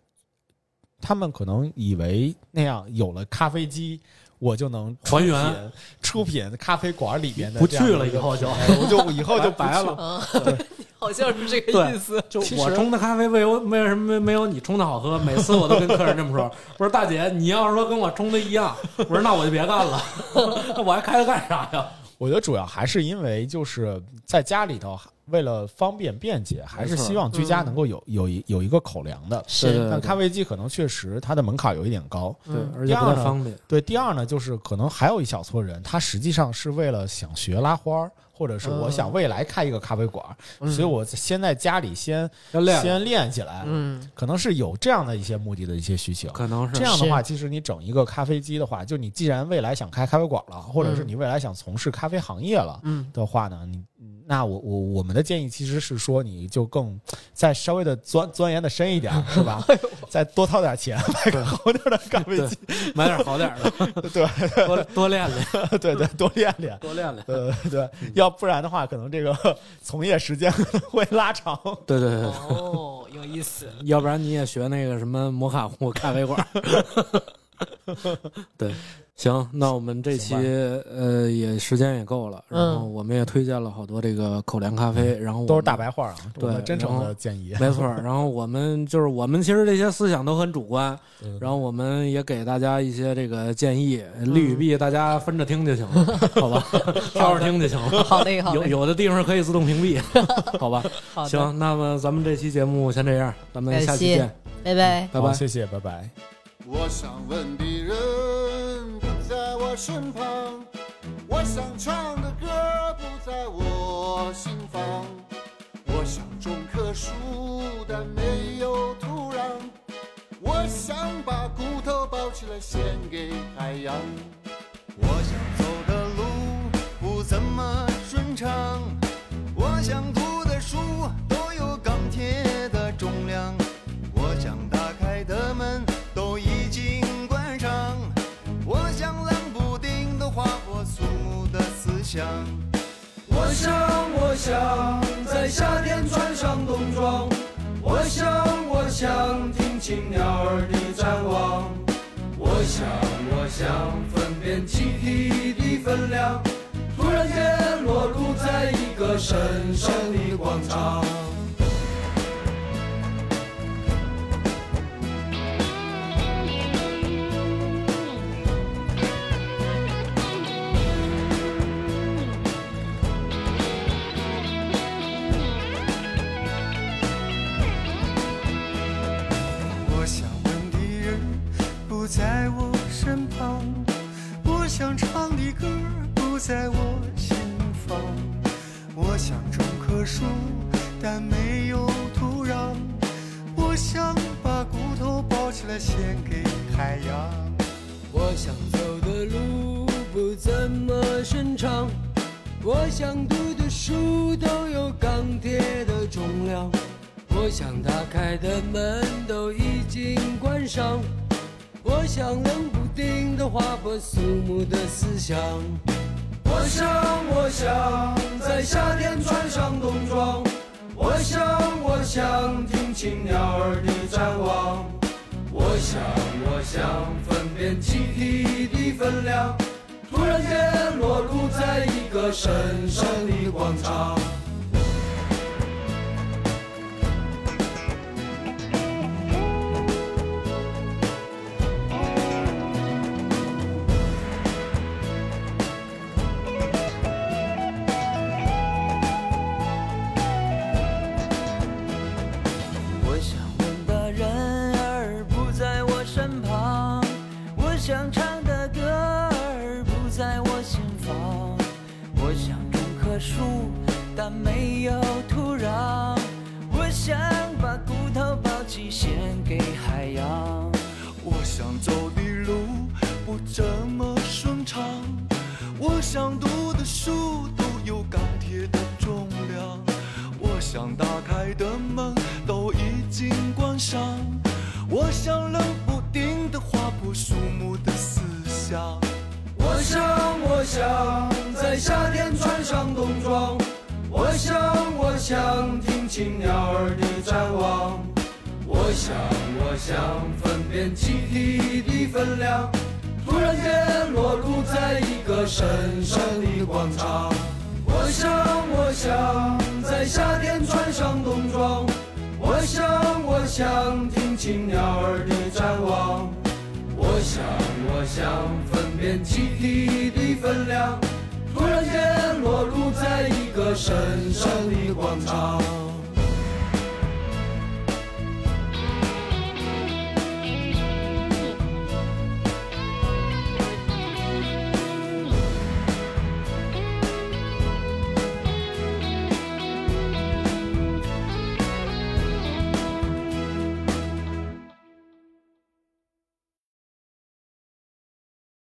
Speaker 2: 他们可能以为那样有了咖啡机。我就能出
Speaker 4: 还原
Speaker 2: 品出品咖啡馆里边的
Speaker 4: 不
Speaker 2: 这样的
Speaker 4: 去了
Speaker 2: 一个
Speaker 4: 以后就
Speaker 2: 品牌我就以后 就
Speaker 4: 白白了
Speaker 3: 啊
Speaker 4: 对，
Speaker 3: 好像是这个意 思。
Speaker 4: 就
Speaker 2: 其
Speaker 4: 我
Speaker 2: 实
Speaker 4: 冲的咖啡为我为什么没有你冲的好喝？每次我都跟客人这么说，我说大姐，你要是说跟我冲的一样，我说那我就别干了， 那我还开它干啥呀？
Speaker 2: 我觉得主要还是因为就是在家里头，为了方便便捷，还是
Speaker 1: 没错
Speaker 2: 希望居家
Speaker 3: 嗯
Speaker 2: 能够有有一有一个口粮的。
Speaker 1: 对对
Speaker 3: 是，
Speaker 1: 对
Speaker 2: 但咖啡机可能确实它的门槛有一点高。
Speaker 1: 对，
Speaker 3: 嗯
Speaker 1: 而且不太方便。
Speaker 2: 对，第二呢，就是可能还有一小撮人，他实际上是为了想学拉花儿，或者是我
Speaker 3: 嗯
Speaker 2: 想未来开一个咖啡馆儿，所以我先在家里先
Speaker 1: 要练，
Speaker 2: 先练起来，
Speaker 3: 嗯，
Speaker 2: 可能是有这样的一些目的的一些需求。
Speaker 1: 可能是
Speaker 2: 这样的话，其实你整一个咖啡机的话，就你既然未来想开咖啡馆了，或者是
Speaker 3: 嗯
Speaker 2: 你未来想从事咖啡行业了
Speaker 3: 嗯
Speaker 2: 的话呢，你那我我我们的建议其实是说，你就更再稍微的钻钻研的深一点，是 吧？
Speaker 3: 哎
Speaker 2: 再多掏点钱买个好点的咖啡机，
Speaker 1: 买点好点的，
Speaker 2: 对
Speaker 1: 多多练 练，
Speaker 2: 对对，多练练。
Speaker 1: 多练练。
Speaker 2: 呃，对，
Speaker 1: 嗯
Speaker 2: 要不然的话，可能这个 从业时间可能会拉长。
Speaker 1: 对对对，
Speaker 3: 哦，有意思，
Speaker 1: 对要不然你也学那个什么摩卡壶咖啡馆。 对，行，那我们这期
Speaker 2: 行吧
Speaker 1: 呃也时间也够了，然后
Speaker 3: 嗯
Speaker 1: 我们也推荐了好多这个口粮咖啡，然后我们
Speaker 2: 嗯都是大白话啊，我们
Speaker 1: 对
Speaker 2: 真诚
Speaker 1: 然后
Speaker 2: 的建议。
Speaker 1: 没错儿，然后我们就是我们其实这些思想都很主观，
Speaker 2: 嗯
Speaker 1: 然后我们也给大家一些这个建议，利
Speaker 2: 嗯
Speaker 1: 与弊大家分着听 就行了，好吧？挑着听就行了。
Speaker 3: 好嘞，好
Speaker 1: 有
Speaker 3: 嘞，
Speaker 1: 有的地方可以自动屏 蔽，好吧？
Speaker 3: 好的，
Speaker 1: 行，那么咱们这期节目先这样，咱们
Speaker 3: 感
Speaker 1: 下期
Speaker 3: 谢
Speaker 1: 见，
Speaker 3: 拜拜。
Speaker 1: 拜
Speaker 2: 好
Speaker 1: 拜。
Speaker 2: 谢谢，拜拜。
Speaker 5: 我想问的人不在我身旁，我想唱的歌不在我心房，我想种棵树，但没有土壤，我想把骨头包起来献给海洋。
Speaker 6: 我想走的路不怎么顺畅，我想读的书都有钢铁的重量，我想打开的门都已经关上，我想冷不丁的划过肃穆的思想。
Speaker 7: 我想，我想在夏天穿上冬装。我想，我想听清鸟儿的展望。我想，我想分辨气体的分量。突然间裸露在一个神圣的广场。
Speaker 6: 我想问的人不在我身旁，我想唱的歌不在我心房，我想种棵树，但没有土壤，我想把骨头包起来献给海洋。
Speaker 7: 我想走的路不怎么顺畅，我想读的书都有钢铁的重量，我想打开的门都已经关上，我想冷不丁的划破肃穆的思想。我想，我想在夏天穿上冬装，我想，我想听清鸟儿的展望。我想，我想分辨气体的分量，突然间裸露在一个神圣的广场。我想问的人儿不在我身旁，我想唱的歌儿不在我心房，我想种棵树，但没有土壤，我想把骨头包起献给海洋。
Speaker 6: 我想走的路不怎么顺畅，我想读的书都有钢铁的重量，我想打开的门都已经关上，我想冷不丁的划破树木的思想。
Speaker 7: 我想，我想在夏天穿上冬装。我想，我想听清鸟儿的展望。我想，我想分辨气体的分量。突然间裸露在一个神圣的广场。我想，我想在夏天穿上冬装。我想，我想听清鸟儿的展望。我想，我想分辨气体的分量，突然间落入在一个神圣的广场。